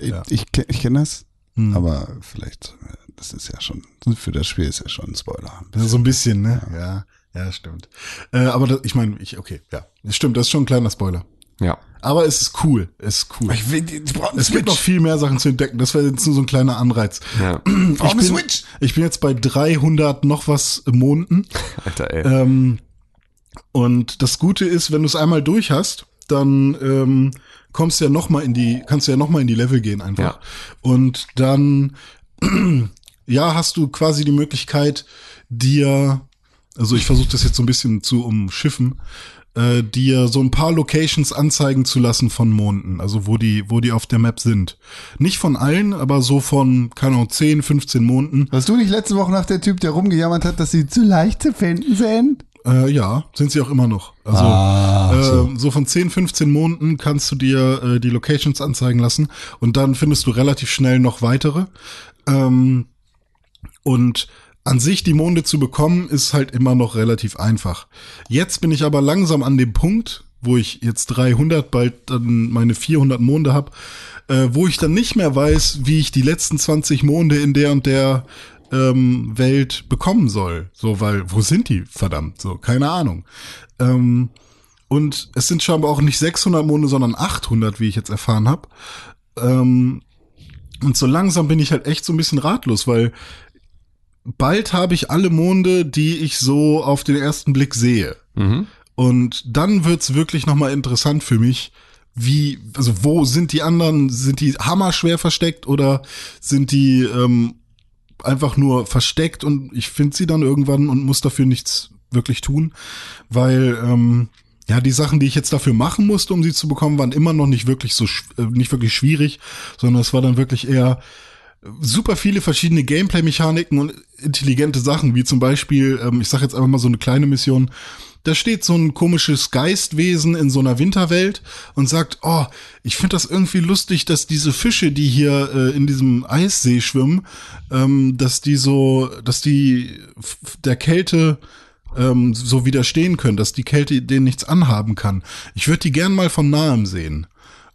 Speaker 1: Ich,
Speaker 3: Ja.
Speaker 1: ich, ke- ich kenne das,
Speaker 3: hm.
Speaker 1: aber vielleicht, äh, das ist ja schon, für das Spiel ist ja schon ein Spoiler.
Speaker 3: Ja, so ein bisschen, ne? Ja, ja, stimmt. Äh, aber das, ich meine, ich, okay, ja. Stimmt, das ist schon ein kleiner Spoiler.
Speaker 2: Ja.
Speaker 3: Aber es ist cool. Es ist cool.
Speaker 1: will, ich brauche
Speaker 3: es gibt noch viel mehr Sachen zu entdecken. Das wäre jetzt nur so ein kleiner Anreiz.
Speaker 2: ja.
Speaker 3: [clears throat] Ich
Speaker 1: Warum
Speaker 3: bin,
Speaker 1: Switch?
Speaker 3: ich bin jetzt bei 300 noch was Monden.
Speaker 2: Alter, ey.
Speaker 3: Ähm, und das Gute ist, wenn du es einmal durch hast, dann ähm, kommst du ja noch mal in die, kannst du ja noch mal in die Level gehen
Speaker 2: Ja.
Speaker 3: einfach. Und dann, [clears throat] ja, hast du quasi die Möglichkeit, dir, also ich versuche das jetzt so ein bisschen zu umschiffen, äh, dir so ein paar Locations anzeigen zu lassen von Monden, also wo die, wo die auf der Map sind. Nicht von allen, aber so von, keine Ahnung, 10, 15 Monden.
Speaker 1: Warst du nicht letzte Woche nach der Typ, der rumgejammert hat, dass sie zu leicht zu finden sind?
Speaker 3: Äh, ja, sind sie auch immer noch. Also
Speaker 1: Ah,
Speaker 3: äh, so. von 10, 15 Monden kannst du dir äh, die Locations anzeigen lassen und dann findest du relativ schnell noch weitere. Ähm, und an sich die Monde zu bekommen, ist halt immer noch relativ einfach. Jetzt bin ich aber langsam an dem Punkt, wo ich jetzt 300, bald dann meine 400 Monde habe, äh, wo ich dann nicht mehr weiß, wie ich die letzten 20 Monde in der und der ähm, Welt bekommen soll. So, weil, wo sind die? Verdammt, so, keine Ahnung. Ähm, und es sind scheinbar auch nicht 600 Monde, sondern 800, wie ich jetzt erfahren habe. Ähm, und so langsam bin ich halt echt so ein bisschen ratlos, weil bald habe ich alle Monde, die ich so auf den ersten Blick sehe.
Speaker 2: Mhm.
Speaker 3: Und dann wird's wirklich nochmal interessant für mich, wie, also wo sind die anderen, sind die hammerschwer versteckt oder sind die ähm, einfach nur versteckt und ich finde sie dann irgendwann und muss dafür nichts wirklich tun, weil ähm, ja, die Sachen, die ich jetzt dafür machen musste, um sie zu bekommen, waren immer noch nicht wirklich so, sch- äh, nicht wirklich schwierig, sondern es war dann wirklich eher super viele verschiedene Gameplay-Mechaniken und intelligente Sachen, wie zum Beispiel, ähm, ich sage jetzt einfach mal so eine kleine Mission. Da steht so ein komisches Geistwesen in so einer Winterwelt und sagt, oh, ich finde das irgendwie lustig, dass diese Fische, die hier äh, in diesem Eissee schwimmen, ähm, dass die so, dass die f- der Kälte ähm, so widerstehen können, dass die Kälte denen nichts anhaben kann. Ich würde die gern mal von nahem sehen.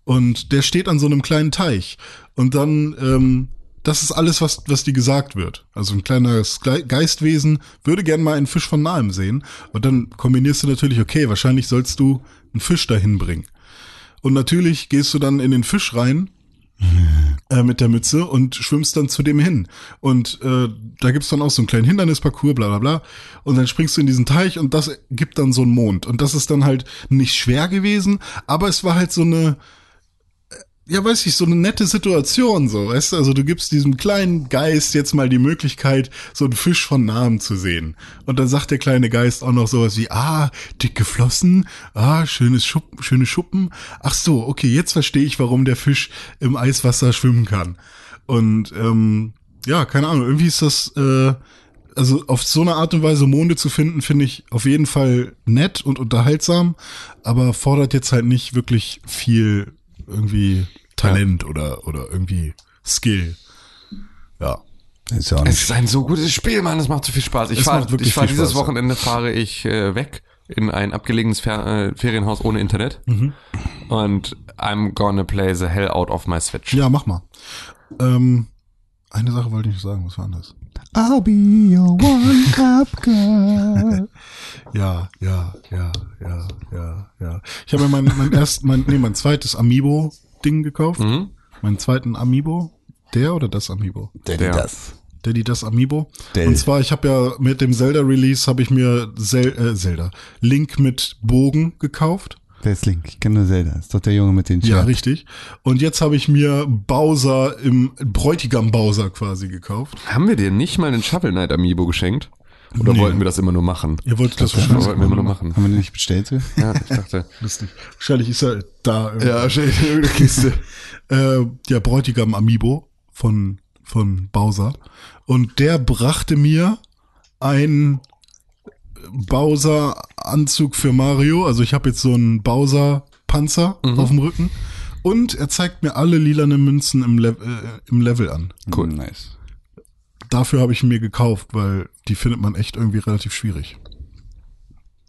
Speaker 3: Und der steht an so einem kleinen Teich. Und dann, ähm, das ist alles, was, was dir gesagt wird. Also ein kleines Gle- Geistwesen würde gern mal einen Fisch von nahem sehen. Und dann kombinierst du natürlich, okay, wahrscheinlich sollst du einen Fisch dahin bringen. Und natürlich gehst du dann in den Fisch rein äh, mit der Mütze und schwimmst dann zu dem hin. Und äh, da gibt's dann auch so einen kleinen Hindernisparcours, bla bla bla. Und dann springst du in diesen Teich und das gibt dann so einen Mond. Und das ist dann halt nicht schwer gewesen, aber es war halt so eine, ja, weiß ich, so eine nette Situation, so, weißt du, also du gibst diesem kleinen Geist jetzt mal die Möglichkeit, so einen Fisch von Namen zu sehen. Und dann sagt der kleine Geist auch noch sowas wie, ah, dicke Flossen, ah, schönes Schuppen, schöne Schuppen. Ach so, okay, jetzt verstehe ich, warum der Fisch im Eiswasser schwimmen kann. Und, ähm, ja, keine Ahnung, irgendwie ist das, äh, also auf so eine Art und Weise Monde zu finden, finde ich auf jeden Fall nett und unterhaltsam, aber fordert jetzt halt nicht wirklich viel irgendwie Talent oder, oder irgendwie Skill. Ja.
Speaker 1: Ist ja auch
Speaker 2: Es
Speaker 1: nicht.
Speaker 2: ist ein so gutes Spiel, Mann. Es macht so viel Spaß. Ich
Speaker 3: Es
Speaker 2: fahre
Speaker 3: macht wirklich
Speaker 2: ich fahr
Speaker 3: viel
Speaker 2: dieses
Speaker 3: Spaß, ja.
Speaker 2: Wochenende fahre ich äh, weg in ein abgelegenes Fer äh, Ferienhaus ohne Internet.
Speaker 3: Mhm.
Speaker 2: Und I'm gonna play the hell out of my Switch.
Speaker 3: Ja, mach mal. Ähm, eine Sache wollte ich noch sagen, was war denn das?
Speaker 1: I'll be your one-up girl.
Speaker 3: Ja, ja, ja, ja, ja, ja. Ich habe mir mein, mein erst, mein, nee, mein zweites Amiibo-Ding gekauft.
Speaker 2: Mhm.
Speaker 3: Meinen zweiten Amiibo. Der oder das Amiibo?
Speaker 1: Denn
Speaker 2: Ja.
Speaker 1: das.
Speaker 3: Daddy das Amiibo.
Speaker 1: Dell.
Speaker 3: Und zwar, ich habe ja mit dem Zelda-Release habe ich mir Zel äh, Zelda Link mit Bogen gekauft.
Speaker 1: Der ist Link. Ich kenne nur Zelda. Ist doch der Junge mit den
Speaker 3: Ja,
Speaker 1: Schwert.
Speaker 3: richtig. Und jetzt habe ich mir Bowser im Bräutigam Bowser quasi gekauft.
Speaker 2: Haben wir dir nicht mal den Shovel Knight Amiibo geschenkt? Oder
Speaker 3: Nee.
Speaker 2: wollten wir das immer nur machen?
Speaker 3: Ihr wolltet das
Speaker 2: Das
Speaker 3: wahrscheinlich.
Speaker 2: wollten wir immer nur machen.
Speaker 1: Haben wir den nicht bestellt? so?
Speaker 2: Ja, ich dachte.
Speaker 3: Lustig. Wahrscheinlich ist er da. irgendwie.
Speaker 2: wahrscheinlich irgendeine Kiste.
Speaker 3: [laughs] äh, der Bräutigam Amiibo von, von Bowser. Und der brachte mir einen Bowser-Anzug für Mario. Also ich habe jetzt so einen Bowser-Panzer auf dem Rücken. Und er zeigt mir alle lilane Münzen im, Le äh, im Level an.
Speaker 2: Cool.
Speaker 1: Mm, Nice.
Speaker 3: Dafür habe ich ihn mir gekauft, weil die findet man echt irgendwie relativ schwierig.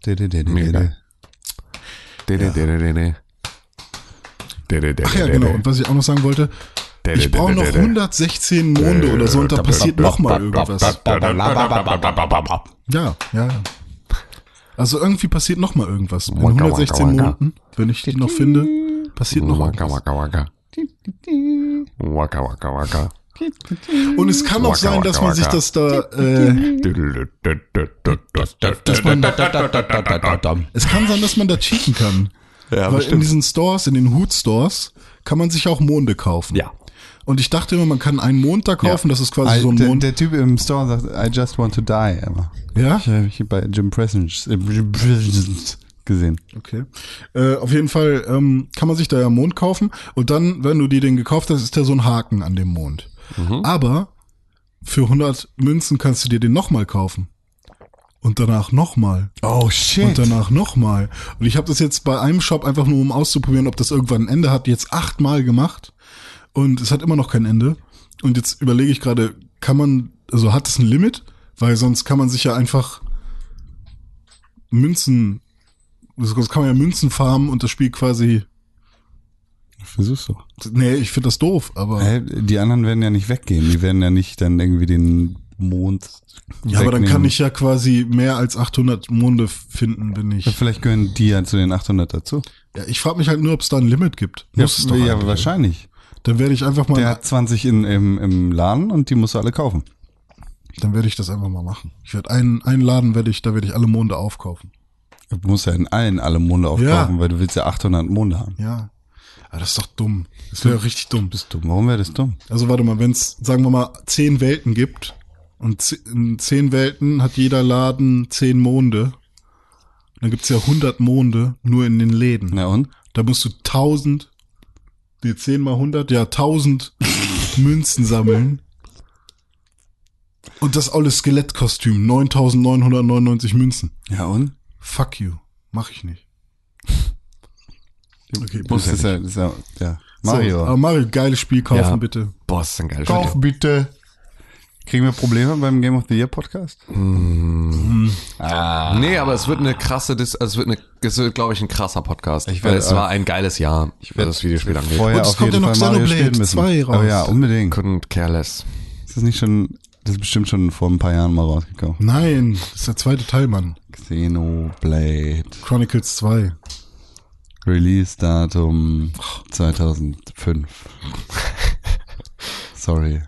Speaker 1: De, de, de, de, de,
Speaker 2: Mega
Speaker 1: de.
Speaker 2: geil. De, de, de, de, de, de. De, de, de,
Speaker 3: Ach ja,
Speaker 2: de, de,
Speaker 3: genau.
Speaker 2: de.
Speaker 3: Und was ich auch noch sagen wollte,
Speaker 2: De, de, de,
Speaker 3: ich
Speaker 2: de,
Speaker 3: brauche noch
Speaker 2: de, de.
Speaker 3: 116 Monde oder so und da passiert nochmal irgendwas. Ja, ja, ja. Also irgendwie passiert noch mal irgendwas. In
Speaker 2: Waka,
Speaker 3: 116
Speaker 2: waka, waka.
Speaker 3: Monaten, wenn ich die noch finde, passiert noch mal.
Speaker 2: Waka waka waka. Waka waka waka.
Speaker 3: Und es kann auch
Speaker 2: Waka,
Speaker 3: sein, dass
Speaker 2: waka,
Speaker 3: man sich
Speaker 2: waka.
Speaker 3: das da, äh, dass man, es kann sein, dass man da cheaten kann.
Speaker 2: Ja,
Speaker 3: Weil in
Speaker 2: bestimmt.
Speaker 3: diesen Stores, in den Hood Stores, kann man sich auch Monde kaufen.
Speaker 2: Ja.
Speaker 3: Und ich dachte immer, man kann einen Mond da kaufen, das ist quasi
Speaker 1: Al-
Speaker 3: Also so ein
Speaker 1: der,
Speaker 3: Mond.
Speaker 1: der Typ im Store sagt, I just want to die. Aber
Speaker 3: ja?
Speaker 1: ich habe ich bei Jim Presence äh, Jim Presence gesehen.
Speaker 3: Okay. Äh, auf jeden Fall ähm, kann man sich da ja einen Mond kaufen und dann, wenn du dir den gekauft hast, ist da so ein Haken an dem Mond.
Speaker 2: Mhm.
Speaker 3: Aber für 100 Münzen kannst du dir den nochmal kaufen. Und danach nochmal.
Speaker 1: Oh shit.
Speaker 3: Und danach nochmal. Und ich habe das jetzt bei einem Shop einfach nur, um auszuprobieren, ob das irgendwann ein Ende hat, jetzt achtmal gemacht. Und es hat immer noch kein Ende. Und jetzt überlege ich gerade, kann man, also hat es ein Limit? Weil sonst kann man sich ja einfach Münzen, sonst kann man ja Münzen farmen und das Spiel quasi,
Speaker 1: Versuch's doch.
Speaker 3: nee, ich finde das doof, aber.
Speaker 1: Hä, Die anderen werden ja nicht weggehen. Die werden ja nicht dann irgendwie den Mond.
Speaker 3: Ja, aber dann
Speaker 1: wegnehmen.
Speaker 3: kann ich ja quasi mehr als 800 Monde finden, wenn ich.
Speaker 1: Ja, Vielleicht gehören die ja zu den 800 dazu.
Speaker 3: Ja, ich frage mich halt nur, ob es da ein Limit gibt. Muss es doch
Speaker 1: ja
Speaker 3: eigentlich.
Speaker 1: wahrscheinlich.
Speaker 3: Dann werde ich einfach mal.
Speaker 1: Der hat 20 in, im, im Laden und die musst du alle kaufen.
Speaker 3: Dann werde ich das einfach mal machen. Ich werde einen, einen Laden, werde ich, da werde ich alle Monde aufkaufen.
Speaker 1: Du musst ja in allen alle Monde aufkaufen,
Speaker 3: Ja.
Speaker 1: weil du willst ja 800 Monde haben.
Speaker 3: Ja. Aber das ist doch dumm. Das wäre richtig dumm.
Speaker 1: Bist dumm. Warum wäre das dumm?
Speaker 3: Also warte mal, wenn es, sagen wir mal, zehn Welten gibt und ze- in zehn Welten hat jeder Laden zehn Monde, Dann gibt's ja 100 Monde nur in den Läden.
Speaker 1: Na und?
Speaker 3: Da musst du 1000, die 10 mal 100,
Speaker 1: [laughs]
Speaker 3: ja 1000 Münzen sammeln. Und das olle Skelettkostüm, 9999 Münzen.
Speaker 1: Ja und?
Speaker 3: Fuck you, mach ich nicht. Okay,
Speaker 1: Das ist ja, das ist ja, ja. Mario.
Speaker 3: So, aber Mario, geiles Spiel kaufen
Speaker 2: Ja.
Speaker 3: bitte.
Speaker 2: Boah, ist ein geiles
Speaker 1: Kauf
Speaker 2: Spiel.
Speaker 1: bitte. Kriegen wir Probleme beim Game of the Year Podcast? Ah.
Speaker 2: Nee, aber es wird eine krasse, Dis also es wird, eine, es wird glaube ich, ein krasser Podcast.
Speaker 1: Ich
Speaker 2: weil
Speaker 1: werd, äh,
Speaker 2: es war ein geiles Jahr, was das Videospiel angeht.
Speaker 1: Vorher
Speaker 3: Und es
Speaker 1: auf
Speaker 3: kommt
Speaker 1: jeden
Speaker 3: ja noch
Speaker 1: Fall Mario
Speaker 3: Xenoblade
Speaker 1: spielen müssen.
Speaker 3: 2 raus.
Speaker 1: Oh ja, unbedingt.
Speaker 2: Couldn't care less.
Speaker 1: Ist das nicht schon, das ist bestimmt schon vor ein paar Jahren mal rausgekommen.
Speaker 3: Nein, das ist der zweite Teil, Mann.
Speaker 1: Xenoblade.
Speaker 3: Chronicles 2.
Speaker 1: Release-Datum 2005. Sorry.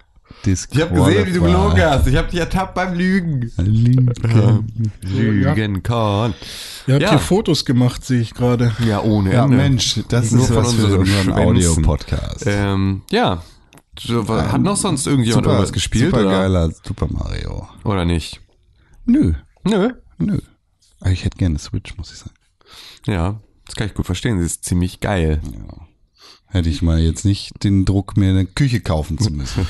Speaker 1: Disc
Speaker 2: hast. Ich habe dich ertappt beim Lügen. Lügen kann.
Speaker 3: Ihr habt
Speaker 2: Ja.
Speaker 3: hier Fotos gemacht, sehe ich gerade.
Speaker 2: Ja, ohne
Speaker 1: Ja,
Speaker 2: Ende.
Speaker 1: Mensch, das
Speaker 2: Nur
Speaker 1: ist
Speaker 2: von
Speaker 1: was für
Speaker 2: unseren
Speaker 1: unseren
Speaker 2: Schwänzen.
Speaker 1: Audio-Podcast.
Speaker 2: Ähm, ja. So, was, hat noch sonst irgendjemand irgendwas gespielt?
Speaker 1: Ähm, super
Speaker 2: oder?
Speaker 1: geiler Super Mario.
Speaker 2: oder nicht?
Speaker 1: Nö,
Speaker 2: Nö.
Speaker 1: nö. Aber Ich hätte gerne eine Switch, muss ich sagen.
Speaker 2: Ja, das kann ich gut verstehen. Sie ist ziemlich geil.
Speaker 1: Hätte ich mal jetzt nicht den Druck, mir eine Küche kaufen zu müssen.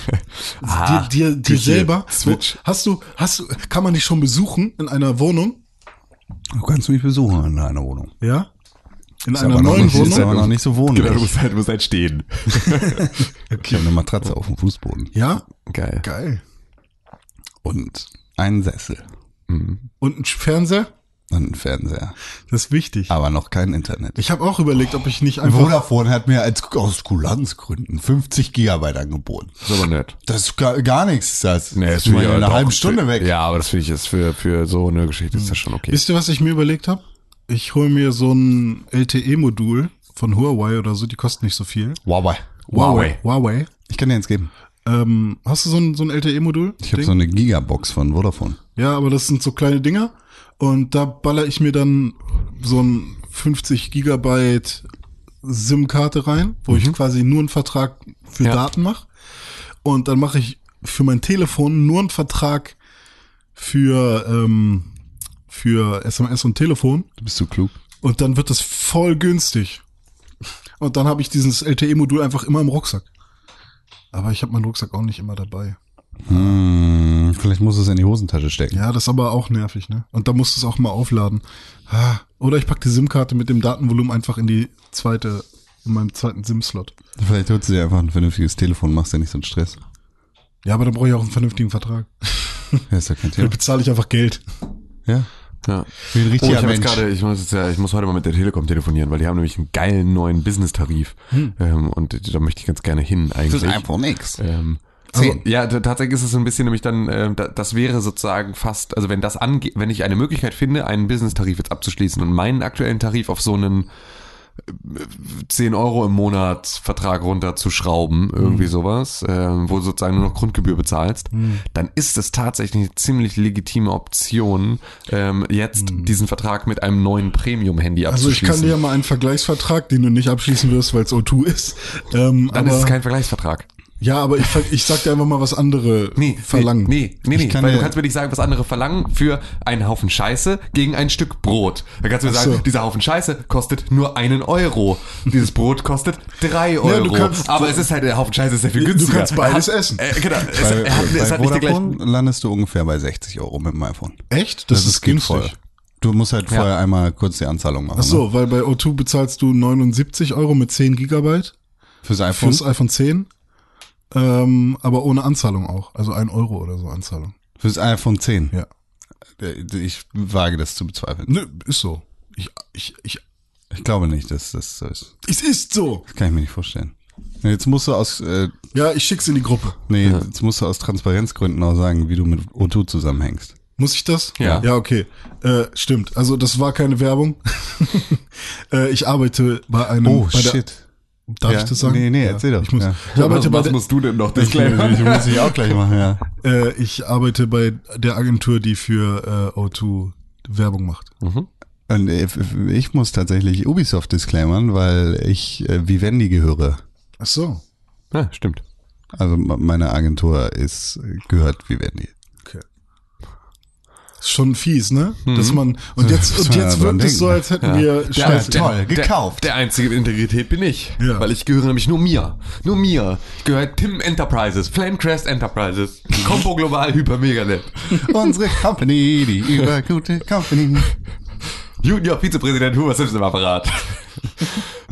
Speaker 2: Ah,
Speaker 3: dir, dir, dir
Speaker 2: Küche,
Speaker 3: selber?
Speaker 2: Switch.
Speaker 3: Wo, hast du, hast du, kann man dich schon besuchen in einer Wohnung?
Speaker 1: Du kannst mich besuchen in deiner Wohnung.
Speaker 3: Ja. In
Speaker 1: aber
Speaker 3: einer
Speaker 1: noch
Speaker 3: neuen
Speaker 1: nicht- ist aber
Speaker 3: Wohnung?
Speaker 1: noch nicht so wohnlich.
Speaker 2: Genau, du musst halt, du musst halt stehen.
Speaker 1: Ich habe eine Matratze auf dem Fußboden
Speaker 3: Ja,
Speaker 2: Geil.
Speaker 3: geil.
Speaker 1: und einen Sessel
Speaker 3: Und ein Fernseher?
Speaker 1: und einen Fernseher.
Speaker 3: Das ist wichtig.
Speaker 1: Aber noch kein Internet.
Speaker 3: Ich habe auch überlegt, ob ich nicht einfach.
Speaker 1: Vodafone hat mir als, aus Kulanzgründen 50 Gigabyte angeboten.
Speaker 2: Das ist aber nett.
Speaker 1: Das ist gar, gar nichts. ist Das ist
Speaker 2: find
Speaker 1: mal in
Speaker 2: aber
Speaker 1: einer
Speaker 2: doch-
Speaker 1: halben Stunde weg.
Speaker 2: Ja, aber das finde ich jetzt für, für so eine Geschichte ist das schon okay.
Speaker 3: Wisst ihr, was ich mir überlegt habe? Ich hole mir so ein LTE-Modul von Huawei oder so, die kosten nicht so viel.
Speaker 1: Huawei.
Speaker 2: Huawei.
Speaker 3: Huawei.
Speaker 1: Ich kann dir eins geben.
Speaker 3: Ähm, hast du so ein, so ein LTE-Modul?
Speaker 1: Ich habe so eine Gigabox von Vodafone.
Speaker 3: Ja, aber das sind so kleine Dinger. Und da baller ich mir dann so ein 50 Gigabyte SIM-Karte rein, wo ich quasi nur einen Vertrag für
Speaker 2: Ja.
Speaker 3: Daten mache. Und dann mache ich für mein Telefon nur einen Vertrag für, ähm, für SMS und Telefon.
Speaker 1: Du bist so klug.
Speaker 3: Und dann wird das voll günstig. Und dann habe ich dieses LTE-Modul einfach immer im Rucksack. Aber ich habe meinen Rucksack auch nicht immer dabei.
Speaker 1: Hm, vielleicht musst du es in die Hosentasche stecken.
Speaker 3: Ja, das ist aber auch nervig, ne? Und da musst du es auch mal aufladen. Ah, Oder ich pack die SIM-Karte mit dem Datenvolumen einfach in die zweite, in meinem zweiten SIM-Slot.
Speaker 1: Vielleicht holst du dir einfach ein vernünftiges Telefon, machst dir nicht so einen Stress.
Speaker 3: Ja, aber dann brauche ich auch einen vernünftigen Vertrag.
Speaker 1: Ja, ist ja kein
Speaker 3: Dann
Speaker 1: Thema.
Speaker 3: bezahle ich einfach Geld.
Speaker 1: Ja.
Speaker 2: Ja.
Speaker 1: Wie ein
Speaker 2: Oh, ich,
Speaker 1: richtiger
Speaker 2: hab jetzt
Speaker 1: Mensch.
Speaker 2: gerade, ich, muss jetzt, ja- ich muss heute mal mit der Telekom telefonieren, weil die haben nämlich einen geilen neuen Business-Tarif.
Speaker 1: Hm.
Speaker 2: Ähm, und da möchte ich ganz gerne hin eigentlich.
Speaker 1: nix.
Speaker 2: Ähm,
Speaker 1: Zehn.
Speaker 2: also, ja, t- tatsächlich ist es so ein bisschen nämlich dann, ähm, da, das wäre sozusagen fast, also wenn das angeht, wenn ich eine Möglichkeit finde, einen Business-Tarif jetzt abzuschließen und meinen aktuellen Tarif auf so einen äh, 10 Euro im Monat Vertrag runterzuschrauben,
Speaker 3: Mhm.
Speaker 2: irgendwie sowas, ähm, wo du sozusagen nur noch Grundgebühr bezahlst,
Speaker 3: Mhm.
Speaker 2: dann ist es tatsächlich eine ziemlich legitime Option, ähm, jetzt diesen Vertrag mit einem neuen Premium-Handy
Speaker 3: Mhm. Also ich
Speaker 2: abzuschließen.
Speaker 3: kann dir ja mal einen Vergleichsvertrag, den du nicht abschließen wirst, weil es O2 ist. Ähm,
Speaker 2: dann
Speaker 3: aber,
Speaker 2: ist es kein Vergleichsvertrag.
Speaker 3: ja, aber ich, ver- ich sag dir einfach mal, was andere
Speaker 2: Nee,
Speaker 3: verlangen.
Speaker 2: Nee, nee, nee,
Speaker 1: Ich kann
Speaker 2: weil du
Speaker 1: dir-
Speaker 2: kannst mir nicht sagen, was andere verlangen für einen Haufen Scheiße gegen ein Stück Brot. Da kannst du mir
Speaker 3: Ach
Speaker 2: sagen,
Speaker 3: so.
Speaker 2: dieser Haufen Scheiße kostet nur einen Euro. Dieses Brot kostet drei Euro.
Speaker 3: du kannst-
Speaker 2: Aber es ist halt, der Haufen Scheiße ist sehr viel
Speaker 3: Du
Speaker 2: günstiger.
Speaker 3: kannst beides
Speaker 2: er hat,
Speaker 3: essen.
Speaker 2: Äh, genau, es,
Speaker 1: Bei,
Speaker 2: er hat,
Speaker 1: bei
Speaker 2: es hat nicht den
Speaker 1: Vodafone
Speaker 2: gleichen...
Speaker 1: landest du ungefähr bei 60 Euro mit dem iPhone.
Speaker 3: Echt? Das, ist
Speaker 1: geht
Speaker 3: günstig.
Speaker 1: voll. Du musst halt vorher einmal kurz die Anzahlung machen.
Speaker 3: Ach
Speaker 1: Ne?
Speaker 3: so, weil bei O2 bezahlst du 79 Euro mit 10 Gigabyte
Speaker 1: Fürs iPhone.
Speaker 3: fürs iPhone 10. Ähm, aber ohne Anzahlung auch. Also 1 Euro oder so Anzahlung.
Speaker 1: Fürs iPhone 10.
Speaker 3: Ja.
Speaker 1: Ich wage das zu bezweifeln.
Speaker 3: Nö, ist so. Ich, ich, ich,
Speaker 1: Ich glaube nicht, dass das so ist.
Speaker 3: es ist so.
Speaker 1: Das kann ich mir nicht vorstellen. Jetzt musst du aus, äh,
Speaker 3: Ja, ich schick's in die Gruppe.
Speaker 1: nee, jetzt musst du aus Transparenzgründen auch sagen, wie du mit O2 zusammenhängst.
Speaker 3: Muss ich das?
Speaker 2: Ja.
Speaker 3: Ja, okay. Äh, stimmt. Also das war keine Werbung. [laughs] äh, ich arbeite bei einem. bei der- Oh, darf
Speaker 1: Oh, Ja.
Speaker 3: ich das sagen?
Speaker 1: Nee, nee, erzähl doch.
Speaker 3: Ich, muss, [laughs]
Speaker 1: Ja.
Speaker 3: ich arbeite bei der,
Speaker 2: du denn noch?
Speaker 1: Ich, ich muss ich auch gleich machen, ja.
Speaker 3: [laughs] äh, ich arbeite bei der Agentur, die für äh, O2 Werbung macht.
Speaker 1: Und äh, f- f- ich muss tatsächlich Ubisoft disclaimern, weil ich äh, Vivendi gehöre.
Speaker 3: Ach so.
Speaker 2: Ja, stimmt.
Speaker 1: Also me- meine Agentur ist gehört Vivendi.
Speaker 3: Okay. Schon fies, ne? Dass man, und jetzt,
Speaker 1: Mhm. muss
Speaker 3: und
Speaker 1: man ja
Speaker 3: jetzt
Speaker 1: dran
Speaker 3: wirkt es
Speaker 1: denken.
Speaker 3: so, als hätten wir Scheiße.
Speaker 1: der- Toll, gekauft.
Speaker 2: Der, der einzige in Integrität bin ich.
Speaker 3: Ja.
Speaker 2: Weil ich gehöre nämlich nur mir. Nur mir. Ich gehöre halt Tim Enterprises, Flamecrest
Speaker 3: [laughs]
Speaker 2: Enterprises, Compo Global Hyper Meganet.
Speaker 1: Unsere Company, die über gute Company.
Speaker 2: Junior Vizepräsident Huber Simpson im
Speaker 3: [laughs]
Speaker 2: Apparat.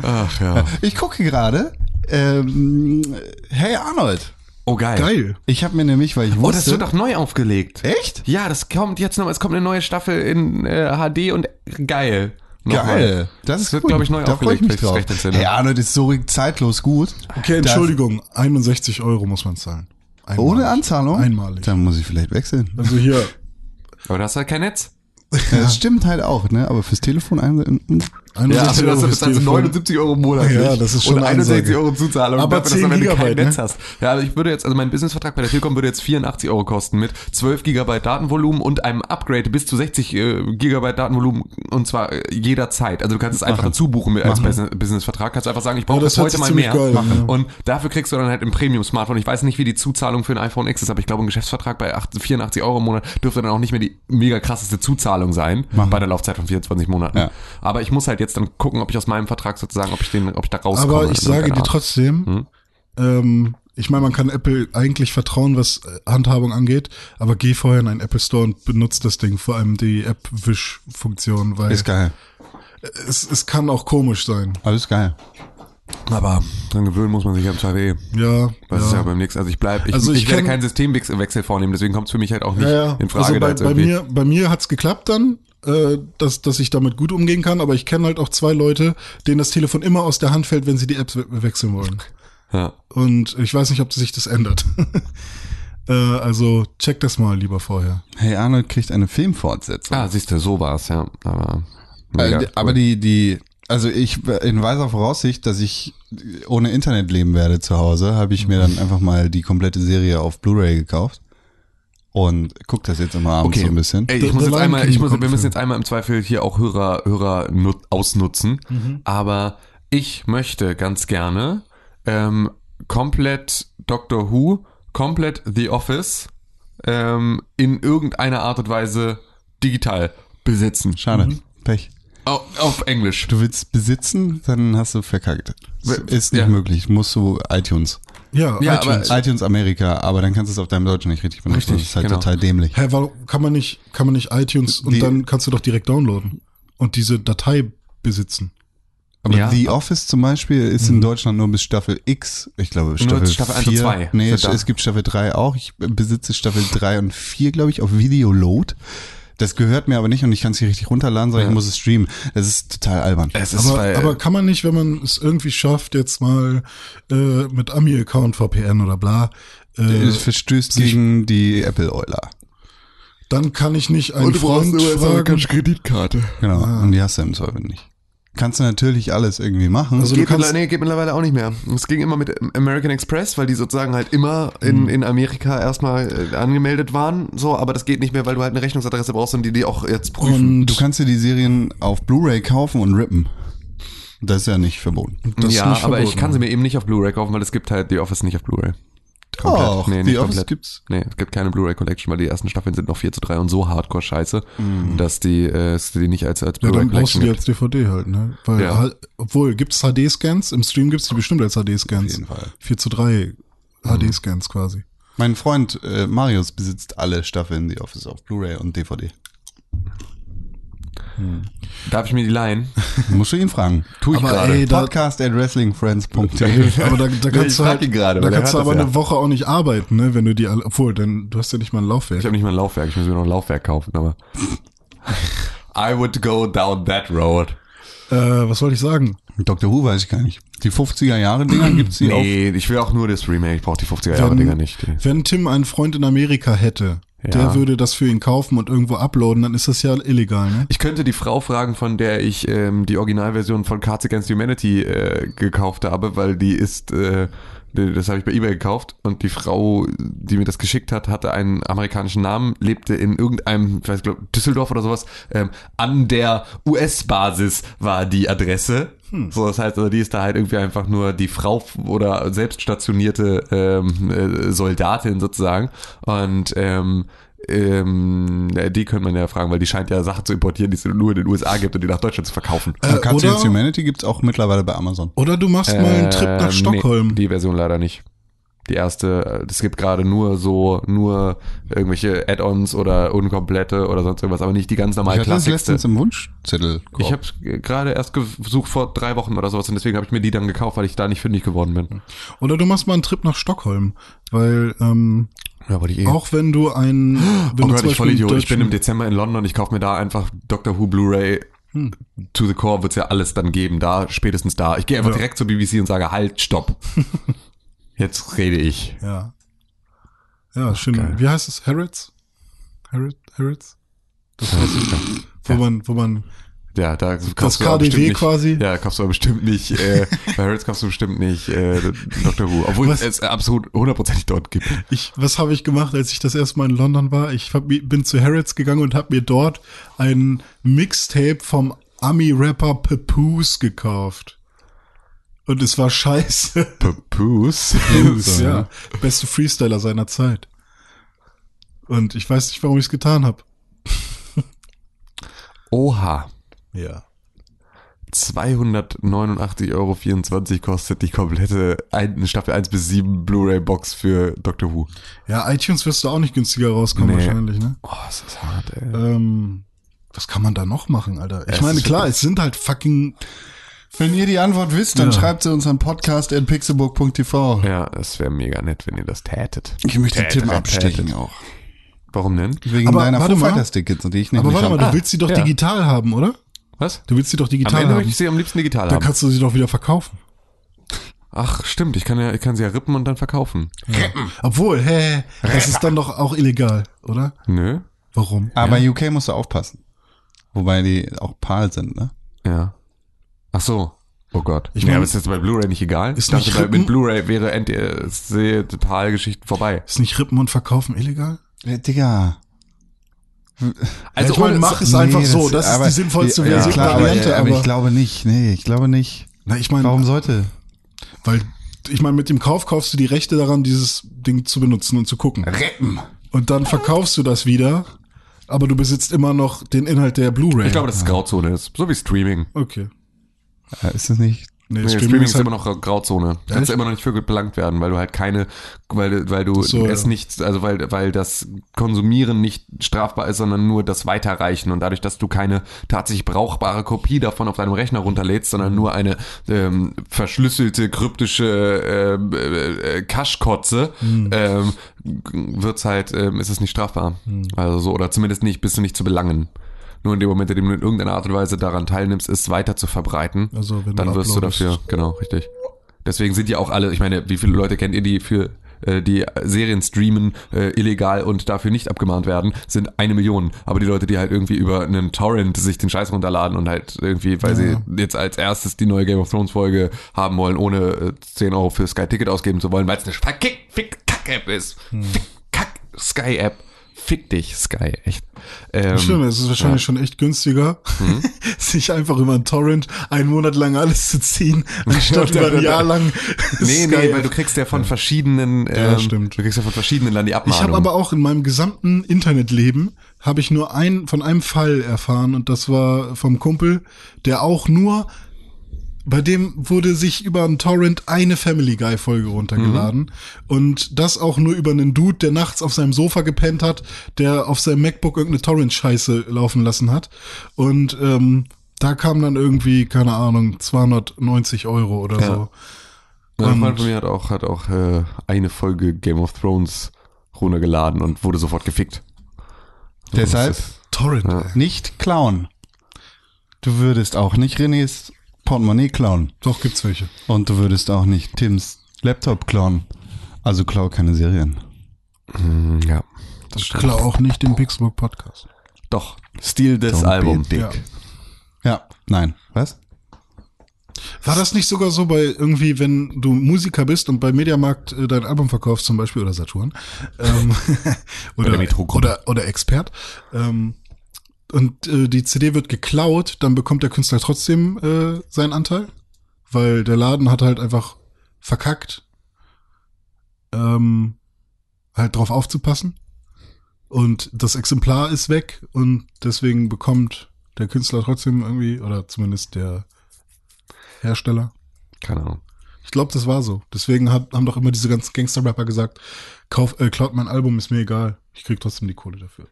Speaker 2: Ach ja.
Speaker 1: Ich gucke gerade. Ähm, hey Arnold.
Speaker 2: Oh geil.
Speaker 3: Geil.
Speaker 1: Ich habe mir nämlich, weil ich
Speaker 2: Oh, das
Speaker 1: wusste.
Speaker 2: wird doch neu aufgelegt.
Speaker 1: Echt?
Speaker 2: Ja, das kommt jetzt noch, es kommt eine neue Staffel in äh, HD und geil. Nochmal.
Speaker 1: Geil. Das ist
Speaker 2: wird,
Speaker 1: gut.
Speaker 2: glaube ich, neu
Speaker 1: da freue
Speaker 2: aufgelegt,
Speaker 1: ich mich
Speaker 2: wenn ich's
Speaker 1: drauf.
Speaker 2: recht entsinne.
Speaker 1: Hey Arnold ist so zeitlos gut.
Speaker 3: Okay, Entschuldigung, 61 Euro muss man zahlen.
Speaker 1: Das, ohne
Speaker 3: Einmalig.
Speaker 1: Anzahlung?
Speaker 3: Einmalig.
Speaker 1: Dann muss ich vielleicht wechseln.
Speaker 3: Also hier,
Speaker 2: Aber das ist halt kein Netz.
Speaker 1: Ja, Das stimmt halt auch, ne? aber fürs Telefon ein.
Speaker 2: [laughs]
Speaker 3: 61 Euro fürs Telefon.
Speaker 2: Euro im Monat.
Speaker 3: Ja, das ist schon
Speaker 2: Und
Speaker 3: eine
Speaker 2: 61
Speaker 3: Ansage.
Speaker 2: Euro Zuzahlung,
Speaker 3: Aber
Speaker 2: dass
Speaker 3: 10
Speaker 2: am Ende kein
Speaker 3: Gigabyte,
Speaker 2: Netz
Speaker 3: ne?
Speaker 2: hast. Ja, also ich würde jetzt, also mein Businessvertrag bei der Telekom würde jetzt 84 Euro kosten mit 12 Gigabyte Datenvolumen und einem Upgrade bis zu 60 äh, Gigabyte Datenvolumen und zwar äh, jederzeit. Also du kannst es einfach dazu buchen mit- als Business- Businessvertrag. Kannst du einfach sagen, ich brauche
Speaker 3: Ja, das
Speaker 2: das
Speaker 3: hört
Speaker 2: heute
Speaker 3: sich
Speaker 2: mal
Speaker 3: ziemlich
Speaker 2: mehr.
Speaker 3: geil an, ja.
Speaker 2: Und dafür kriegst du dann halt ein Premium-Smartphone. Ich weiß nicht, wie die Zuzahlung für ein iPhone X ist, aber ich glaube, ein Geschäftsvertrag bei 8 84 Euro im Monat dürfte dann auch nicht mehr die mega krasseste Zuzahlung sein bei der Laufzeit von 24 Monaten.
Speaker 1: Ja.
Speaker 2: Aber ich muss halt jetzt dann gucken, ob ich aus meinem Vertrag sozusagen, ob ich den, ob ich da rauskomme.
Speaker 3: Aber ich
Speaker 2: Also, keine
Speaker 3: sage dir
Speaker 2: Ahnung.
Speaker 3: trotzdem,
Speaker 2: Hm?
Speaker 3: ähm, ich meine, man kann Apple eigentlich vertrauen, was äh, Handhabung angeht, aber geh vorher in einen Apple Store und benutzt das Ding, vor allem die App-Wisch-Funktion, weil
Speaker 1: Ist geil.
Speaker 3: es, es kann auch komisch sein.
Speaker 1: Alles geil.
Speaker 2: Aber dran gewöhnen muss man sich am Tag eh.
Speaker 3: Ja,
Speaker 2: Das ist ja
Speaker 3: ja.
Speaker 2: beim nächsten. Also ich bleib, ich,
Speaker 3: Also
Speaker 2: ich,
Speaker 3: ich
Speaker 2: werde
Speaker 3: kenn-
Speaker 2: keinen Systemwechsel vornehmen, deswegen kommt es für mich halt auch nicht
Speaker 3: ja, ja.
Speaker 2: in Frage.
Speaker 3: also
Speaker 2: da
Speaker 3: bei,
Speaker 2: jetzt
Speaker 3: bei
Speaker 2: irgendwie-
Speaker 3: mir, bei mir hat's geklappt dann, äh, dass, dass ich damit gut umgehen kann, aber ich kenne halt auch zwei Leute, denen das Telefon immer aus der Hand fällt, wenn sie die Apps we wechseln wollen.
Speaker 2: Ja.
Speaker 3: Und ich weiß nicht, ob sich das ändert. [laughs] äh, also check das mal lieber vorher.
Speaker 1: Hey Arnold kriegt eine Filmfortsetzung.
Speaker 2: Ah, siehst du, so war's ja. Aber,
Speaker 1: Äh,
Speaker 2: mega.
Speaker 1: d- aber die, die, also ich, in weiser Voraussicht, dass ich ohne Internet leben werde zu Hause, habe ich mir dann
Speaker 2: Mhm.
Speaker 1: einfach mal die komplette Serie auf Blu-ray gekauft und guck das jetzt immer abends
Speaker 2: Okay.
Speaker 1: so ein bisschen.
Speaker 2: Ey, ich
Speaker 3: The-
Speaker 2: muss
Speaker 3: The
Speaker 2: jetzt
Speaker 3: Lion
Speaker 2: einmal, ich
Speaker 3: King
Speaker 2: muss, wir
Speaker 3: kommt
Speaker 2: müssen
Speaker 3: für-
Speaker 2: jetzt einmal im Zweifel hier auch Hörer, Hörer nut, ausnutzen.
Speaker 3: Mhm.
Speaker 2: Aber ich möchte ganz gerne ähm, komplett Doctor Who, komplett The Office ähm, in irgendeiner Art und Weise digital besitzen.
Speaker 1: Schade. Pech.
Speaker 2: Au- auf Englisch.
Speaker 1: Du willst besitzen, dann hast du verkackt. Ist nicht
Speaker 2: ja.
Speaker 1: möglich. Musst du iTunes.
Speaker 3: Ja,
Speaker 2: Ja, aber-
Speaker 3: iTunes.
Speaker 1: iTunes Amerika, aber dann kannst du es auf deinem Deutschen nicht richtig benutzen.
Speaker 2: Richtig,
Speaker 1: das ist halt
Speaker 2: genau.
Speaker 1: total dämlich.
Speaker 3: Hä, warum kann man nicht, kann man nicht iTunes und
Speaker 1: Die-
Speaker 3: dann kannst du doch direkt downloaden und diese Datei besitzen.
Speaker 1: Aber
Speaker 2: Ja. Mhm.
Speaker 1: The Office zum Beispiel ist in Deutschland nur bis Staffel X, ich glaube Staffel,
Speaker 2: Staffel eins und
Speaker 1: 4.
Speaker 2: zwei
Speaker 1: Nee,
Speaker 2: sind
Speaker 1: es,
Speaker 2: da.
Speaker 1: es gibt Staffel 3 auch. Ich besitze Staffel 3 und 4, glaube ich, auf Videoload. Das gehört mir aber nicht und ich kann es hier richtig runterladen, sondern ich muss es streamen. Das ist total albern.
Speaker 2: Es ist
Speaker 3: Aber,
Speaker 2: weil,
Speaker 3: aber kann man nicht, wenn man es irgendwie schafft, jetzt mal äh, mit Ami-Account, VPN oder bla, äh,
Speaker 1: Es verstößt gegen die Apple-Euler.
Speaker 3: dann kann ich nicht einen
Speaker 2: brauchst
Speaker 3: Freund
Speaker 2: immer so eine
Speaker 3: fragen.
Speaker 2: Kreditkarte.
Speaker 1: Genau.
Speaker 2: Ah.
Speaker 1: Und die hast du im Zweifel nicht. Kannst du natürlich alles irgendwie machen.
Speaker 3: Also- du
Speaker 2: Geht,
Speaker 3: kannst-
Speaker 2: mittlerweile- nee, geht mittlerweile auch nicht mehr. Es ging immer mit American Express, weil die sozusagen halt immer in,
Speaker 3: Mhm.
Speaker 2: in Amerika erstmal äh, angemeldet waren, so, aber das geht nicht mehr, weil du halt eine Rechnungsadresse brauchst und die die auch jetzt prüfen.
Speaker 3: Und
Speaker 1: du kannst dir die Serien auf Blu-ray kaufen und rippen. Das ist ja nicht verboten.
Speaker 3: das ist
Speaker 2: ja,
Speaker 3: nicht
Speaker 2: aber ich
Speaker 3: verboten.
Speaker 2: kann sie mir eben nicht auf Blu-ray kaufen, weil es gibt halt The Office nicht auf Blu-ray.
Speaker 1: Doch,
Speaker 2: Nee, nicht
Speaker 1: The Office
Speaker 2: komplett.
Speaker 1: gibt's.
Speaker 2: Nee, es gibt keine Blu-ray Collection, weil die ersten Staffeln sind noch 4 zu 3 und so hardcore scheiße, dass die, äh, dass die nicht als, als
Speaker 3: Mhm. Ja,
Speaker 2: Blu-ray
Speaker 3: dann brauchst du
Speaker 2: Collection
Speaker 3: die
Speaker 2: gibt.
Speaker 3: als DVD halt, ne? Weil,
Speaker 2: Ja.
Speaker 3: halt- obwohl, gibt's HD-Scans? Im Stream gibt's die bestimmt als HD-Scans.
Speaker 1: jeden Fall.
Speaker 3: 4 zu 3 HD-Scans quasi.
Speaker 1: Mein Freund äh, Marius besitzt alle Staffeln The Office auf Blu-ray und DVD.
Speaker 2: Darf ich mir die leihen?
Speaker 1: Musst du ihn fragen.
Speaker 2: Tu ich
Speaker 3: Aber
Speaker 2: gerade.
Speaker 3: ey, da-
Speaker 1: Podcast at
Speaker 3: [laughs]
Speaker 1: wrestlingfriends.de.
Speaker 2: [laughs]
Speaker 3: Aber da, da
Speaker 2: ich
Speaker 3: kannst du
Speaker 2: frag
Speaker 3: halt,
Speaker 2: ihn gerade,
Speaker 3: da
Speaker 2: weil er
Speaker 3: kannst du
Speaker 2: hört
Speaker 3: aber
Speaker 2: das ja.
Speaker 3: eine Woche auch nicht arbeiten, ne? Wenn du die alle, obwohl, denn du hast ja nicht mal ein Laufwerk.
Speaker 2: Ich habe nicht mal ein Laufwerk, ich muss mir noch ein Laufwerk kaufen,
Speaker 3: [laughs]
Speaker 2: aber. I would go down that road.
Speaker 3: Äh, was wollte ich sagen?
Speaker 1: Dr. Who weiß ich gar nicht. Die 50er-Jahre-Dinger gibt's die auch.
Speaker 2: Nee, ich will auch nur das Remake, ich brauche die 50er Jahre Dinger Oh, nicht. Die-
Speaker 3: wenn Tim einen Freund in Amerika hätte,
Speaker 2: Ja.
Speaker 3: der würde das für ihn kaufen und irgendwo uploaden, dann ist das ja illegal, ne?
Speaker 2: Ich könnte die Frau fragen, von der ich ähm, die Originalversion von Cards Against Humanity äh, gekauft habe, weil die ist, äh, die- das habe ich bei eBay gekauft und die Frau, die mir das geschickt hat, hatte einen amerikanischen Namen, lebte in irgendeinem, ich weiß glaub, Düsseldorf oder sowas. Ähm, an der US-Basis war die Adresse. So, das heißt, also die ist da halt irgendwie einfach nur die Frau oder selbst stationierte ähm, äh, Soldatin sozusagen. Und ähm, Ähm, ja, die könnte man ja fragen, weil die scheint ja Sachen zu importieren, die es nur in den USA gibt und die nach Deutschland zu verkaufen.
Speaker 1: Also Cards Against
Speaker 3: Äh, oder-
Speaker 1: Humanity gibt's auch mittlerweile bei
Speaker 2: Oh,
Speaker 1: Amazon.
Speaker 3: Oder du machst mal einen Trip
Speaker 2: Äh,
Speaker 3: nach
Speaker 2: nee,
Speaker 3: Stockholm.
Speaker 2: die Version leider nicht. Die erste, äh, es gibt gerade nur so, nur irgendwelche Add-ons oder unkomplette oder sonst irgendwas, aber nicht die ganz
Speaker 1: Ich
Speaker 2: normalen
Speaker 1: hatte das
Speaker 2: Klassiker.
Speaker 1: letztens im Wunschzettel.
Speaker 2: Ich habe gerade erst gesucht vor drei Wochen oder sowas und deswegen habe ich mir die dann gekauft, weil ich da nicht fündig geworden bin.
Speaker 3: Oder du machst mal einen Trip nach Stockholm. Weil ähm,
Speaker 2: Ja, wollte ich eh.
Speaker 3: auch wenn du einen.
Speaker 2: [gasps]
Speaker 3: Wenn
Speaker 2: Oh
Speaker 3: du
Speaker 2: Gott,
Speaker 3: zum
Speaker 2: ich voll
Speaker 3: Beispiel
Speaker 2: Idiot.
Speaker 3: einen
Speaker 2: Ich bin im
Speaker 3: deutschen-
Speaker 2: Dezember in London, ich kaufe mir da einfach Doctor Who Blu-ray.
Speaker 3: Hm.
Speaker 2: To the Core wird's ja alles dann geben, da, spätestens da. Ich gehe einfach direkt zur BBC und sage, halt,
Speaker 3: [laughs]
Speaker 2: stopp. Jetzt rede ich.
Speaker 3: Ja. Ja, schön. Wie heißt es? Harrods? Harrod, Harrods? Das heißt
Speaker 2: [laughs]
Speaker 3: es. Wo man, wo man.
Speaker 2: Ja, da kaufst du
Speaker 3: KDW
Speaker 2: aber bestimmt nicht,
Speaker 3: quasi?
Speaker 2: Ja, kaufst du aber bestimmt nicht, [laughs] äh, bei Harrods kaufst du bestimmt nicht äh, Doctor Who. Obwohl
Speaker 3: Was?
Speaker 2: es absolut hundertprozentig dort gibt.
Speaker 3: Ich, was habe ich gemacht, als ich das erste Mal in London war? Ich hab, mi- bin zu Harrods gegangen und habe mir dort ein Mixtape vom Ami-Rapper Papoose gekauft. Und es war scheiße. [laughs]
Speaker 2: Papoose.
Speaker 3: Prince, ja. Beste Freestyler seiner Zeit. Und ich weiß nicht, warum ich es getan habe.
Speaker 2: Oha.
Speaker 3: Ja.
Speaker 2: 289,24 Euro kostet die komplette ein, Staffel 1 bis 7 Blu-ray-Box für Doctor Who.
Speaker 3: Ja, iTunes wirst du auch nicht günstiger rauskommen
Speaker 2: Nee.
Speaker 3: wahrscheinlich, ne?
Speaker 2: Oh, ist das hart, ey.
Speaker 3: Ähm, was kann man da noch machen, Alter? Ich
Speaker 2: Es
Speaker 3: meine,
Speaker 2: ist-
Speaker 3: klar, es sind halt fucking
Speaker 1: Wenn ihr die Antwort wisst, dann schreibt sie uns an podcast.pixelburg.tv.
Speaker 2: Ja, es wäre mega nett, wenn ihr das tätet.
Speaker 1: Ich möchte
Speaker 2: Tätet,
Speaker 1: Tim
Speaker 2: tätet.
Speaker 1: abstechen auch.
Speaker 2: Warum denn?
Speaker 1: Wegen
Speaker 3: Aber
Speaker 1: deiner
Speaker 3: warte
Speaker 1: Foo
Speaker 3: mal.
Speaker 1: Fighters Tickets, die ich nicht
Speaker 3: Aber
Speaker 1: nicht
Speaker 3: warte mal,
Speaker 1: habe.
Speaker 3: du willst sie doch
Speaker 2: Ah, ja.
Speaker 3: digital haben, oder?
Speaker 2: Was?
Speaker 3: Du willst sie doch
Speaker 2: Am
Speaker 3: digital
Speaker 2: Ende
Speaker 3: haben.
Speaker 2: möchte ich sie am liebsten digital
Speaker 3: Dann
Speaker 2: haben.
Speaker 3: kannst du sie doch wieder verkaufen.
Speaker 2: Ach, stimmt. Ich kann ja, ich kann sie ja rippen und dann verkaufen.
Speaker 3: Obwohl, hä, das ist dann doch auch illegal, oder?
Speaker 2: Nö?
Speaker 3: Warum?
Speaker 2: Ah.
Speaker 1: Ah. Aber UK musst du aufpassen. Wobei die auch PAL sind, ne?
Speaker 2: Ja. Ach so. Oh Gott. Ich
Speaker 3: Ich
Speaker 2: nee,
Speaker 3: mein-
Speaker 2: aber ist jetzt bei Blu-ray nicht egal?
Speaker 3: Ist
Speaker 2: ich dachte,
Speaker 3: nicht
Speaker 2: bei,
Speaker 3: rippen-
Speaker 2: mit Blu-ray wäre End- äh, sehe total Geschichten vorbei.
Speaker 3: Ist nicht Rippen und Verkaufen illegal?
Speaker 1: Ja, Digga.
Speaker 3: Also ich meine,
Speaker 2: ohne-
Speaker 3: mach es einfach so. Das ist
Speaker 1: aber-
Speaker 3: die sinnvollste
Speaker 1: ja,
Speaker 2: Version-
Speaker 1: klar, aber,
Speaker 3: Variante.
Speaker 1: aber,
Speaker 3: Aber,
Speaker 1: ich glaube nicht. Nee, ich glaube nicht.
Speaker 3: na, ich meine,
Speaker 1: Warum sollte?
Speaker 3: Weil, ich meine, mit dem Kauf kaufst du die Rechte daran, dieses Ding zu benutzen und zu gucken. Retten. Und dann verkaufst du das wieder, aber du besitzt immer noch den Inhalt der Blu-ray.
Speaker 2: Ich glaube, dass es Grauzone ist. So wie Streaming.
Speaker 3: Okay.
Speaker 1: Äh, Ist es nicht?
Speaker 3: Nee,
Speaker 2: Nee,
Speaker 3: Streaming,
Speaker 2: Streaming
Speaker 3: ist
Speaker 2: ist
Speaker 3: halt,
Speaker 2: immer noch Grauzone. Kannst du immer noch nicht für belangt werden, weil du halt keine, weil, weil du
Speaker 3: so,
Speaker 2: es
Speaker 3: ja.
Speaker 2: nicht, also weil, weil das Konsumieren nicht strafbar ist, sondern nur das Weiterreichen. Und dadurch, dass du keine tatsächlich brauchbare Kopie davon auf deinem Rechner runterlädst, sondern nur eine ähm, verschlüsselte, kryptische ähm, äh, äh, Kaschkotze,
Speaker 3: Hm.
Speaker 2: ähm, wird's halt, ähm, ist es nicht strafbar.
Speaker 3: Hm.
Speaker 2: Also so, oder zumindest nicht, bist du nicht zu belangen. Nur in dem Moment, in dem du in irgendeiner Art und Weise daran teilnimmst, es weiter zu verbreiten,
Speaker 3: Also, wenn du
Speaker 2: dann wirst du
Speaker 3: uploadest.
Speaker 2: dafür, genau, richtig. Deswegen sind ja auch alle, ich meine, wie viele Leute kennt ihr, die für äh, die Serien streamen, äh, illegal und dafür nicht abgemahnt werden, sind eine Million. Aber die Leute, die halt irgendwie über einen Torrent sich den Scheiß runterladen und halt irgendwie, weil sie jetzt als erstes die neue Game of Thrones Folge haben wollen, ohne äh, 10 Euro für Sky Ticket ausgeben zu wollen, weil es eine verkick, fick, kack App ist.
Speaker 3: Hm.
Speaker 2: Fick, kack, Sky App. Fick dich, Sky, echt. Ähm,
Speaker 3: Schlimm, es ist wahrscheinlich schon echt günstiger,
Speaker 2: Mhm.
Speaker 3: [laughs] sich einfach über einen Torrent einen Monat lang alles
Speaker 2: [laughs]
Speaker 3: zu ziehen, anstatt über ein Jahr lang.
Speaker 2: Nee,
Speaker 3: Sky-
Speaker 2: nee, weil du kriegst ja von verschiedenen, ähm,
Speaker 3: Ja, stimmt.
Speaker 2: du kriegst ja von verschiedenen dann die
Speaker 3: Ich
Speaker 2: Abmahnung.
Speaker 3: habe aber auch in meinem gesamten Internetleben habe ich nur einen von einem Fall erfahren und das war vom Kumpel, der auch nur bei dem wurde sich über einen Torrent eine Family Guy Folge runtergeladen und das auch nur über einen Dude, der nachts auf seinem Sofa gepennt hat, der auf seinem MacBook irgendeine Torrent Scheiße laufen lassen hat und ähm, da kam dann irgendwie keine Ahnung 290 Euro oder so.
Speaker 2: Mein Freund von mir hat auch, hat auch äh, eine Folge Game of Thrones runtergeladen und wurde sofort gefickt.
Speaker 1: Deshalb
Speaker 3: Torrent.
Speaker 1: nicht klauen. Du würdest auch nicht Renés Portemonnaie klauen.
Speaker 3: Doch gibt's welche.
Speaker 1: Und du würdest auch nicht Tims Laptop klauen. Also klau keine Serien.
Speaker 2: Ja.
Speaker 3: Das klar auch nicht den Pixburg Podcast.
Speaker 2: Doch. Stil des
Speaker 1: Don't be
Speaker 2: Albums.
Speaker 1: a dick.
Speaker 3: Ja.
Speaker 1: Ja, nein. Was?
Speaker 3: War das nicht sogar so bei irgendwie, wenn du Musiker bist und bei Mediamarkt äh, dein Album verkaufst zum Beispiel oder Saturn ähm, [laughs] oder,
Speaker 2: Oder Metro-Gruppe.
Speaker 3: oder oder Expert ähm, und äh, die CD wird geklaut, dann bekommt der Künstler trotzdem äh, seinen Anteil, weil der Laden hat halt einfach verkackt, ähm, halt drauf aufzupassen. Und das Exemplar ist weg und deswegen bekommt der Künstler trotzdem irgendwie, oder zumindest der Hersteller.
Speaker 2: Keine Ahnung.
Speaker 3: Ich glaube, das war so. Deswegen hat, haben doch immer diese ganzen Gangster-Rapper gesagt, kauf, äh, klaut mein Album, ist mir egal. Ich krieg trotzdem die Kohle dafür.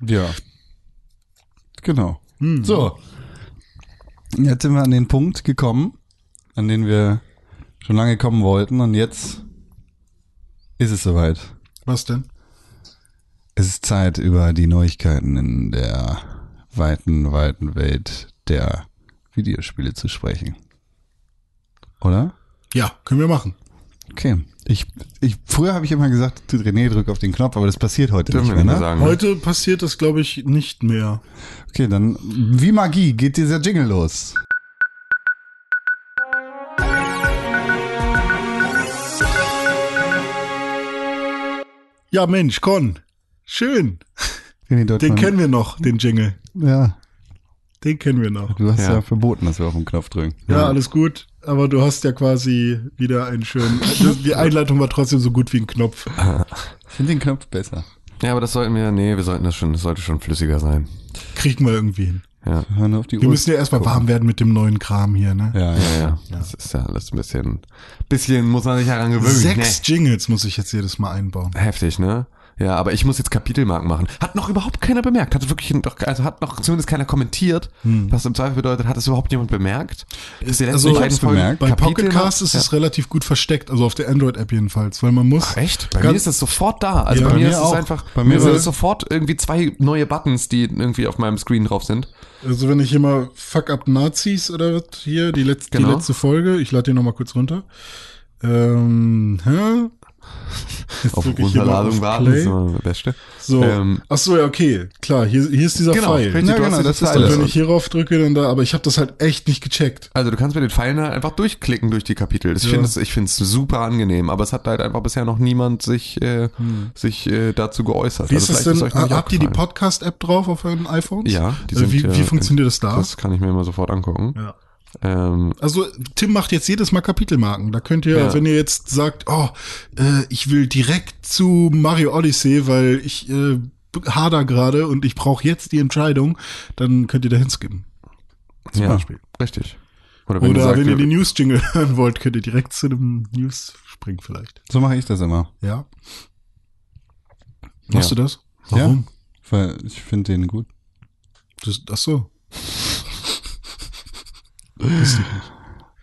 Speaker 1: Ja. Genau.
Speaker 2: So,
Speaker 1: Jetzt sind wir an den Punkt gekommen, an den wir schon lange kommen wollten und jetzt ist es soweit.
Speaker 3: Was denn?
Speaker 1: Es ist Zeit, über die Neuigkeiten in der weiten, weiten Welt der Videospiele zu sprechen. Oder?
Speaker 3: Ja, können wir machen.
Speaker 1: Okay. Ich, ich, früher habe ich immer gesagt, "Du, René, drück auf den Knopf, aber das passiert heute
Speaker 2: dürfen
Speaker 1: nicht
Speaker 2: wir
Speaker 1: mehr.
Speaker 2: nicht mehr
Speaker 1: ne?
Speaker 2: sagen. ne?
Speaker 3: Heute passiert das, glaube ich, nicht mehr.
Speaker 1: Okay, dann wie Magie geht dieser Jingle los.
Speaker 3: Ja, Mensch, Con. Schön.
Speaker 1: René
Speaker 3: Den
Speaker 1: Deutschmann-
Speaker 3: kennen wir noch, den Jingle.
Speaker 1: Ja,
Speaker 3: Den kennen wir noch.
Speaker 1: du hast ja.
Speaker 2: Ja.
Speaker 1: verboten, dass wir auf den Knopf drücken.
Speaker 3: Ja, alles gut. Aber du hast ja quasi wieder einen schönen. Das, die Einleitung war trotzdem so gut wie ein Knopf.
Speaker 1: Ich finde den Knopf besser.
Speaker 2: Ja, aber das sollten wir, nee, wir sollten das schon, das sollte schon flüssiger sein.
Speaker 3: Kriegen wir irgendwie hin.
Speaker 2: Ja,
Speaker 1: Hören auf die
Speaker 3: Wir
Speaker 1: Uhr.
Speaker 3: müssen ja erstmal warm werden mit dem neuen Kram hier, ne?
Speaker 1: ja, ja.
Speaker 2: ja, ja. Das ist ja alles ein bisschen, bisschen muss man sich daran gewöhnen.
Speaker 3: Sechs Jingles muss ich jetzt jedes Mal einbauen.
Speaker 2: Nee. Heftig, ne? Ja, aber ich muss jetzt Kapitelmarken machen. Hat noch überhaupt keiner bemerkt. Hat wirklich noch, also hat noch zumindest keiner kommentiert, was im Zweifel bedeutet, hat es überhaupt jemand bemerkt? Dass die letzten
Speaker 3: Also, ich
Speaker 2: beiden
Speaker 1: hab's
Speaker 2: Folgen
Speaker 1: bemerkt.
Speaker 3: Bei
Speaker 2: Kapitel
Speaker 3: Pocket Cast
Speaker 2: noch-
Speaker 3: ist es relativ gut versteckt, also auf der Android-App jedenfalls, weil man muss.
Speaker 2: Ach, Echt? Bei
Speaker 3: Ganz-
Speaker 2: mir ist es sofort da. Also
Speaker 3: Ja,
Speaker 2: bei,
Speaker 3: bei
Speaker 2: mir,
Speaker 1: mir
Speaker 2: ist
Speaker 1: auch.
Speaker 2: es einfach,
Speaker 1: Bei mir
Speaker 2: sind
Speaker 1: war-
Speaker 2: es sofort irgendwie zwei neue Buttons, die irgendwie auf meinem Screen drauf sind.
Speaker 3: Also wenn ich immer Fuck Up Nazis oder was hier, die, letz die
Speaker 2: Genau.
Speaker 3: letzte Folge, ich lade die nochmal kurz runter. Ähm,
Speaker 2: [laughs]
Speaker 3: hä? Jetzt
Speaker 2: Auf
Speaker 3: drück ich hier mal
Speaker 2: Runterladung
Speaker 3: auf
Speaker 2: warten,
Speaker 3: Play.
Speaker 2: ist immer das Beste.
Speaker 3: So,
Speaker 2: Ähm,
Speaker 3: ach so, ja, okay, klar, hier, hier ist dieser
Speaker 2: Genau,
Speaker 3: Pfeil.
Speaker 2: richtig,
Speaker 1: Ja,
Speaker 2: du hast
Speaker 1: genau,
Speaker 2: diese
Speaker 1: das ist
Speaker 2: Pfeile.
Speaker 1: alles.
Speaker 3: Wenn ich hierauf drücke, dann da, aber ich habe das halt echt nicht gecheckt.
Speaker 2: Also du kannst mit den Pfeilen halt einfach durchklicken durch die Kapitel. Das
Speaker 3: Ja.
Speaker 2: find's, ich finde es super angenehm, aber es hat halt einfach bisher noch niemand sich, äh, sich äh, dazu geäußert.
Speaker 3: Hm. Wie ist das
Speaker 2: vielleicht
Speaker 3: denn? äh,
Speaker 2: euch noch nicht
Speaker 3: habt ihr die
Speaker 2: aufgefallen.
Speaker 3: Podcast-App drauf auf euren iPhones?
Speaker 2: Ja,
Speaker 3: die
Speaker 2: die
Speaker 3: sind,
Speaker 2: sind,
Speaker 3: wie, wie
Speaker 2: äh,
Speaker 3: funktioniert das da?
Speaker 2: Das kann ich mir immer sofort angucken.
Speaker 3: Ja.
Speaker 2: Ähm,
Speaker 3: Also Tim macht jetzt jedes Mal Kapitelmarken. Da könnt ihr,
Speaker 2: Ja.
Speaker 3: wenn ihr jetzt sagt, oh, äh, ich will direkt zu Mario Odyssey, weil ich äh, hader gerade und ich brauche jetzt die Entscheidung, dann könnt ihr dahin skippen.
Speaker 2: zum ja,
Speaker 3: Beispiel.
Speaker 2: Richtig. Oder wenn,
Speaker 3: Oder
Speaker 2: du sagst, äh,
Speaker 3: wenn ihr
Speaker 2: wir-
Speaker 3: die News-Jingle [laughs] hören wollt, könnt ihr direkt zu dem News springen vielleicht.
Speaker 1: So mache ich das immer.
Speaker 3: Ja. Machst
Speaker 2: Ja.
Speaker 3: du das?
Speaker 1: Ja, weil ich finde den gut.
Speaker 3: Das,
Speaker 2: [laughs]
Speaker 3: ach so.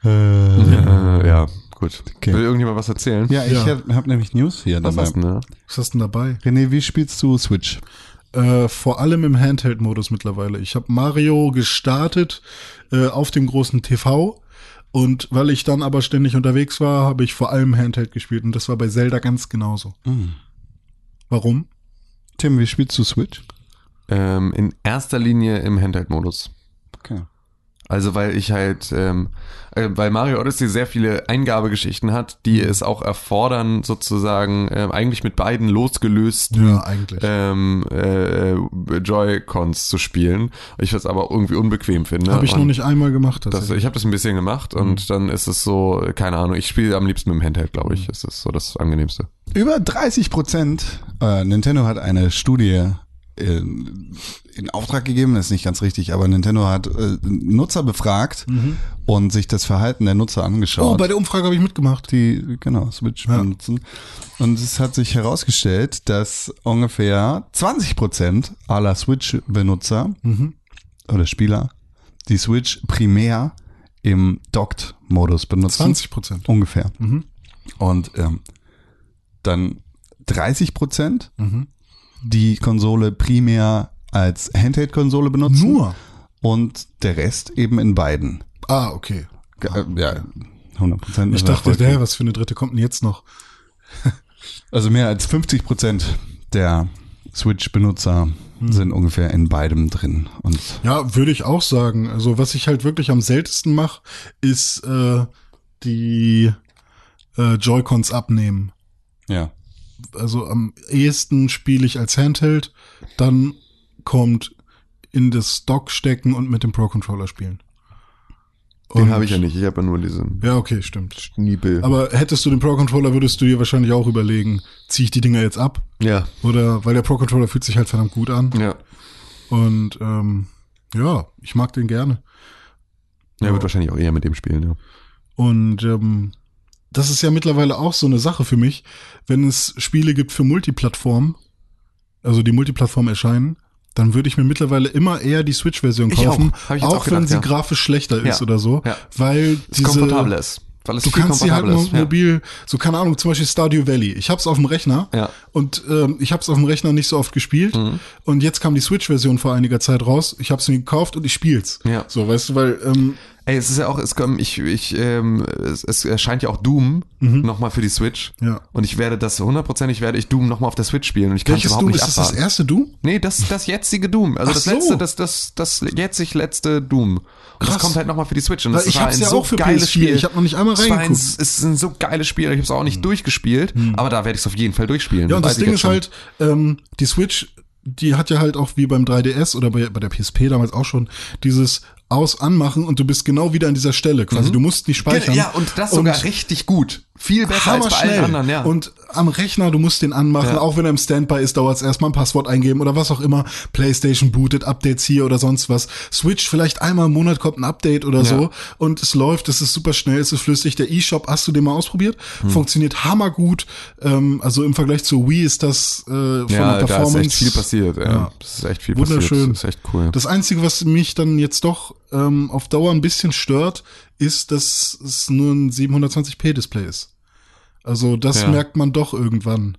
Speaker 2: Äh, ja, gut.
Speaker 1: Okay.
Speaker 2: Will irgendjemand was erzählen?
Speaker 1: Ja, ich
Speaker 3: Ja.
Speaker 1: habe hab nämlich News hier
Speaker 2: Was
Speaker 1: dabei.
Speaker 2: hast du denn, ne?
Speaker 3: Was hast du denn dabei?
Speaker 1: René, wie spielst du Switch?
Speaker 3: Äh, vor allem im Handheld-Modus mittlerweile. Ich habe Mario gestartet äh, auf dem großen TV und weil ich dann aber ständig unterwegs war, habe ich vor allem Handheld gespielt und das war bei Zelda ganz genauso. Warum?
Speaker 1: Tim, wie spielst du Switch?
Speaker 2: Ähm, in erster Linie im Handheld-Modus.
Speaker 1: Okay.
Speaker 2: Also weil ich halt, ähm, äh, weil Mario Odyssey sehr viele Eingabegeschichten hat, die es auch erfordern, sozusagen ähm, eigentlich mit beiden losgelösten
Speaker 3: Ja, eigentlich.
Speaker 2: ähm, äh, äh, Joy-Cons zu spielen. Ich das aber irgendwie unbequem finde.
Speaker 3: habe ich noch
Speaker 2: Und
Speaker 3: nicht Mhm. einmal gemacht.
Speaker 2: Das,
Speaker 3: tatsächlich.
Speaker 2: ich habe das ein bisschen gemacht und dann ist es so, äh, keine Ahnung, ich spiele am liebsten mit dem Handheld, glaube
Speaker 3: Mhm.
Speaker 2: ich. Das ist so das angenehmste.
Speaker 1: Über 30 Prozent. Äh, Nintendo hat eine Studie in, in Auftrag gegeben, das ist nicht ganz richtig, aber Nintendo hat äh, Nutzer befragt und sich das Verhalten der Nutzer angeschaut.
Speaker 3: Mhm. oh, bei der Umfrage habe ich mitgemacht.
Speaker 1: die genau Switch
Speaker 3: Ja.
Speaker 1: benutzen. Und es hat sich herausgestellt, dass ungefähr 20 Prozent aller Switch-Benutzer
Speaker 3: Mhm.
Speaker 1: oder Spieler die Switch primär im Docked-Modus benutzen.
Speaker 3: 20 Prozent. Mhm.
Speaker 1: ungefähr. Und ähm, dann 30 Prozent
Speaker 3: Mhm.
Speaker 1: die Konsole primär als Handheld-Konsole benutzen
Speaker 3: Nur?
Speaker 1: und der Rest eben in beiden.
Speaker 3: Ah, okay.
Speaker 1: Ge- äh, Ja, 100 Prozent.
Speaker 3: Ich dachte, der, was für eine dritte kommt denn jetzt noch?
Speaker 1: Also mehr als 50 Prozent der Switch-Benutzer sind ungefähr in beidem drin. Und
Speaker 3: Ja, würde ich auch sagen. Also, was ich halt wirklich am seltensten mache, ist äh, die äh, Joy-Cons abnehmen.
Speaker 1: ja.
Speaker 3: Also am ehesten spiele ich als Handheld, dann kommt in das Dock stecken und mit dem Pro-Controller spielen.
Speaker 2: Den
Speaker 3: Und-
Speaker 2: habe ich ja nicht. Ich habe ja nur diesen
Speaker 3: Ja, okay, stimmt.
Speaker 2: Schniebel.
Speaker 3: Aber hättest du den Pro Controller, würdest du dir wahrscheinlich auch überlegen, ziehe ich die Dinger jetzt ab?
Speaker 2: ja.
Speaker 3: Oder weil der Pro Controller fühlt sich halt verdammt gut an.
Speaker 2: Ja.
Speaker 3: Und ähm, ja, ich mag den gerne.
Speaker 2: Er wird wahrscheinlich auch eher mit dem spielen, ja.
Speaker 3: Und ähm, das ist ja mittlerweile auch so eine Sache für mich, wenn es Spiele gibt für Multiplattform, also die Multiplattform erscheinen, dann würde ich mir mittlerweile immer eher die Switch-Version
Speaker 2: Ich
Speaker 3: kaufen,
Speaker 2: auch. Hab ich jetzt auch
Speaker 3: wenn
Speaker 2: gedacht,
Speaker 3: sie
Speaker 2: ja.
Speaker 3: grafisch schlechter ist
Speaker 2: Ja.
Speaker 3: oder so,
Speaker 2: Ja.
Speaker 3: weil
Speaker 2: Es
Speaker 3: diese
Speaker 2: komfortabler ist. Weil es
Speaker 3: Du
Speaker 2: viel
Speaker 3: kannst sie halt
Speaker 2: komfortabler
Speaker 3: mo-
Speaker 2: ist.
Speaker 3: mobil, so keine Ahnung, zum Beispiel Stardew Valley. Ich hab's auf dem Rechner
Speaker 2: Ja. Mhm.
Speaker 3: und ähm, ich hab's auf dem Rechner nicht so oft gespielt. Und jetzt kam die Switch-Version vor einiger Zeit raus. Ich hab's mir gekauft und ich spiel's.
Speaker 2: Ja.
Speaker 3: So, weißt du, weil ähm,
Speaker 2: Ey, es ist ja auch, es kommen, ich, ich, ähm, es, es erscheint ja auch Doom nochmal für die Switch.
Speaker 3: Mhm. Ja.
Speaker 2: Und ich werde das hundertprozentig werde ich Doom nochmal auf der Switch spielen und ich kann es
Speaker 3: welches
Speaker 2: überhaupt
Speaker 3: Doom
Speaker 2: nicht
Speaker 3: ist das das
Speaker 2: abwarten.
Speaker 3: erste Doom?
Speaker 2: nee, das, das jetzige Doom. Also
Speaker 3: Ach
Speaker 2: das
Speaker 3: so.
Speaker 2: letzte, das, das, das jetzig letzte Doom. Krass.
Speaker 3: Krass.
Speaker 2: Das kommt halt nochmal für die Switch. Und
Speaker 3: Weil
Speaker 2: das
Speaker 3: ich
Speaker 2: war
Speaker 3: hab's
Speaker 2: ein
Speaker 3: ja
Speaker 2: so
Speaker 3: auch für
Speaker 2: geiles
Speaker 3: PS4.
Speaker 2: Spiel.
Speaker 3: Ich hab noch nicht einmal
Speaker 2: Es war ein-
Speaker 3: reingeguckt. Mhm.
Speaker 2: Es ist ein so geiles Spiel. Ich habe es auch nicht durchgespielt, aber da werde ich es auf jeden Fall durchspielen.
Speaker 3: Ja, und
Speaker 2: Weiß
Speaker 3: das
Speaker 2: ich
Speaker 3: Ding
Speaker 2: jetzt
Speaker 3: ist
Speaker 2: schon.
Speaker 3: halt, ähm, die Switch, die hat ja halt auch wie beim 3DS oder bei, bei der PSP damals auch schon dieses Aus anmachen und du bist genau wieder an dieser Stelle quasi. Du musst nicht speichern.
Speaker 2: Mhm. Genau, Ja, und das sogar richtig gut. Viel besser als bei
Speaker 3: Hammerschnell.
Speaker 2: allen anderen, ja.
Speaker 3: Und am Rechner, du musst den anmachen,
Speaker 2: Ja.
Speaker 3: auch wenn er im Standby ist, dauert es erstmal ein Passwort eingeben oder was auch immer. PlayStation bootet, Updates hier oder sonst was. Switch, vielleicht einmal im Monat kommt ein Update oder so und es läuft, es ist super schnell, es ist flüssig. Der eShop, hast du den mal ausprobiert?
Speaker 2: Hm.
Speaker 3: Funktioniert hammergut. Ähm, also im Vergleich zu Wii ist das äh, von
Speaker 2: ja,
Speaker 3: der
Speaker 2: da
Speaker 3: Performance.
Speaker 2: ist echt viel passiert. Ja. Das ist echt viel
Speaker 3: Wunderschön.
Speaker 2: passiert. Das ist echt cool.
Speaker 3: Das Einzige, was mich dann jetzt doch ähm, auf Dauer ein bisschen stört, ist, dass es nur ein 720p-Display ist. Also das
Speaker 2: Ja.
Speaker 3: merkt man doch irgendwann.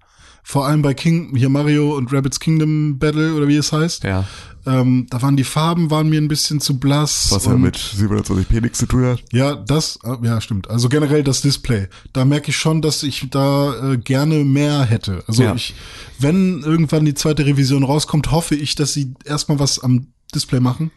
Speaker 3: Vor allem bei King, hier Mario und Rabbits Kingdom Battle oder wie es heißt.
Speaker 2: ja.
Speaker 3: Ähm, da waren die Farben waren mir ein bisschen zu blass.
Speaker 2: Was ja
Speaker 3: und-
Speaker 2: mit 720 p nichts zu tun hat.
Speaker 3: ja, das, äh, ja, stimmt. Also generell das Display. Da merke ich schon, dass ich da äh, gerne mehr hätte. Also
Speaker 2: Ja.
Speaker 3: ich, wenn irgendwann die zweite Revision rauskommt, hoffe ich, dass sie erstmal was am Display machen,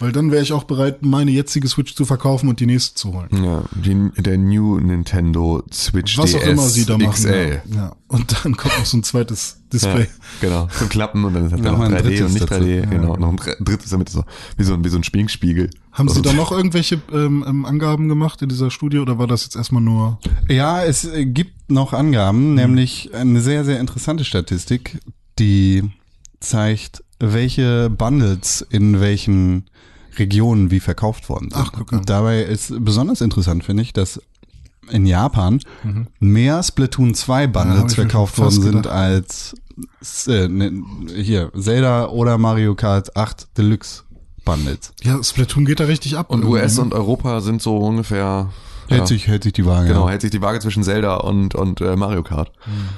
Speaker 3: weil dann wäre ich auch bereit, meine jetzige Switch zu verkaufen und die nächste zu holen.
Speaker 2: Ja, die, der New Nintendo Switch
Speaker 3: Was
Speaker 2: DS
Speaker 3: auch immer sie da machen.
Speaker 2: XL.
Speaker 3: Ja. ja. Und dann kommt noch so ein
Speaker 2: [laughs]
Speaker 3: zweites Display.
Speaker 2: Genau, zum Klappen und dann ist halt
Speaker 1: Noch
Speaker 2: noch
Speaker 1: mal ein
Speaker 2: 3D und
Speaker 1: drittes
Speaker 2: nicht
Speaker 1: dazu.
Speaker 2: 3D.
Speaker 1: Ja,
Speaker 2: genau, noch ein dr- drittes, damit es so wie so ein, wie so ein Spinkspiegel.
Speaker 3: Haben Sie
Speaker 2: Also,
Speaker 3: da noch irgendwelche ähm, ähm, Angaben gemacht in dieser Studie oder war das jetzt erstmal nur?
Speaker 1: Ja, es äh, gibt noch Angaben, nämlich eine sehr, sehr interessante Statistik, die zeigt, welche Bundles in welchen Regionen wie verkauft worden sind.
Speaker 3: Ach, guck an.
Speaker 1: Und Dabei ist besonders interessant, finde ich, dass in Japan mehr Splatoon 2
Speaker 3: Ja, hab
Speaker 1: Bundles
Speaker 3: ich mir
Speaker 1: verkauft
Speaker 3: schon fast
Speaker 1: worden sind
Speaker 3: gedacht.
Speaker 1: als äh, ne, hier Zelda oder Mario Kart 8 Deluxe Bundles.
Speaker 3: Ja, Splatoon geht da richtig ab.
Speaker 2: Und
Speaker 3: irgendwie,
Speaker 2: US
Speaker 3: ne?
Speaker 2: und Europa sind so ungefähr.
Speaker 1: Hält
Speaker 2: ja,
Speaker 1: sich hält sich die Waage.
Speaker 2: Genau,
Speaker 1: ja.
Speaker 2: hält sich die Waage zwischen Zelda und, und äh, Mario Kart.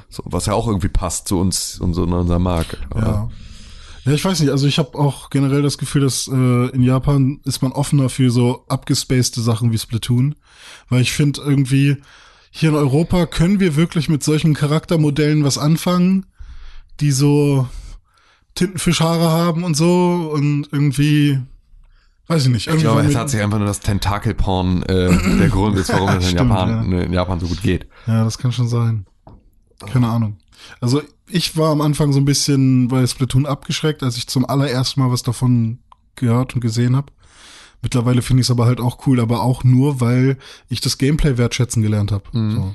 Speaker 2: So, was ja auch irgendwie passt zu uns und so in unserem Markt.
Speaker 3: Ja. Ja, ich weiß nicht. Also ich habe auch generell das Gefühl, dass äh, in Japan ist man offener für so abgespacede Sachen wie Splatoon. Weil ich finde irgendwie, hier in Europa können wir wirklich mit solchen Charaktermodellen was anfangen, die so Tintenfischhaare haben und so und irgendwie, weiß ich nicht.
Speaker 2: Ich
Speaker 3: Irgendwie
Speaker 2: glaube, es
Speaker 3: mit-
Speaker 2: hat sich einfach nur das Tentakelporn [coughs] äh, der Grund ist, warum es in,
Speaker 3: Stimmt,
Speaker 2: Japan, ne, in Japan so gut geht.
Speaker 3: Ja, das kann schon sein. Keine Ahnung. Also ich war am Anfang so ein bisschen bei Splatoon abgeschreckt, als ich zum allerersten Mal was davon gehört und gesehen habe. Mittlerweile finde ich es aber halt auch cool, aber auch nur, weil ich das Gameplay wertschätzen gelernt habe. So.
Speaker 2: Mhm.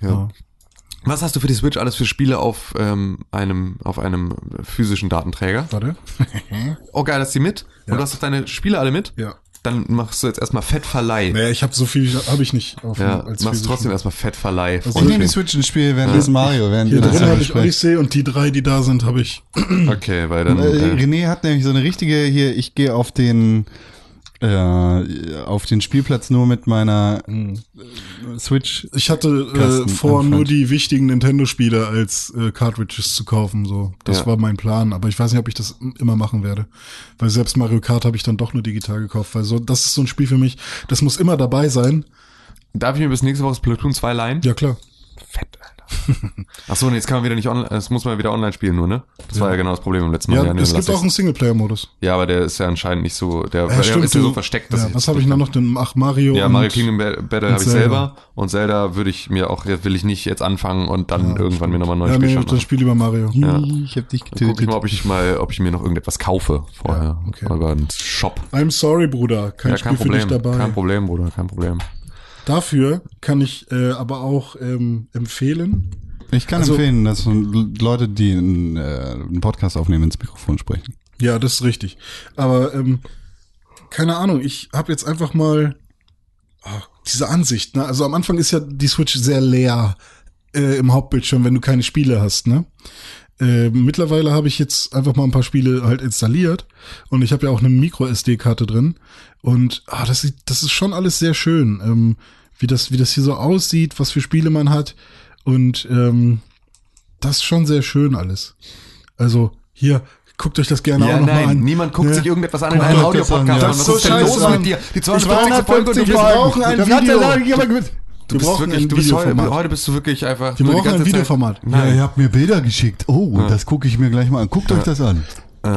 Speaker 2: Ja. Was hast du für die Switch alles für Spiele auf ähm, einem auf einem physischen Datenträger?
Speaker 3: Warte. [laughs]
Speaker 2: Oh geil, hast die mit? Und du hast auch deine Spiele alle mit?
Speaker 3: Ja.
Speaker 2: Dann machst du jetzt erstmal Fettverleih.
Speaker 3: Naja, ich habe so viel, habe ich nicht. Auf,
Speaker 2: ja,
Speaker 3: als
Speaker 2: machst
Speaker 3: also physischen.
Speaker 2: trotzdem erstmal Fettverleih.
Speaker 3: Also
Speaker 1: Ich
Speaker 2: Freundchen.
Speaker 1: nehme die Switch ins Spiel, während das Mario, während
Speaker 3: Hier
Speaker 1: ihr das
Speaker 3: drin habe ich
Speaker 1: besprecht.
Speaker 3: Odyssey und die drei, die da sind, habe ich.
Speaker 2: okay, weil dann
Speaker 1: Äh,
Speaker 2: äh,
Speaker 1: René hat nämlich so eine richtige hier, ich gehe auf den äh, auf den Spielplatz nur mit meiner
Speaker 2: Hm.
Speaker 1: äh, Switch.
Speaker 3: Ich hatte äh,
Speaker 1: Carsten
Speaker 3: vor,
Speaker 1: Anfang.
Speaker 3: nur die wichtigen Nintendo-Spiele als äh, Cartridges zu kaufen. So, das
Speaker 2: Ja.
Speaker 3: war mein Plan. Aber ich weiß nicht, ob ich das m- immer machen werde, weil selbst Mario Kart habe ich dann doch nur digital gekauft. Weil so, das ist so ein Spiel für mich. Das muss immer dabei sein.
Speaker 2: darf ich mir bis nächste Woche Splatoon 2 leihen?
Speaker 3: Ja klar.
Speaker 2: Fett, Alter. Achso, nee, jetzt kann man wieder nicht online, das muss man wieder online spielen nur, ne? Das war ja genau das Problem im letzten Mal.
Speaker 3: Ja,
Speaker 2: nee,
Speaker 3: es
Speaker 2: dann
Speaker 3: gibt
Speaker 2: lass
Speaker 3: auch einen Singleplayer-Modus.
Speaker 2: ich's. ja, aber der ist ja anscheinend nicht so, der,
Speaker 3: Ja,
Speaker 2: der
Speaker 3: stimmt,
Speaker 2: ist ja
Speaker 3: du-
Speaker 2: so versteckt, dass
Speaker 3: ja,
Speaker 2: ich
Speaker 3: Was habe ich noch noch denn? Ach, Mario.
Speaker 2: Ja,
Speaker 3: und-
Speaker 2: Mario Kingdom Ba- Battle habe ich
Speaker 3: Zelda.
Speaker 2: selber und Zelda würde ich mir auch, will ich nicht jetzt anfangen und dann irgendwann mir nochmal ein neues
Speaker 3: Ja,
Speaker 2: Spiel
Speaker 3: nee,
Speaker 2: schaffen.
Speaker 3: das Spiel über Mario.
Speaker 1: Ich hab dich
Speaker 2: Dann guck ich
Speaker 1: getötet.
Speaker 2: mal, ob ich mal, ob ich mir noch irgendetwas kaufe vorher.
Speaker 3: okay.
Speaker 2: Über einen Shop.
Speaker 3: I'm sorry, Bruder. Kein
Speaker 2: Ja,
Speaker 3: Spiel
Speaker 2: kein Problem.
Speaker 3: für dich dabei.
Speaker 2: Kein Problem, Bruder, kein Problem.
Speaker 3: Dafür kann ich äh, aber auch ähm, empfehlen.
Speaker 1: Ich kann
Speaker 3: Also-
Speaker 1: empfehlen, dass Leute, die einen, äh, einen Podcast aufnehmen, ins Mikrofon sprechen.
Speaker 3: Ja, das ist richtig. Aber ähm, keine Ahnung, ich habe jetzt einfach mal ah, diese Ansicht. Ne? Also am Anfang ist ja die Switch sehr leer äh, im Hauptbildschirm, wenn du keine Spiele hast. Ne? Äh, mittlerweile habe ich jetzt einfach mal ein paar Spiele halt installiert und ich habe ja auch eine Micro-SD-Karte drin und ah, das, sieht, das ist schon alles sehr schön, ähm, wie, das, wie das hier so aussieht, was für Spiele man hat und ähm, das ist schon sehr schön alles. Also hier, guckt euch das gerne auch nochmal an.
Speaker 2: niemand guckt
Speaker 3: Ja.
Speaker 2: sich irgendetwas an in
Speaker 1: Guckt
Speaker 2: einem
Speaker 1: euch das an,
Speaker 2: Audio-Podcast.
Speaker 1: ja.
Speaker 2: an.
Speaker 3: Das ist so scheiße, Mann.
Speaker 2: Die
Speaker 3: Wir
Speaker 2: 250
Speaker 3: brauchen ein
Speaker 1: Der Platz
Speaker 3: Video.
Speaker 1: allein, ich hab-
Speaker 2: Du bist
Speaker 3: brauchen
Speaker 2: wirklich,
Speaker 3: ein
Speaker 2: du bist heute,
Speaker 3: Videoformat.
Speaker 2: heute bist du wirklich einfach.
Speaker 3: Wir
Speaker 2: nur die
Speaker 3: brauchen
Speaker 2: ganze
Speaker 3: ein Videoformat.
Speaker 2: Zeit,
Speaker 1: Ja,
Speaker 2: nein.
Speaker 1: ihr habt mir Bilder geschickt. Oh, das gucke ich mir gleich mal an. Guckt euch das an.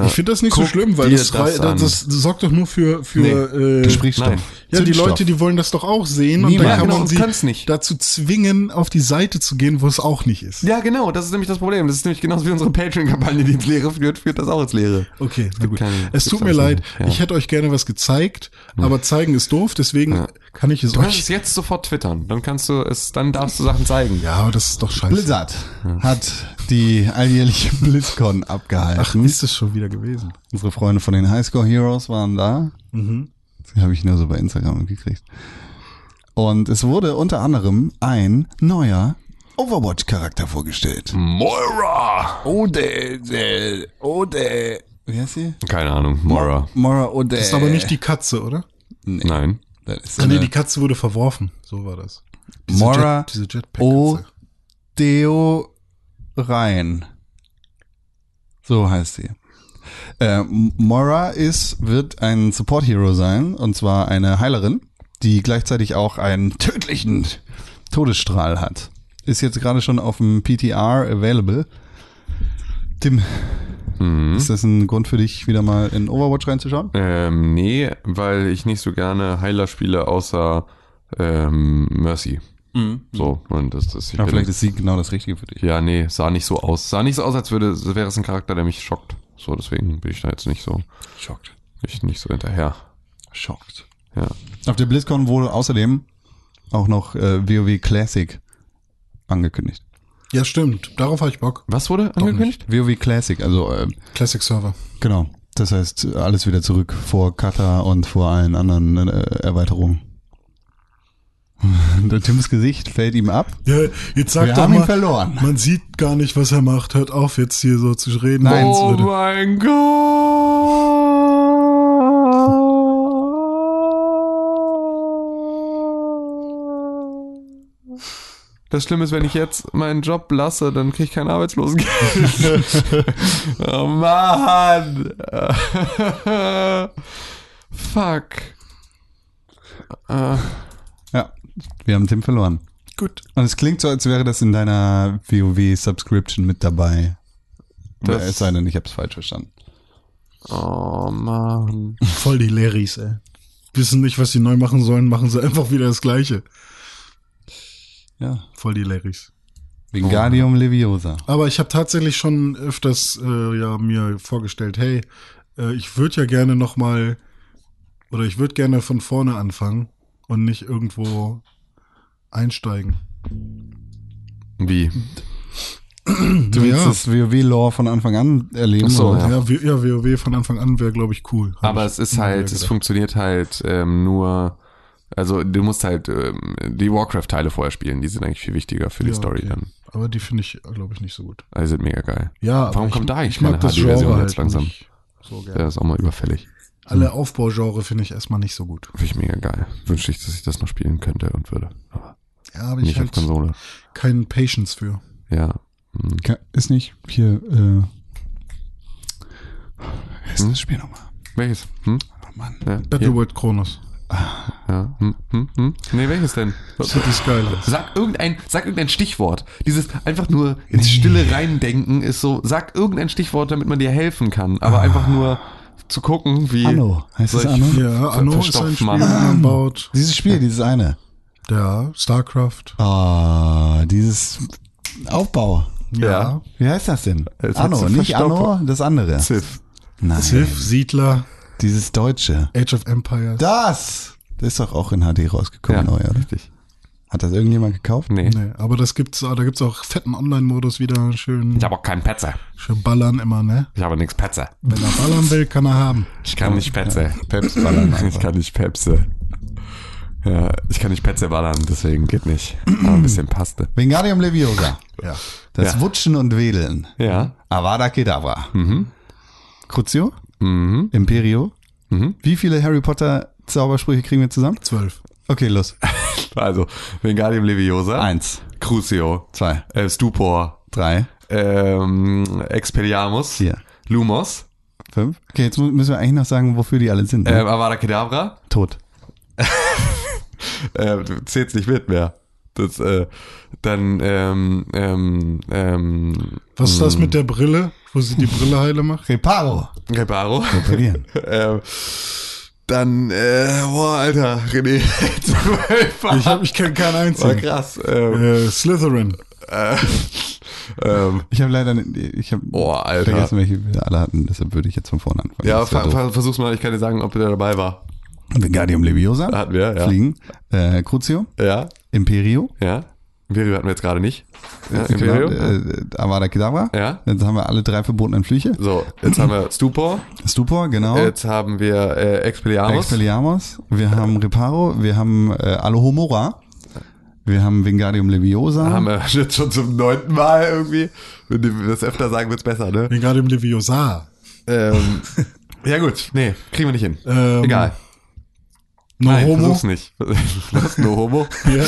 Speaker 3: Ich finde das nicht so
Speaker 2: Guck
Speaker 3: schlimm, weil
Speaker 2: dir
Speaker 3: das,
Speaker 2: das
Speaker 3: das,
Speaker 2: an.
Speaker 3: das sorgt doch nur für, für
Speaker 2: Nee,
Speaker 3: äh,
Speaker 1: Gesprächsstoff.
Speaker 2: nein.
Speaker 3: Ja, die
Speaker 1: Zündstoff.
Speaker 3: Leute, die wollen das doch auch sehen und
Speaker 1: Niemand.
Speaker 3: dann kann
Speaker 2: Ja, genau,
Speaker 3: man
Speaker 2: und kann's
Speaker 3: sie
Speaker 2: nicht.
Speaker 3: dazu zwingen, auf die Seite zu gehen, wo es auch nicht ist.
Speaker 2: Ja, genau, das ist nämlich das Problem. Das ist nämlich genauso wie unsere Patreon-Kampagne, die ins Leere führt, führt das auch ins Leere.
Speaker 3: Okay, na gut.
Speaker 2: keine-
Speaker 3: es
Speaker 2: gibt's
Speaker 3: tut mir
Speaker 2: alles
Speaker 3: leid,
Speaker 2: nicht, ja. Hm.
Speaker 3: ich hätte euch gerne was gezeigt, aber zeigen ist doof, deswegen kann ich es
Speaker 2: Du kannst
Speaker 3: euch.
Speaker 2: es jetzt sofort twittern. Dann kannst du es, dann darfst du Sachen zeigen.
Speaker 3: Ja, aber das ist doch scheiße.
Speaker 1: Blizzard hat die alljährliche [laughs] BlizzCon abgehalten.
Speaker 3: Ist es schon wieder gewesen? Mhm.
Speaker 1: Unsere Freunde von den Highscore Heroes waren da. Die habe ich nur so bei Instagram gekriegt. Und es wurde unter anderem ein neuer Overwatch-Charakter vorgestellt.
Speaker 2: Moira!
Speaker 1: Oh, Odell. Odell. Wie heißt sie?
Speaker 2: Keine Ahnung, Moira.
Speaker 1: Mora Odell.
Speaker 3: Ist
Speaker 2: äh,
Speaker 3: aber nicht die Katze, oder?
Speaker 2: Nein.
Speaker 1: Das ist so
Speaker 3: Ah, nee,
Speaker 1: eine
Speaker 3: die Katze wurde verworfen. So war das. Diese
Speaker 1: Äh, Mora
Speaker 3: Jet, diese Jetpack.
Speaker 1: O Deo Rhein. So heißt sie. Äh, Mora ist, wird ein Support Hero sein, und zwar eine Heilerin, die gleichzeitig auch einen tödlichen Todesstrahl hat. Ist jetzt gerade schon auf dem PTR available. Tim,
Speaker 2: Hm.
Speaker 1: ist das ein Grund für dich, wieder mal in Overwatch reinzuschauen?
Speaker 2: Ähm, nee, weil ich nicht so gerne Heiler spiele, außer ähm, Mercy. So, und das, das ich
Speaker 1: Ja,
Speaker 2: bin-
Speaker 1: Mhm. vielleicht ist sie genau das Richtige für dich.
Speaker 2: Ja, nee, sah nicht so aus. Sah nicht so aus, als würde, wäre es ein Charakter, der mich schockt. So, deswegen bin ich da jetzt nicht so,
Speaker 1: Schockt.
Speaker 2: ich nicht so hinterher.
Speaker 1: Schockt.
Speaker 2: Ja.
Speaker 1: Auf der BlizzCon wurde außerdem auch noch äh, WoW Classic angekündigt.
Speaker 3: Ja, stimmt. Darauf habe ich Bock.
Speaker 2: Was wurde angekündigt?
Speaker 1: WoW Classic, also äh,
Speaker 3: Classic Server.
Speaker 1: genau. Das heißt, alles wieder zurück vor Kata und vor allen anderen äh, [laughs] Erweiterungen. Der Tims Gesicht fällt ihm ab.
Speaker 3: Ja, jetzt sag
Speaker 1: Wir
Speaker 3: doch
Speaker 1: haben ihn
Speaker 3: mal,
Speaker 1: verloren.
Speaker 3: man sieht gar nicht, was er macht. Hört auf, jetzt hier so zu reden.
Speaker 1: Nein.
Speaker 3: Sonst
Speaker 2: Oh
Speaker 3: würde-
Speaker 2: mein Gott. Das Schlimme ist, wenn ich jetzt meinen Job lasse, dann kriege ich kein Arbeitslosengeld. oh Mann. Fuck.
Speaker 1: Ja, wir haben Tim verloren.
Speaker 3: Gut.
Speaker 1: Und es klingt so, als wäre das in deiner WoW-Subscription mit dabei.
Speaker 2: Das-
Speaker 1: es sei denn, ich habe es falsch verstanden.
Speaker 2: Oh Mann.
Speaker 3: Voll die Leris, ey. Wissen nicht, was sie neu machen sollen, machen sie einfach wieder das Gleiche.
Speaker 1: Ja. Oh.
Speaker 3: Voll die Leris.
Speaker 1: Wingardium Leviosa.
Speaker 3: Aber ich habe tatsächlich schon öfters äh, ja mir vorgestellt, hey, äh, ich würde ja gerne noch mal oder ich würde gerne von vorne anfangen und nicht irgendwo einsteigen.
Speaker 2: Wie?
Speaker 1: Du willst
Speaker 3: Ja.
Speaker 1: das WoW-Lore von Anfang an erleben?
Speaker 2: Ach so,
Speaker 1: oder?
Speaker 2: Ja.
Speaker 3: Ja, W- ja WoW von Anfang an wäre, glaube ich, cool. Hab
Speaker 2: Aber
Speaker 3: ich
Speaker 2: es ist
Speaker 3: immer
Speaker 2: halt,
Speaker 3: wieder
Speaker 2: es
Speaker 3: gedacht.
Speaker 2: funktioniert halt ähm, nur, also du musst halt ähm, die Warcraft-Teile vorher spielen, die sind eigentlich viel wichtiger für die
Speaker 3: Ja,
Speaker 2: Story
Speaker 3: okay.
Speaker 2: dann.
Speaker 3: Aber die finde ich, glaube ich, nicht so gut.
Speaker 2: Also sind mega geil.
Speaker 3: Ja, aber
Speaker 2: Warum
Speaker 3: ich-
Speaker 2: kommt da eigentlich
Speaker 3: ich mag
Speaker 2: keine
Speaker 3: das
Speaker 2: HD-Version
Speaker 3: Genre
Speaker 2: jetzt
Speaker 3: halt
Speaker 2: langsam?
Speaker 3: nicht So gerne.
Speaker 2: Der ist auch mal überfällig.
Speaker 3: Alle Aufbaugenre finde ich erstmal nicht so gut.
Speaker 2: Finde ich mega geil. Wünschte ich, dass ich das noch spielen könnte und würde. Aber
Speaker 3: Ja, habe ich
Speaker 2: nicht auf
Speaker 3: halt
Speaker 2: Konsole.
Speaker 3: keinen Patience für.
Speaker 2: Ja. Hm.
Speaker 1: Ka- Ist nicht hier, äh. Wie heißt das Spiel nochmal?
Speaker 2: Welches? Hm?
Speaker 1: Oh Mann.
Speaker 2: Ja.
Speaker 3: Battleworld Chronos.
Speaker 1: Ja,
Speaker 2: Ja. Hm, hm, hm. Nee, welches denn?
Speaker 3: City Skylines.
Speaker 2: Sag irgendein, sag irgendein Stichwort. Dieses einfach nur ins Stille reindenken ist so, sag irgendein Stichwort, damit man dir helfen kann. Aber einfach nur zu gucken, wie.
Speaker 1: Anno. Heißt es
Speaker 2: solch-
Speaker 1: Anno?
Speaker 3: Ja, Anno ist ein
Speaker 2: Verstopft,
Speaker 3: Spiel
Speaker 2: Mann.
Speaker 3: gebaut.
Speaker 1: Dieses Spiel, dieses eine.
Speaker 3: Ja, StarCraft.
Speaker 1: Ah, dieses Aufbau.
Speaker 2: Ja.
Speaker 1: Wie heißt das denn?
Speaker 2: Jetzt hat
Speaker 1: Anno,
Speaker 2: sie
Speaker 1: nicht
Speaker 2: verstopft.
Speaker 1: Anno, das andere.
Speaker 2: Ziff.
Speaker 1: Nein,
Speaker 3: Civ, Siedler,
Speaker 1: dieses Deutsche.
Speaker 3: Age of Empires.
Speaker 1: Das! Das ist doch auch in HD
Speaker 2: Ja,
Speaker 1: rausgekommen, neu, oder?
Speaker 2: richtig.
Speaker 1: Hat das irgendjemand gekauft?
Speaker 2: Nee.
Speaker 3: Nee, aber das gibt's, ah, da gibt's auch fetten Online-Modus wieder, schön,
Speaker 2: Ich habe auch keinen Petze.
Speaker 3: schön ballern immer, ne?
Speaker 2: Ich habe nichts Petze.
Speaker 3: Wenn er ballern will, kann er haben.
Speaker 2: Ich kann nicht Petze.
Speaker 1: Peps
Speaker 2: [laughs]
Speaker 1: ballern
Speaker 2: Ich
Speaker 1: einfach.
Speaker 2: kann nicht Pepse. Ja, ich kann nicht Petze ballern, deswegen geht nicht. Aber ein bisschen Paste.
Speaker 1: Wingardium Leviosa.
Speaker 3: Ja.
Speaker 1: Das
Speaker 2: Ja.
Speaker 1: Wutschen und Wedeln.
Speaker 2: Ja.
Speaker 1: Avada Kedavra.
Speaker 2: Mhm.
Speaker 1: Crucio? Imperio?
Speaker 2: Mhm.
Speaker 1: Wie viele Harry Potter Zaubersprüche kriegen wir zusammen?
Speaker 3: Zwölf.
Speaker 1: Okay, los.
Speaker 2: Also, Wingardium Leviosa.
Speaker 1: Eins,
Speaker 2: Crucio.
Speaker 1: zwei,
Speaker 2: Äh, Stupor.
Speaker 1: drei,
Speaker 2: Ähm, Expelliarmus.
Speaker 1: Vier.
Speaker 2: Lumos.
Speaker 1: fünf. Okay, jetzt mu- müssen wir eigentlich noch sagen, wofür die alle sind. Ne?
Speaker 2: Ähm, Avada Kedavra.
Speaker 1: Tot.
Speaker 2: Äh, du zählst nicht mit mehr. Das, äh, dann, ähm, ähm, ähm,
Speaker 3: Was ist das mit der Brille, wo sie die Brille heile
Speaker 1: [laughs]
Speaker 3: macht?
Speaker 1: Reparo.
Speaker 2: Reparo.
Speaker 1: Reparieren.
Speaker 2: [laughs] ähm, dann, äh, boah, Alter, René, [laughs] zwölf.
Speaker 3: Ich, hab- ich kenne keinen
Speaker 2: War
Speaker 3: einzigen.
Speaker 2: krass. Ähm,
Speaker 3: Äh, Slytherin.
Speaker 2: äh, [laughs] ähm,
Speaker 1: Ich habe leider, ich habe
Speaker 2: boah, Alter.
Speaker 1: vergessen, welche wir alle hatten, deshalb würde ich jetzt von vorne anfangen.
Speaker 2: Ja,
Speaker 1: Das wär
Speaker 2: ver
Speaker 1: doof.
Speaker 2: ver versuch's mal, ich kann dir sagen, ob der dabei war.
Speaker 1: Wingardium Leviosa.
Speaker 2: Hatten wir, Ah, ja.
Speaker 1: Fliegen. Äh, Crucio.
Speaker 2: Ja,
Speaker 1: Imperio.
Speaker 2: ja. Imperio hatten wir jetzt gerade nicht. Ja,
Speaker 1: Genau,
Speaker 2: Imperio.
Speaker 1: äh, Avada Kedavra.
Speaker 2: Ja.
Speaker 1: Jetzt haben wir alle drei verbotenen Flüche.
Speaker 2: So, jetzt haben wir Stupor,
Speaker 1: Stupor, genau.
Speaker 2: jetzt haben wir äh, Expelliarmus.
Speaker 1: Expelliarmus. Wir haben Reparo. Wir haben äh, Alohomora. Wir haben Wingardium Leviosa.
Speaker 2: haben wir [laughs] jetzt schon zum neunten Mal irgendwie. Wenn wir das öfter sagen, wird's besser,
Speaker 3: [laughs]
Speaker 2: ne?
Speaker 3: Bin gerade im Leviosa.
Speaker 2: ähm, ja gut, nee, kriegen wir nicht hin.
Speaker 3: Ähm,
Speaker 2: Egal.
Speaker 3: No
Speaker 2: Nein,
Speaker 3: Homo.
Speaker 2: versuch's nicht. [laughs] Was, no homo?
Speaker 3: Ja.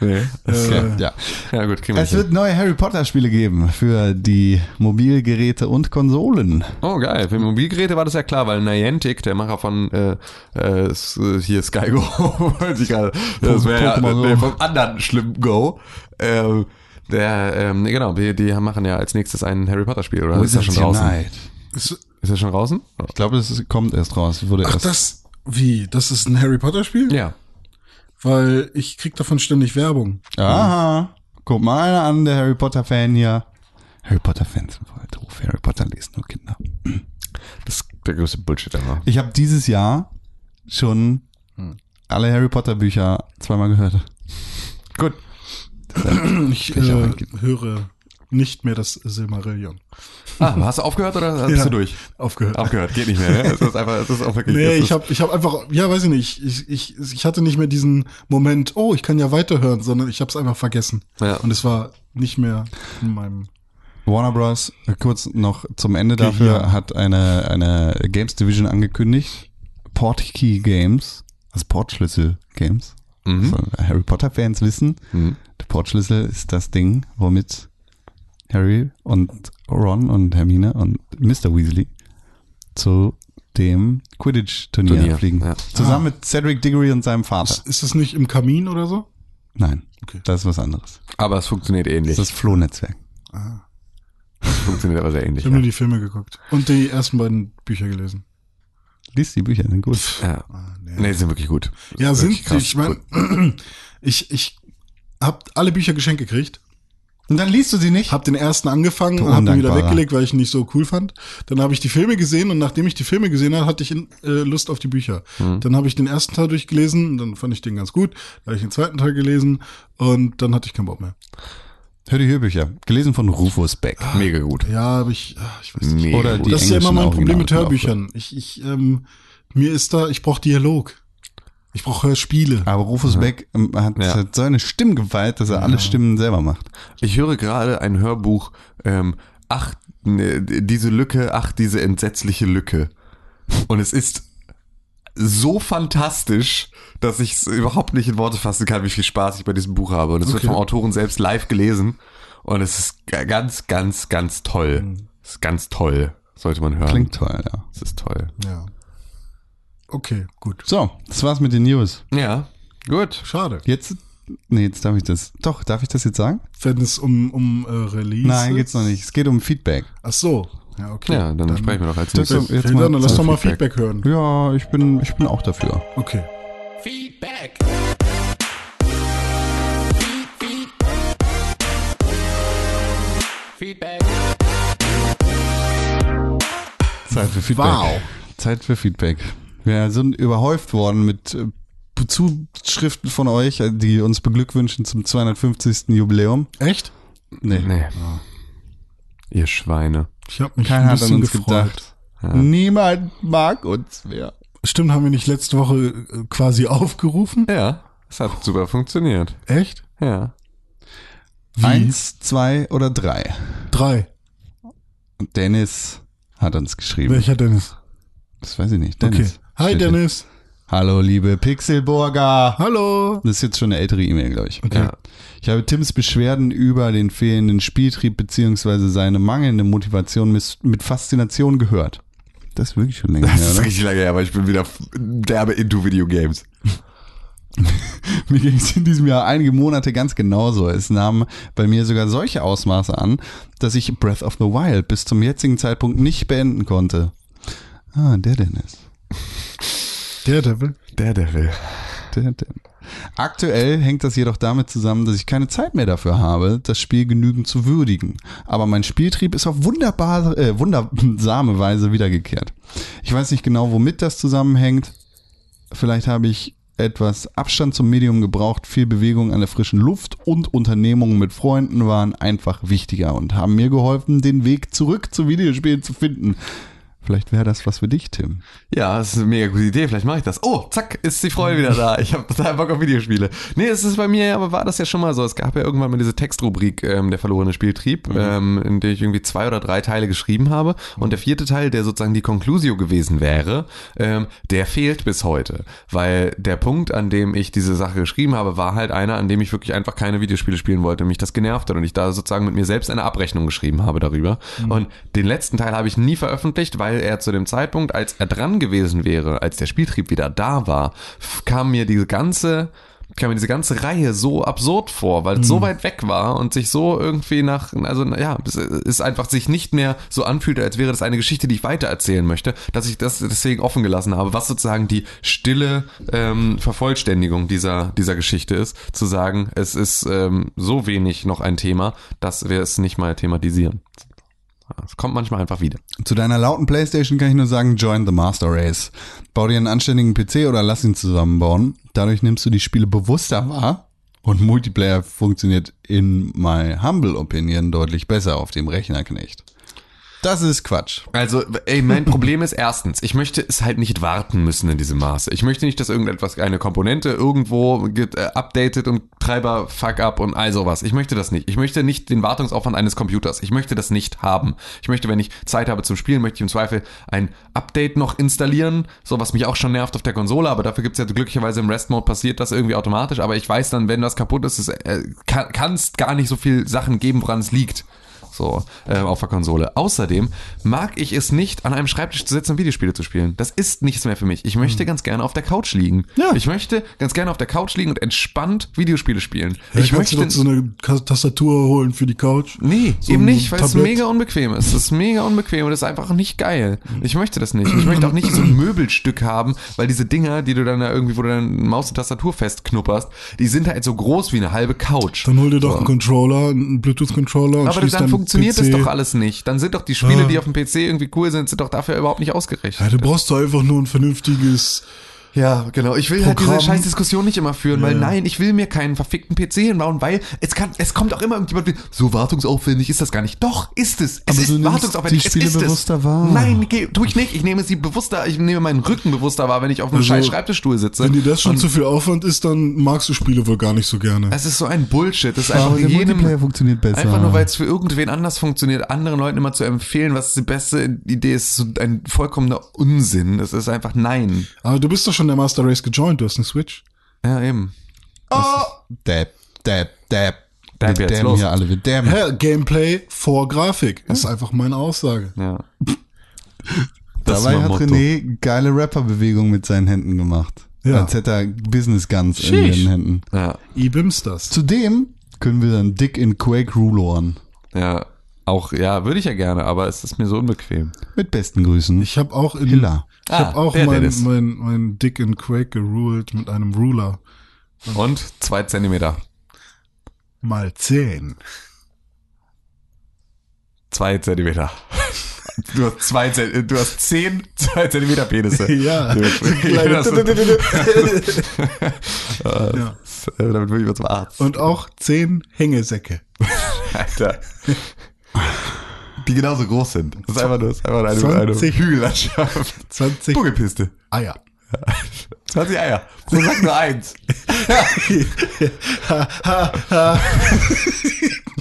Speaker 2: Nee.
Speaker 1: Okay, ja.
Speaker 2: Ja gut, kriegen wir nicht
Speaker 1: Es
Speaker 2: hin.
Speaker 1: wird neue Harry Potter Spiele geben für die Mobilgeräte und Konsolen.
Speaker 2: Oh geil, für Mobilgeräte war das ja klar, weil Niantic, der Macher von äh, äh, s- äh, hier [laughs] Sky Go, weiß ich gerade, das wäre ja
Speaker 1: Pokémon Go.
Speaker 2: nee, vom anderen schlimmen Go. Ähm, der, ähm, nee, genau, die, die machen ja als nächstes ein Harry Potter Spiel, oder? Ist das schon draußen?
Speaker 1: Unite.
Speaker 3: Ist,
Speaker 2: Ist das schon draußen?
Speaker 1: Ich glaube, das ist- kommt erst raus. Wurde
Speaker 3: ach,
Speaker 1: erst.
Speaker 3: das, wie? Das ist ein Harry Potter-Spiel?
Speaker 2: Ja.
Speaker 3: Weil ich krieg davon ständig Werbung.
Speaker 1: Aha. Guck mal einer an, der Harry Potter Fan hier. Harry Potter Fans sind voll doof. Harry Potter lesen nur Kinder.
Speaker 2: Das ist der größte Bullshit ever.
Speaker 1: Ich habe dieses Jahr schon
Speaker 2: Hm.
Speaker 1: alle Harry Potter Bücher zweimal gehört.
Speaker 2: Gut.
Speaker 3: Ich
Speaker 1: ich auch
Speaker 3: äh,
Speaker 1: eingeben.
Speaker 3: höre nicht mehr das Silmarillion.
Speaker 2: [laughs] Ah, hast du aufgehört oder bist
Speaker 3: Ja.
Speaker 2: du durch?
Speaker 3: Aufgehört.
Speaker 2: Aufgehört, geht nicht [laughs] mehr. Ne? Es ist einfach, es ist auch wirklich.
Speaker 3: Nee,
Speaker 2: es ist,
Speaker 3: ich habe ich hab einfach, ja, weiß ich nicht, ich, ich, ich hatte nicht mehr diesen Moment, oh, ich kann ja weiterhören, sondern ich habe es einfach vergessen.
Speaker 2: Ja.
Speaker 3: Und es war nicht mehr in meinem.
Speaker 1: Warner Bros. kurz noch zum Ende dafür hat eine eine Games Division angekündigt. Portkey Games, also Portschlüssel Games.
Speaker 2: Mhm.
Speaker 1: So, Harry Potter Fans wissen,
Speaker 2: Mhm.
Speaker 1: der Portschlüssel ist das Ding, womit Harry und Ron und Hermine und Mr. Weasley zu dem Quidditch-Turnier
Speaker 2: Turnier,
Speaker 1: fliegen.
Speaker 2: ja.
Speaker 1: Zusammen mit Cedric Diggory und seinem Vater.
Speaker 3: Ist es nicht im Kamin oder so?
Speaker 1: Nein,
Speaker 3: Okay.
Speaker 1: das ist was anderes.
Speaker 2: Aber es funktioniert ähnlich.
Speaker 1: Das ist das Flohnetzwerk.
Speaker 2: Es funktioniert aber sehr
Speaker 3: Ich
Speaker 2: ähnlich.
Speaker 3: habe
Speaker 2: Ja.
Speaker 3: nur die Filme geguckt und die ersten beiden Bücher gelesen.
Speaker 1: Lies die Bücher, sind gut.
Speaker 2: Ja. Nee, die sind wirklich gut.
Speaker 3: Ja,
Speaker 2: Wirklich
Speaker 3: sind,
Speaker 2: krass.
Speaker 3: ich meine, [clears throat] ich, ich habe alle Bücher geschenkt gekriegt,
Speaker 1: Und dann liest du sie nicht?
Speaker 3: habe den ersten angefangen
Speaker 1: Du
Speaker 3: und habe ihn wieder
Speaker 1: Undankbarer.
Speaker 3: weggelegt, weil ich ihn nicht so cool fand. Dann habe ich die Filme gesehen und nachdem ich die Filme gesehen habe, hatte ich in, äh, Lust auf die Bücher.
Speaker 1: Mhm.
Speaker 3: Dann habe ich den ersten Teil durchgelesen, dann fand ich den ganz gut, dann habe ich den zweiten Teil gelesen und dann hatte ich keinen Bock mehr.
Speaker 1: Hör die Hörbücher, gelesen von Rufus Beck.
Speaker 2: Mega gut.
Speaker 3: Ja, aber ich, ah, ich weiß nicht.
Speaker 2: Mega
Speaker 1: Oder
Speaker 2: gut.
Speaker 1: die
Speaker 3: das ist ja immer
Speaker 1: englischen genau
Speaker 3: mein Problem mit
Speaker 1: Originale,
Speaker 3: Hörbüchern. Ich, ich, ähm, mir ist da, ich brauche Dialog. Ich brauche Hörspiele.
Speaker 1: Aber Rufus Beck ähm, hat,
Speaker 2: Mhm. Ja.
Speaker 1: hat so eine Stimmgewalt, dass er alle Stimmen selber macht.
Speaker 2: Ich höre gerade ein Hörbuch, ähm, ach, ne, diese Lücke, ach, diese entsetzliche Lücke. Und es ist so fantastisch, dass ich es überhaupt nicht in Worte fassen kann, wie viel Spaß ich bei diesem Buch habe. Und es wird
Speaker 3: Okay.
Speaker 2: vom Autoren selbst live gelesen. Und es ist g- ganz, ganz, ganz
Speaker 3: Mhm.
Speaker 2: toll. Es ist ganz toll. Sollte man hören.
Speaker 1: Klingt toll, ja.
Speaker 2: Es ist toll.
Speaker 3: Ja. Okay, gut.
Speaker 1: So, das war's mit den News.
Speaker 2: Ja, gut.
Speaker 3: Schade.
Speaker 1: Jetzt, nee, jetzt darf ich das. Doch, darf ich das jetzt sagen?
Speaker 3: Wenn es um, um äh, Release.
Speaker 1: Nein, geht's noch nicht. Es geht um Feedback.
Speaker 3: Ach so. Ja, okay.
Speaker 2: Ja, dann, sprechen wir doch als
Speaker 1: Das-
Speaker 2: nächstes.
Speaker 1: Jetzt
Speaker 3: Hey,
Speaker 1: mal
Speaker 3: dann, lass
Speaker 1: zum
Speaker 3: doch mal
Speaker 2: Feedback.
Speaker 3: Feedback hören.
Speaker 1: Ja, ich bin, ich bin auch dafür.
Speaker 3: Okay.
Speaker 4: Feedback. Feedback.
Speaker 1: Zeit für Feedback.
Speaker 3: Wow.
Speaker 1: Zeit für Feedback. Wir sind überhäuft worden mit äh, Zuschriften von euch, äh, die uns beglückwünschen zum 250. Jubiläum.
Speaker 3: Echt?
Speaker 1: Nee,
Speaker 2: Nee. Ihr Schweine.
Speaker 3: Ich habe mich
Speaker 1: keiner
Speaker 3: ein
Speaker 1: hat an
Speaker 3: bisschen
Speaker 1: uns
Speaker 3: gefreut.
Speaker 1: gedacht. Niemand mag uns mehr.
Speaker 3: Stimmt, haben wir nicht letzte Woche äh, quasi [laughs] aufgerufen?
Speaker 2: Ja, es hat super funktioniert.
Speaker 3: Echt?
Speaker 2: Ja.
Speaker 3: Wie?
Speaker 1: Eins, zwei oder drei.
Speaker 3: Drei.
Speaker 1: Und Dennis hat uns geschrieben.
Speaker 3: Welcher Dennis?
Speaker 1: Das weiß ich nicht.
Speaker 3: Okay.
Speaker 1: Dennis.
Speaker 3: Hi
Speaker 1: Steht hier.
Speaker 3: Dennis.
Speaker 1: Hallo, liebe Pixelburger.
Speaker 3: Hallo.
Speaker 1: Das ist jetzt schon eine ältere E-Mail, glaube ich.
Speaker 2: Ja.
Speaker 1: Ich habe Tims Beschwerden über den fehlenden Spieltrieb bzw. seine mangelnde Motivation mis- mit Faszination gehört. Das ist wirklich schon länger
Speaker 2: Das
Speaker 1: her,
Speaker 2: ist
Speaker 1: oder?
Speaker 2: richtig lange her, aber ich bin wieder f- derbe into Video Games.
Speaker 1: [laughs] Mir ging es in diesem Jahr einige Monate ganz genauso. Es nahm bei mir sogar solche Ausmaße an, dass ich Breath of the Wild bis zum jetzigen Zeitpunkt nicht beenden konnte. Ah, der Dennis.
Speaker 3: Der Devil.
Speaker 2: Daredevil.
Speaker 1: Der Dennis. Aktuell hängt das jedoch damit zusammen, dass ich keine Zeit mehr dafür habe, das Spiel genügend zu würdigen. Aber mein Spieltrieb ist auf wunderbare, äh, wundersame Weise wiedergekehrt. Ich weiß nicht genau, womit das zusammenhängt. Vielleicht habe ich etwas Abstand zum Medium gebraucht, viel Bewegung an der frischen Luft und Unternehmungen mit Freunden waren einfach wichtiger und haben mir geholfen, den Weg zurück zu Videospielen zu finden. Vielleicht wäre das was für dich, Tim.
Speaker 2: Ja, das ist eine mega gute Idee, vielleicht mache ich das. Oh, zack, ist die Freude wieder da. Ich habe total Bock auf Videospiele. Nee, es ist bei mir, aber war das ja schon mal so. Es gab ja irgendwann mal diese Textrubrik, ähm, der verlorene Spieltrieb, ähm, in der ich irgendwie zwei oder drei Teile geschrieben habe. Und der vierte Teil, der sozusagen die Conclusio gewesen wäre, ähm, der fehlt bis heute. Weil der Punkt, an dem ich diese Sache geschrieben habe, war halt einer, an dem ich wirklich einfach keine Videospiele spielen wollte, mich das genervt hat und ich da sozusagen mit mir selbst eine Abrechnung geschrieben habe darüber. Und den letzten Teil habe ich nie veröffentlicht, weil er zu dem Zeitpunkt, als er dran gewesen wäre, als der Spieltrieb wieder da war, f- kam mir diese ganze kam mir diese ganze Reihe so absurd vor, weil es so weit weg war und sich so irgendwie nach, also ja, es ist einfach sich nicht mehr so anfühlte, als wäre das eine Geschichte, die ich weitererzählen möchte, dass ich das deswegen offen gelassen habe, was sozusagen die stille ähm, Vervollständigung dieser, dieser Geschichte ist, zu sagen, es ist ähm, so wenig noch ein Thema, dass wir es nicht mal thematisieren. Es kommt manchmal einfach wieder.
Speaker 1: Zu deiner lauten Playstation kann ich nur sagen, join the Master Race. Bau dir einen anständigen PC oder lass ihn zusammenbauen. Dadurch nimmst du die Spiele bewusster wahr und Multiplayer funktioniert in my humble opinion deutlich besser auf dem Rechnerknecht. Das ist Quatsch.
Speaker 2: Also, ey, mein Problem ist erstens, ich möchte es halt nicht warten müssen in diesem Maße. Ich möchte nicht, dass irgendetwas, eine Komponente irgendwo get, äh, updated und Treiber fuck up und all sowas. Ich möchte das nicht. Ich möchte nicht den Wartungsaufwand eines Computers. Ich möchte das nicht haben. Ich möchte, wenn ich Zeit habe zum Spielen, möchte ich im Zweifel ein Update noch installieren, so was mich auch schon nervt auf der Konsole, aber dafür gibt's ja glücklicherweise im Rest-Mode passiert das irgendwie automatisch, aber ich weiß dann, wenn was kaputt ist, es äh, kann es gar nicht so viel Sachen geben, woran es liegt. So, äh, auf der Konsole. Außerdem mag ich es nicht, an einem Schreibtisch zu sitzen und Videospiele zu spielen. Das ist nichts mehr für mich. Ich
Speaker 3: Hm.
Speaker 2: möchte ganz gerne auf der Couch liegen.
Speaker 1: Ja.
Speaker 2: Ich möchte ganz gerne auf der Couch liegen und entspannt Videospiele spielen.
Speaker 3: Ja,
Speaker 2: ich
Speaker 3: kannst
Speaker 2: möchte.
Speaker 3: du doch so eine Kas- Tastatur holen für die Couch.
Speaker 2: Nee,
Speaker 3: so
Speaker 2: eben
Speaker 3: ein
Speaker 2: nicht, weil es
Speaker 3: Tablett.
Speaker 2: mega unbequem ist. Das ist mega unbequem und das ist einfach nicht geil. Ich möchte das nicht. Ich möchte auch nicht so ein Möbelstück haben, weil diese Dinger, die du dann da irgendwie, wo du dann Maus und Tastatur festknupperst, die sind halt so groß wie eine halbe Couch.
Speaker 3: Dann hol dir doch einen Controller, einen Bluetooth-Controller und
Speaker 2: Aber
Speaker 3: schließ
Speaker 2: dann
Speaker 3: deinen
Speaker 2: funktioniert
Speaker 3: PC.
Speaker 2: es doch alles nicht. Dann sind doch die
Speaker 1: Ah.
Speaker 2: Spiele, die auf dem PC irgendwie cool sind, sind doch dafür überhaupt nicht
Speaker 3: Ja,
Speaker 2: ausgerechnet.
Speaker 3: du brauchst doch einfach nur ein vernünftiges.
Speaker 2: Ja, genau. Ich will halt
Speaker 3: Programm.
Speaker 2: diese scheiß Diskussion nicht immer führen, weil nein, ich will mir keinen verfickten PC hinbauen, weil es kann, es kommt auch immer irgendjemand, wie, so wartungsaufwendig ist das gar nicht. Doch, ist es. Es
Speaker 1: Aber
Speaker 2: ist
Speaker 1: du nimmst
Speaker 2: wartungsaufwendig.
Speaker 1: die Spiele
Speaker 2: es ist
Speaker 1: bewusster wahr.
Speaker 2: Nein, geh, tu ich nicht. Ich nehme sie bewusster, ich nehme meinen Rücken bewusster wahr, wenn ich auf einem
Speaker 3: Also,
Speaker 2: scheiß Schreibtischstuhl sitze.
Speaker 3: Wenn dir das schon zu viel Aufwand ist, dann magst du Spiele wohl gar nicht so gerne.
Speaker 2: Es ist so ein Bullshit. Das ist
Speaker 1: Aber
Speaker 2: einfach
Speaker 1: der Multiplayer
Speaker 2: jedem,
Speaker 1: funktioniert besser.
Speaker 2: Einfach nur, weil es für irgendwen anders funktioniert, anderen Leuten immer zu empfehlen, was die beste Idee ist, so ein vollkommener Unsinn. Das ist einfach nein.
Speaker 3: Aber du bist doch schon der Master Race gejoint, du hast eine Switch.
Speaker 2: Ja, eben.
Speaker 1: Dab, dab, dab.
Speaker 2: Dab
Speaker 1: wir
Speaker 2: jetzt,
Speaker 1: dämmen
Speaker 2: los.
Speaker 1: hier alle, wir dämmen.
Speaker 2: Hm?
Speaker 3: Hä, Gameplay vor Grafik. Ist einfach meine Aussage.
Speaker 2: Ja. Das
Speaker 1: Dabei
Speaker 2: war
Speaker 1: hat
Speaker 2: Motto.
Speaker 1: René geile Rapper-Bewegungen mit seinen Händen gemacht.
Speaker 3: Ja.
Speaker 1: Als hätte er Business Guns in
Speaker 3: Sheesh.
Speaker 1: den Händen.
Speaker 2: Ja,
Speaker 3: Ibims das.
Speaker 1: Zudem können wir dann dick in Quake Ruloren.
Speaker 2: ja. Auch, ja, würde ich ja gerne, aber es ist mir so unbequem.
Speaker 1: Mit besten Grüßen.
Speaker 3: Ich habe auch in,
Speaker 1: Hiller.
Speaker 3: ich hab
Speaker 2: Ah,
Speaker 3: auch
Speaker 2: der, der
Speaker 3: mein,
Speaker 2: das-
Speaker 3: mein, mein Dick in Quake geruled mit einem Ruler.
Speaker 2: Und zwei Zentimeter.
Speaker 3: Mal zehn.
Speaker 2: Zwei Zentimeter. Du hast, zwei, Zent- du hast zehn [laughs] zwei Zentimeter Penisse.
Speaker 3: [laughs] Ja.
Speaker 2: Du- das ist, [laughs]
Speaker 3: ja.
Speaker 2: äh, damit würde ich mal zum Arzt.
Speaker 3: Und auch zehn Hängesäcke.
Speaker 2: Alter. Die genauso groß sind. Das ist einfach nur, das ist einfach nur eine, eine
Speaker 3: 20.
Speaker 2: Hügellandschaft. [laughs]
Speaker 3: 20
Speaker 2: Buckelpiste.
Speaker 3: Eier.
Speaker 2: 20 Eier. Pro Sack nur
Speaker 3: [laughs]
Speaker 2: eins.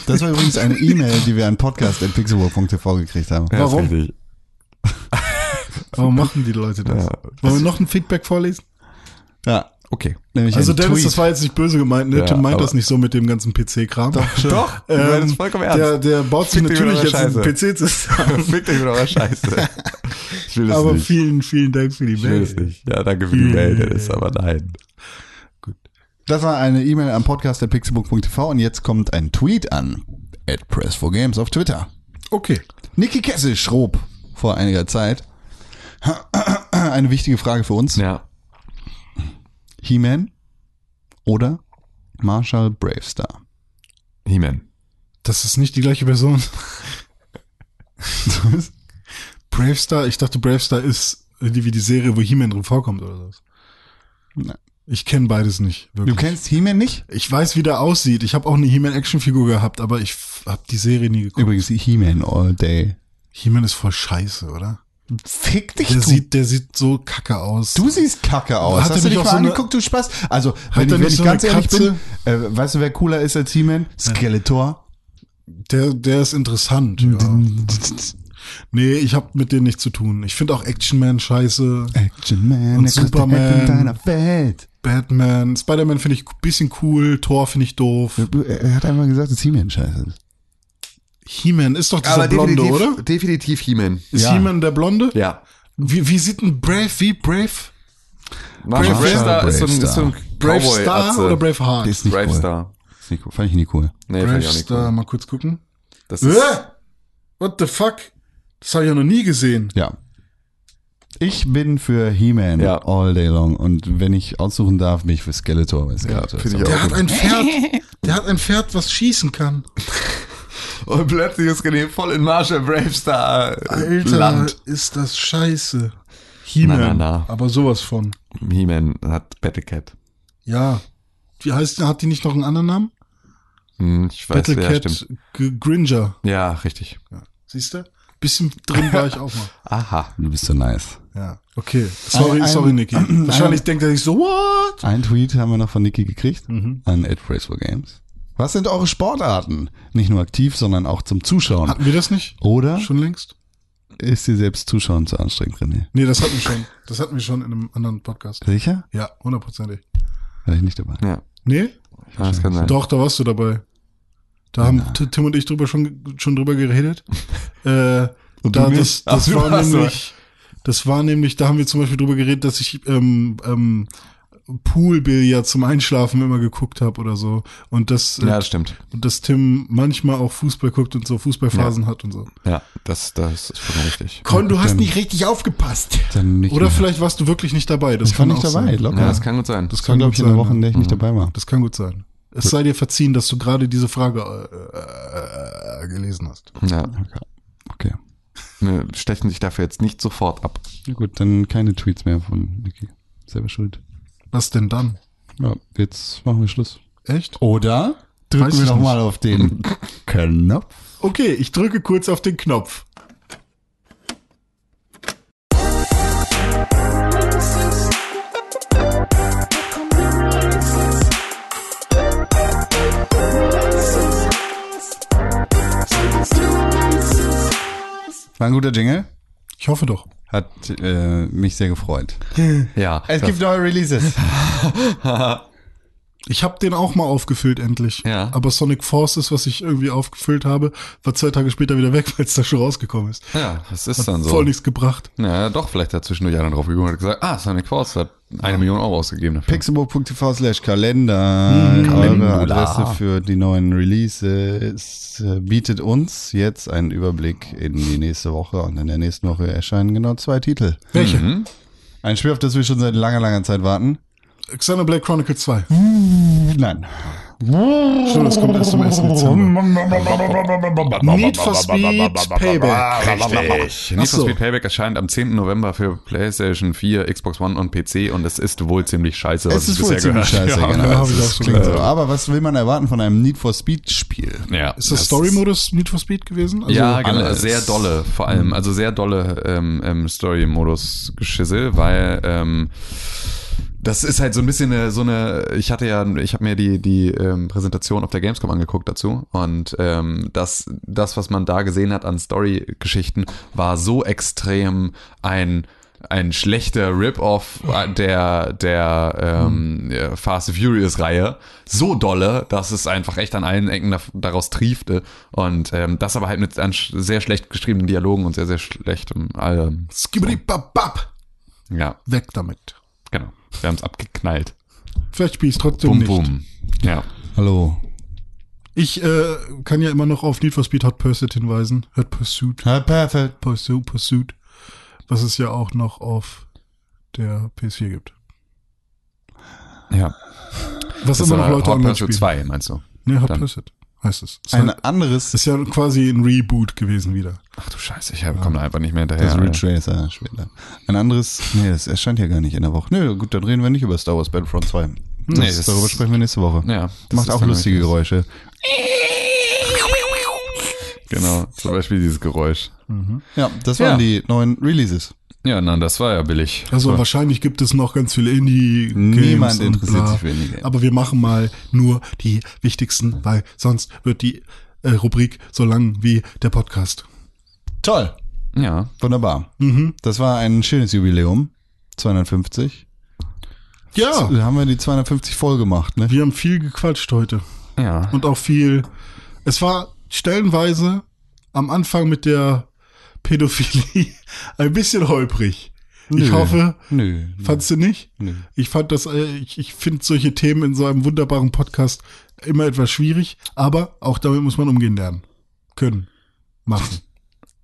Speaker 1: Das war übrigens eine E-Mail, die wir an podcast.pixelburg.tv gekriegt haben.
Speaker 2: Ja, ist
Speaker 3: Warum?
Speaker 2: richtig.
Speaker 3: Warum machen die Leute das?
Speaker 2: Ja.
Speaker 3: Wollen wir noch ein Feedback vorlesen?
Speaker 1: Ja.
Speaker 2: Okay.
Speaker 1: Nämlich
Speaker 3: Also
Speaker 1: ein
Speaker 3: Dennis,
Speaker 1: Tweet.
Speaker 3: das war jetzt nicht böse gemeint, ne?
Speaker 2: Ja,
Speaker 3: Tim meint
Speaker 2: aber-
Speaker 3: das nicht so mit dem ganzen PC-Kram.
Speaker 2: Doch, du
Speaker 3: Ähm,
Speaker 2: meinst vollkommen ernst. [laughs]
Speaker 3: der, der baut sich
Speaker 2: Fick dich
Speaker 3: natürlich
Speaker 2: mit
Speaker 3: jetzt
Speaker 2: eurer
Speaker 3: einen
Speaker 2: [laughs]
Speaker 3: PC zusammen.
Speaker 2: Fick dich mit eurer Scheiße.
Speaker 3: [laughs]
Speaker 2: Ich will das
Speaker 3: Aber
Speaker 2: nicht.
Speaker 3: vielen, vielen Dank für die
Speaker 2: Ich will
Speaker 3: Mail.
Speaker 2: das nicht. Ja, danke für die Mail, Dennis, aber nein.
Speaker 1: Das war eine E-Mail am Podcast der Pixelburg.tv und jetzt kommt ein Tweet an. At Press4Games auf Twitter.
Speaker 3: Okay.
Speaker 1: Niki Kessel schrob vor einiger Zeit eine wichtige Frage für uns.
Speaker 2: Ja.
Speaker 1: He-Man oder Marshall Bravestar?
Speaker 2: He-Man.
Speaker 3: Das ist nicht die gleiche Person. [laughs] Bravestar, ich dachte, Bravestar ist irgendwie wie die Serie, wo He-Man drin vorkommt oder sowas.
Speaker 1: Nein.
Speaker 3: Ich kenne beides nicht.
Speaker 1: Du
Speaker 3: Wirklich.
Speaker 1: kennst He-Man nicht?
Speaker 3: ich weiß, wie der aussieht. Ich habe auch eine He-Man-Actionfigur gehabt, aber ich habe die Serie nie geguckt.
Speaker 1: Übrigens He-Man all day.
Speaker 3: He-Man ist voll scheiße, oder?
Speaker 1: Fick dich,
Speaker 3: Der
Speaker 1: du.
Speaker 3: sieht, der sieht so kacke aus.
Speaker 1: du siehst kacke aus.
Speaker 3: Hat er
Speaker 1: Hast du
Speaker 3: nicht
Speaker 1: dich
Speaker 3: auch
Speaker 1: mal
Speaker 3: so eine-
Speaker 1: angeguckt, du Spaß? Also, wenn
Speaker 3: er
Speaker 1: ich, wenn
Speaker 3: nicht
Speaker 1: ich
Speaker 3: so
Speaker 1: ganz
Speaker 3: eine
Speaker 1: ehrlich bin, äh, weißt du, wer cooler ist als He-Man? Skeletor.
Speaker 3: Der, der ist interessant.
Speaker 2: [laughs]
Speaker 3: Ja. Nee, ich habe mit denen nichts zu tun. Ich finde auch Action Man scheiße.
Speaker 1: Action Man,
Speaker 3: Und
Speaker 1: der größte
Speaker 3: Superman.
Speaker 1: Held in deiner Welt.
Speaker 3: Batman, Spider-Man finde ich ein bisschen cool, Thor finde ich doof.
Speaker 1: Er hat einmal gesagt, dass He-Man scheiße ist.
Speaker 3: He-Man ist doch dieser Blonde, oder?
Speaker 2: Definitiv He-Man.
Speaker 3: Ist
Speaker 1: Ja.
Speaker 3: He-Man der Blonde?
Speaker 2: Ja.
Speaker 3: Wie, wie sieht ein Brave, wie Brave?
Speaker 2: Marshall
Speaker 1: Brave Star.
Speaker 2: Bravestar ist so ein, ist so ein
Speaker 3: Brave Star oder Brave Heart?
Speaker 1: Ist nicht cool.
Speaker 2: Bravestar.
Speaker 1: Ist nicht cool. Fand ich nie cool.
Speaker 2: Nee,
Speaker 3: Brave
Speaker 2: fand ich auch nicht
Speaker 3: Star,
Speaker 2: cool.
Speaker 3: mal kurz gucken.
Speaker 2: Das
Speaker 3: Äh?
Speaker 2: ist,
Speaker 3: What the fuck? Das habe ich ja noch nie gesehen.
Speaker 1: Ja. Ich bin für He-Man
Speaker 2: Ja.
Speaker 1: all day long und wenn ich aussuchen darf, mich für Skeletor. Weil Skeletor
Speaker 2: finde
Speaker 1: ist
Speaker 2: ich
Speaker 1: aber-
Speaker 3: Der hat ein Pferd, der hat ein Pferd, was schießen kann.
Speaker 2: Und plötzlich ist René voll in Marshall Bravestar äh,
Speaker 3: Alter,
Speaker 2: Land.
Speaker 3: ist das scheiße. He-Man,
Speaker 2: Na, na, na.
Speaker 3: aber sowas von.
Speaker 2: He-Man hat Battlecat.
Speaker 3: Ja. Wie heißt, hat die nicht noch einen anderen Namen?
Speaker 2: Hm, ich weiß, ja, stimmt.
Speaker 3: Battlecat G- Gringer.
Speaker 2: Ja, richtig.
Speaker 3: Siehst du? Bisschen drin war ich auch
Speaker 2: [laughs]
Speaker 3: mal.
Speaker 2: Aha.
Speaker 1: Du bist so nice.
Speaker 3: Ja. Okay. Sorry,
Speaker 1: Ein-
Speaker 3: sorry, Niki. Wahrscheinlich
Speaker 1: ein-
Speaker 3: denkt er sich so, what?
Speaker 1: Ein Tweet haben wir noch von Niki gekriegt
Speaker 3: Mhm.
Speaker 1: an Edpraiseful Games. Was sind eure Sportarten? Nicht nur aktiv, sondern auch zum Zuschauen.
Speaker 3: Hatten wir das nicht?
Speaker 1: Oder
Speaker 3: Schon längst?
Speaker 1: ist dir selbst Zuschauen zu anstrengend, René?
Speaker 3: Nee, das hatten wir schon. Das hatten wir schon in einem anderen Podcast.
Speaker 1: Sicher?
Speaker 3: Ja, hundertprozentig.
Speaker 1: War ich nicht dabei.
Speaker 2: Ja,
Speaker 3: Nee?
Speaker 2: ja das kann sein.
Speaker 3: Doch, da warst du dabei. Da haben T- Tim und ich drüber schon, schon drüber geredet. äh,
Speaker 2: Und
Speaker 3: da,
Speaker 2: du
Speaker 3: das,
Speaker 2: nicht? Ach,
Speaker 3: das
Speaker 2: du
Speaker 3: war
Speaker 2: warst
Speaker 3: nämlich, das war nämlich, da haben wir zum Beispiel drüber geredet, dass ich ähm, ähm, Poolbillard zum Einschlafen immer geguckt habe oder so. Und dass, äh,
Speaker 2: Ja, das stimmt.
Speaker 3: und dass Tim manchmal auch Fußball guckt und so Fußballphasen hat und so.
Speaker 2: Ja, das, das ist schon richtig.
Speaker 3: Con, du hast nicht richtig aufgepasst.
Speaker 1: Dann nicht
Speaker 3: Oder
Speaker 1: mehr.
Speaker 3: vielleicht warst du wirklich nicht dabei. Das
Speaker 1: Ich war
Speaker 3: kann
Speaker 1: nicht
Speaker 3: auch
Speaker 1: dabei,
Speaker 3: Sein.
Speaker 1: locker.
Speaker 2: Ja, das kann gut sein.
Speaker 3: Das
Speaker 1: Das war,
Speaker 3: kann
Speaker 1: glaube
Speaker 3: gut
Speaker 1: ich, in
Speaker 3: sein.
Speaker 1: der Woche, in
Speaker 3: ja.
Speaker 1: der ich nicht dabei war.
Speaker 3: Das kann gut sein. Es sei dir verziehen, dass du gerade diese Frage äh, äh, äh, gelesen hast.
Speaker 2: Ja.
Speaker 1: Okay.
Speaker 2: Wir Ne, stechen sich dafür jetzt nicht sofort ab.
Speaker 1: Na gut, dann keine Tweets mehr von Niki. Selber schuld.
Speaker 3: Was denn dann?
Speaker 1: Ja, jetzt machen wir Schluss.
Speaker 3: Echt?
Speaker 1: Oder
Speaker 3: Weiß
Speaker 1: drücken wir
Speaker 3: ich
Speaker 1: nochmal auf
Speaker 3: [laughs]
Speaker 1: den Knopf.
Speaker 3: Okay, ich drücke kurz auf den Knopf.
Speaker 1: War ein guter Jingle.
Speaker 3: Ich hoffe doch.
Speaker 1: Hat äh, mich sehr gefreut.
Speaker 2: [laughs] Ja.
Speaker 1: Es
Speaker 2: das-
Speaker 1: gibt neue Releases.
Speaker 3: [laughs] Ich habe den auch mal aufgefüllt endlich.
Speaker 2: Ja.
Speaker 3: Aber Sonic Forces, was ich irgendwie aufgefüllt habe, war zwei Tage später wieder weg, [laughs] weil es da schon rausgekommen ist.
Speaker 2: Ja, das ist
Speaker 3: Hat
Speaker 2: dann so.
Speaker 3: voll nichts gebracht.
Speaker 2: Ja, doch, vielleicht hat zwischendurch einer drauf geguckt und hat gesagt, ah, Sonic Force hat eine Million Euro ausgegeben dafür.
Speaker 1: pixelburg.tv slash
Speaker 2: Hm,
Speaker 1: Kalender. Eure Adresse für die neuen Releases äh, bietet uns jetzt einen Überblick in die nächste Woche. Und in der nächsten Woche erscheinen genau zwei Titel.
Speaker 3: Welche?
Speaker 2: Mhm.
Speaker 1: Ein Spiel, auf das wir schon seit langer, langer Zeit warten.
Speaker 3: Xenoblade Chronicles 2.
Speaker 1: Nein.
Speaker 3: Stimmt, das kommt erst zum 1. Dezember. Need for Speed Payback.
Speaker 2: Richtig. Need for
Speaker 3: Achso.
Speaker 2: Speed Payback erscheint am 10. November für PlayStation 4, Xbox One und PC und es ist wohl ziemlich scheiße, was
Speaker 1: Es ist
Speaker 2: ich
Speaker 1: wohl
Speaker 2: bisher
Speaker 1: ziemlich
Speaker 2: gehört
Speaker 1: scheiße,
Speaker 2: habe.
Speaker 1: genau.
Speaker 3: hab
Speaker 1: Es
Speaker 3: ich auch
Speaker 1: ist-
Speaker 3: schon
Speaker 1: klingt so.
Speaker 3: gehört.
Speaker 1: Aber was will man erwarten von einem Need for Speed Spiel?
Speaker 2: Ja,
Speaker 3: Ist das Story-Modus Need for Speed gewesen? Also
Speaker 2: ja, genau,
Speaker 3: alle-
Speaker 2: sehr dolle, vor
Speaker 1: Mhm.
Speaker 2: allem, also sehr dolle ähm, ähm, Story-Modus-Geschissel, weil ähm, das ist halt so ein bisschen eine, so eine, ich hatte ja, ich habe mir die, die ähm, Präsentation auf der Gamescom angeguckt dazu und ähm, das, das, was man da gesehen hat an Story-Geschichten, war so extrem ein ein schlechter Rip-Off der, der ähm, äh, Fast and Furious-Reihe. So dolle, dass es einfach echt an allen Ecken da- daraus triefte. Und ähm, das aber halt mit an sch- sehr schlecht geschriebenen Dialogen und sehr, sehr schlechtem allem.
Speaker 3: Skibidi-bab-bab.
Speaker 2: Ja,
Speaker 3: Weg damit.
Speaker 2: genau. Wir haben es abgeknallt.
Speaker 3: Vielleicht spiele ich es trotzdem
Speaker 2: Bum,
Speaker 3: nicht.
Speaker 2: bum. Ja.
Speaker 1: Hallo.
Speaker 3: Ich äh, kann ja immer noch auf Need for Speed Hot Pursuit hinweisen. Hot Pursuit,
Speaker 1: Ah, Perfekt.
Speaker 3: Pursuit, Pursuit. Was es ja auch noch auf der PS4 gibt.
Speaker 2: Ja.
Speaker 3: Was immer noch
Speaker 2: aber
Speaker 3: Leute
Speaker 2: Hot
Speaker 3: online
Speaker 2: Pursuit
Speaker 3: spielen.
Speaker 2: 2, meinst du?
Speaker 3: Ne, Hot
Speaker 2: Dann-
Speaker 3: Pursuit heißt es. Ist,
Speaker 1: Ein
Speaker 3: halt,
Speaker 1: anderes
Speaker 3: ist ja quasi ein Reboot gewesen wieder.
Speaker 2: Ach du Scheiße, ich komme da einfach nicht mehr hinterher.
Speaker 1: Das
Speaker 2: Alter.
Speaker 1: Retracer später. Ein anderes, nee, das erscheint ja gar nicht in der Woche. Nö, gut, dann reden wir nicht über Star Wars Battlefront 2. Das,
Speaker 2: Nee, das-
Speaker 1: darüber sprechen wir nächste Woche.
Speaker 2: Ja, das
Speaker 1: Macht
Speaker 2: ist
Speaker 1: auch
Speaker 2: dann
Speaker 1: lustige
Speaker 2: richtig.
Speaker 1: Geräusche.
Speaker 2: Genau, zum Beispiel dieses Geräusch.
Speaker 1: Ja, das waren
Speaker 2: Ja.
Speaker 1: die neuen Releases.
Speaker 2: Ja, nein, das war ja billig.
Speaker 3: Also wahrscheinlich gibt es noch ganz viele Indie-Games.
Speaker 1: Niemand
Speaker 3: und
Speaker 1: interessiert
Speaker 3: bla.
Speaker 1: sich für Indie-Games.
Speaker 3: Aber wir machen mal nur die wichtigsten, weil sonst wird die äh, Rubrik so lang wie der Podcast.
Speaker 1: Toll.
Speaker 2: Ja,
Speaker 1: Wunderbar.
Speaker 2: Mhm.
Speaker 1: Das war ein schönes Jubiläum. 250.
Speaker 3: Ja,
Speaker 1: Da haben wir die 250 voll gemacht, ne?
Speaker 3: wir haben viel gequatscht heute.
Speaker 2: ja.
Speaker 3: und auch viel. Es war stellenweise am Anfang mit der Pädophilie [laughs] ein bisschen holprig. Ich
Speaker 1: Nö.
Speaker 3: hoffe,
Speaker 1: Nö.
Speaker 3: fandst du nicht?
Speaker 1: Nö.
Speaker 3: Ich fand das, äh, ich, ich finde solche Themen in so einem wunderbaren Podcast immer etwas schwierig, aber auch damit muss man umgehen lernen. Können.
Speaker 1: [laughs]
Speaker 3: Machen.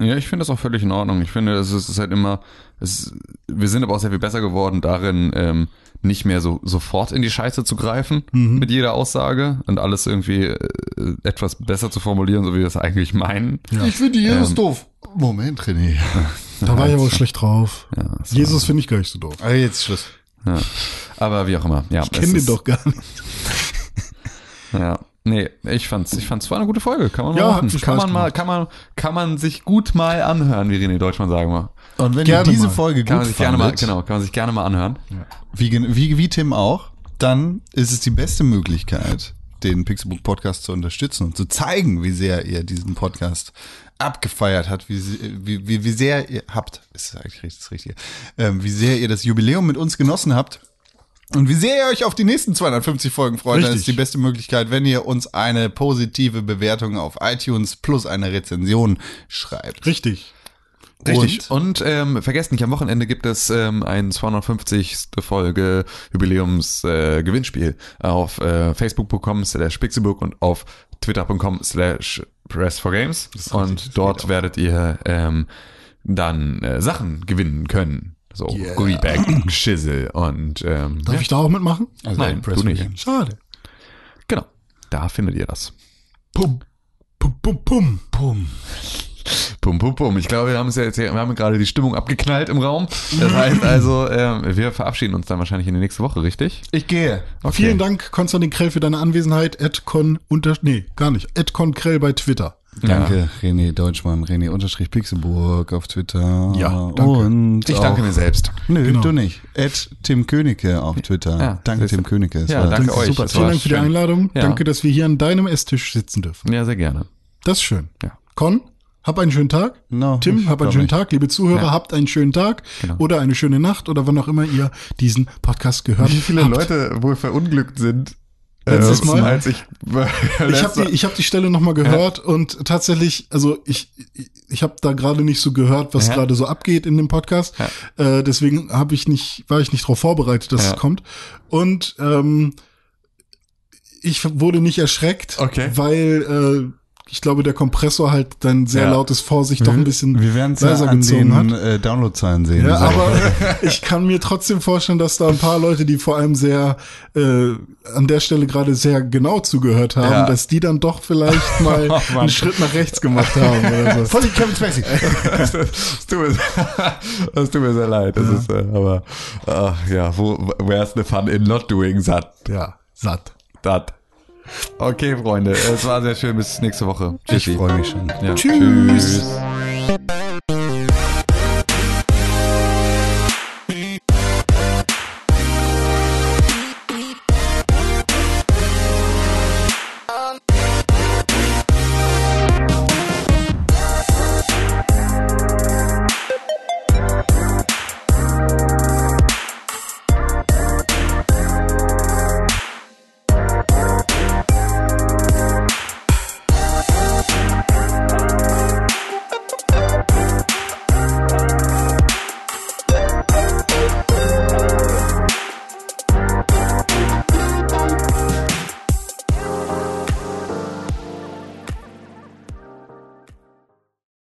Speaker 2: Ja, ich finde das auch völlig in Ordnung. Ich finde, es ist, es ist halt immer, es, wir sind aber auch sehr viel besser geworden darin, ähm, nicht mehr so sofort in die Scheiße zu greifen mit jeder Aussage und alles irgendwie äh, etwas besser zu formulieren, so wie wir es eigentlich meinen.
Speaker 1: Ich finde Jesus doof. Moment, [laughs] René.
Speaker 3: Da war ich aber schlecht drauf.
Speaker 2: das
Speaker 3: Jesus finde ich gar nicht so doof.
Speaker 1: Ah, jetzt Schluss.
Speaker 2: Ja. Aber wie auch immer. Ja, ich
Speaker 3: Kenn den doch gar nicht.
Speaker 2: Ja. Nee, ich fand's, ich fand's war eine gute Folge. Kann man mal
Speaker 3: Ja, hat
Speaker 2: machen.
Speaker 3: viel
Speaker 2: Kann
Speaker 3: Spaß
Speaker 2: man mal,
Speaker 3: gemacht.
Speaker 2: kann man, kann man sich gut mal anhören, wie René Deutschmann sagen wir.
Speaker 1: Und wenn
Speaker 3: Gerne
Speaker 1: ihr diese
Speaker 3: mal.
Speaker 1: Folge
Speaker 2: Kann man
Speaker 1: gut
Speaker 2: sich gerne mal,
Speaker 1: fandet,
Speaker 2: genau, kann man sich gerne mal anhören.
Speaker 1: wie, gen- wie, wie Tim auch, dann ist es die beste Möglichkeit, den Pixelbook Podcast zu unterstützen und zu zeigen, wie sehr ihr diesen Podcast abgefeiert hat, wie, se- wie, wie, wie sehr ihr habt, ist eigentlich richtig- das Richtige, ähm, wie sehr ihr das Jubiläum mit uns genossen habt. Und wie sehr ihr euch auf die nächsten 250 Folgen freut, dann
Speaker 3: Richtig.
Speaker 1: ist die beste Möglichkeit, wenn ihr uns eine positive Bewertung auf iTunes plus eine Rezension schreibt.
Speaker 3: Richtig.
Speaker 1: Richtig.
Speaker 2: Und, und ähm, vergesst nicht, am Wochenende gibt es ähm, ein 250. Folge Jubiläums-Gewinnspiel äh, Gewinnspiel auf äh, facebook.com slash pixelburg und auf twitter.com slash press4games. Und dort werdet ihr ähm, dann äh, Sachen gewinnen können. So yeah. Goodiebag, Schissel und ähm,
Speaker 3: Darf
Speaker 2: ja,
Speaker 3: ich da auch mitmachen?
Speaker 1: Also
Speaker 2: nein, du nicht.
Speaker 3: Schade.
Speaker 2: Genau, da findet ihr das.
Speaker 3: Pum. Pum, pum, pum. Pum.
Speaker 2: Pum, pum, pum. Ich glaube, wir haben es ja jetzt, wir haben gerade die Stimmung abgeknallt im Raum. Das heißt also, ähm, wir verabschieden uns dann wahrscheinlich in die nächste Woche, richtig?
Speaker 1: Ich gehe.
Speaker 2: Okay.
Speaker 3: Vielen Dank, Konstantin Krell, für deine Anwesenheit. Adcon unter, nee, gar nicht. Adcon Krell bei Twitter.
Speaker 1: Danke, René Deutschmann, René unterstrich Pixelburg auf Twitter.
Speaker 3: Ja, danke.
Speaker 1: Und
Speaker 2: Ich
Speaker 1: auch,
Speaker 2: danke mir selbst.
Speaker 1: Nö, du nicht. At Tim Königke auf Twitter.
Speaker 2: Ja,
Speaker 1: danke,
Speaker 2: siehst du.
Speaker 1: Tim Königke. Es
Speaker 2: Ja,
Speaker 1: war-
Speaker 2: danke
Speaker 1: das ist
Speaker 2: euch.
Speaker 1: Super
Speaker 2: Es
Speaker 1: toll.
Speaker 2: war-
Speaker 3: Vielen Dank für die
Speaker 2: schön.
Speaker 3: Einladung.
Speaker 2: Ja.
Speaker 3: Danke, dass wir hier an deinem Esstisch sitzen dürfen.
Speaker 2: Ja, sehr gerne.
Speaker 3: Das ist schön.
Speaker 2: Ja.
Speaker 3: Con, hab einen schönen Tag.
Speaker 1: No, ich
Speaker 3: Tim, hab einen
Speaker 1: glaub
Speaker 3: schönen
Speaker 1: nicht.
Speaker 3: Tag. Liebe Zuhörer, habt einen schönen Tag
Speaker 2: Genau.
Speaker 3: oder eine schöne Nacht oder wann auch immer ihr diesen Podcast gehört
Speaker 2: Wie viele
Speaker 3: habt.
Speaker 2: Leute wohl verunglückt sind
Speaker 3: Letztes
Speaker 5: Ähm,
Speaker 3: Mal?
Speaker 5: Als
Speaker 2: [laughs]
Speaker 5: ich,
Speaker 3: Ich habe die, ich hab die Stelle nochmal gehört und tatsächlich, also ich, ich- ich habe da gerade nicht so gehört, was
Speaker 5: Ja.
Speaker 3: gerade so abgeht in dem Podcast. Äh, deswegen habe ich nicht, war ich nicht darauf vorbereitet, dass
Speaker 5: Ja.
Speaker 3: es kommt. Und ähm, ich wurde nicht erschreckt,
Speaker 5: Okay.
Speaker 3: weil äh, ich glaube, der Kompressor halt dein sehr
Speaker 5: Ja. Mhm.
Speaker 3: lautes Vorsicht doch ein bisschen
Speaker 1: Wir werden es ja
Speaker 3: leiser
Speaker 1: an
Speaker 3: gezogen
Speaker 1: den
Speaker 3: hat.
Speaker 1: äh, Downloadzahlen sehen.
Speaker 3: Ja,
Speaker 1: diese Woche.
Speaker 3: aber [laughs] ich kann mir trotzdem vorstellen, dass da ein paar Leute, die vor allem sehr äh, an der Stelle gerade sehr genau zugehört haben,
Speaker 5: Ja.
Speaker 3: dass die dann doch
Speaker 1: [laughs]
Speaker 3: vielleicht mal einen Schritt nach rechts gemacht haben oder so.
Speaker 1: Oh Voll die Kevin Spacey.
Speaker 5: es tut mir, das tut mir sehr [laughs] leid. Das ist, äh, aber ach, ja, wo, where's the fun in not doing that?
Speaker 3: Ja, satt.
Speaker 5: that? Okay, Freunde, es war sehr schön. Bis nächste Woche.
Speaker 1: Ich freue mich schon.
Speaker 5: Ja. Tschüss.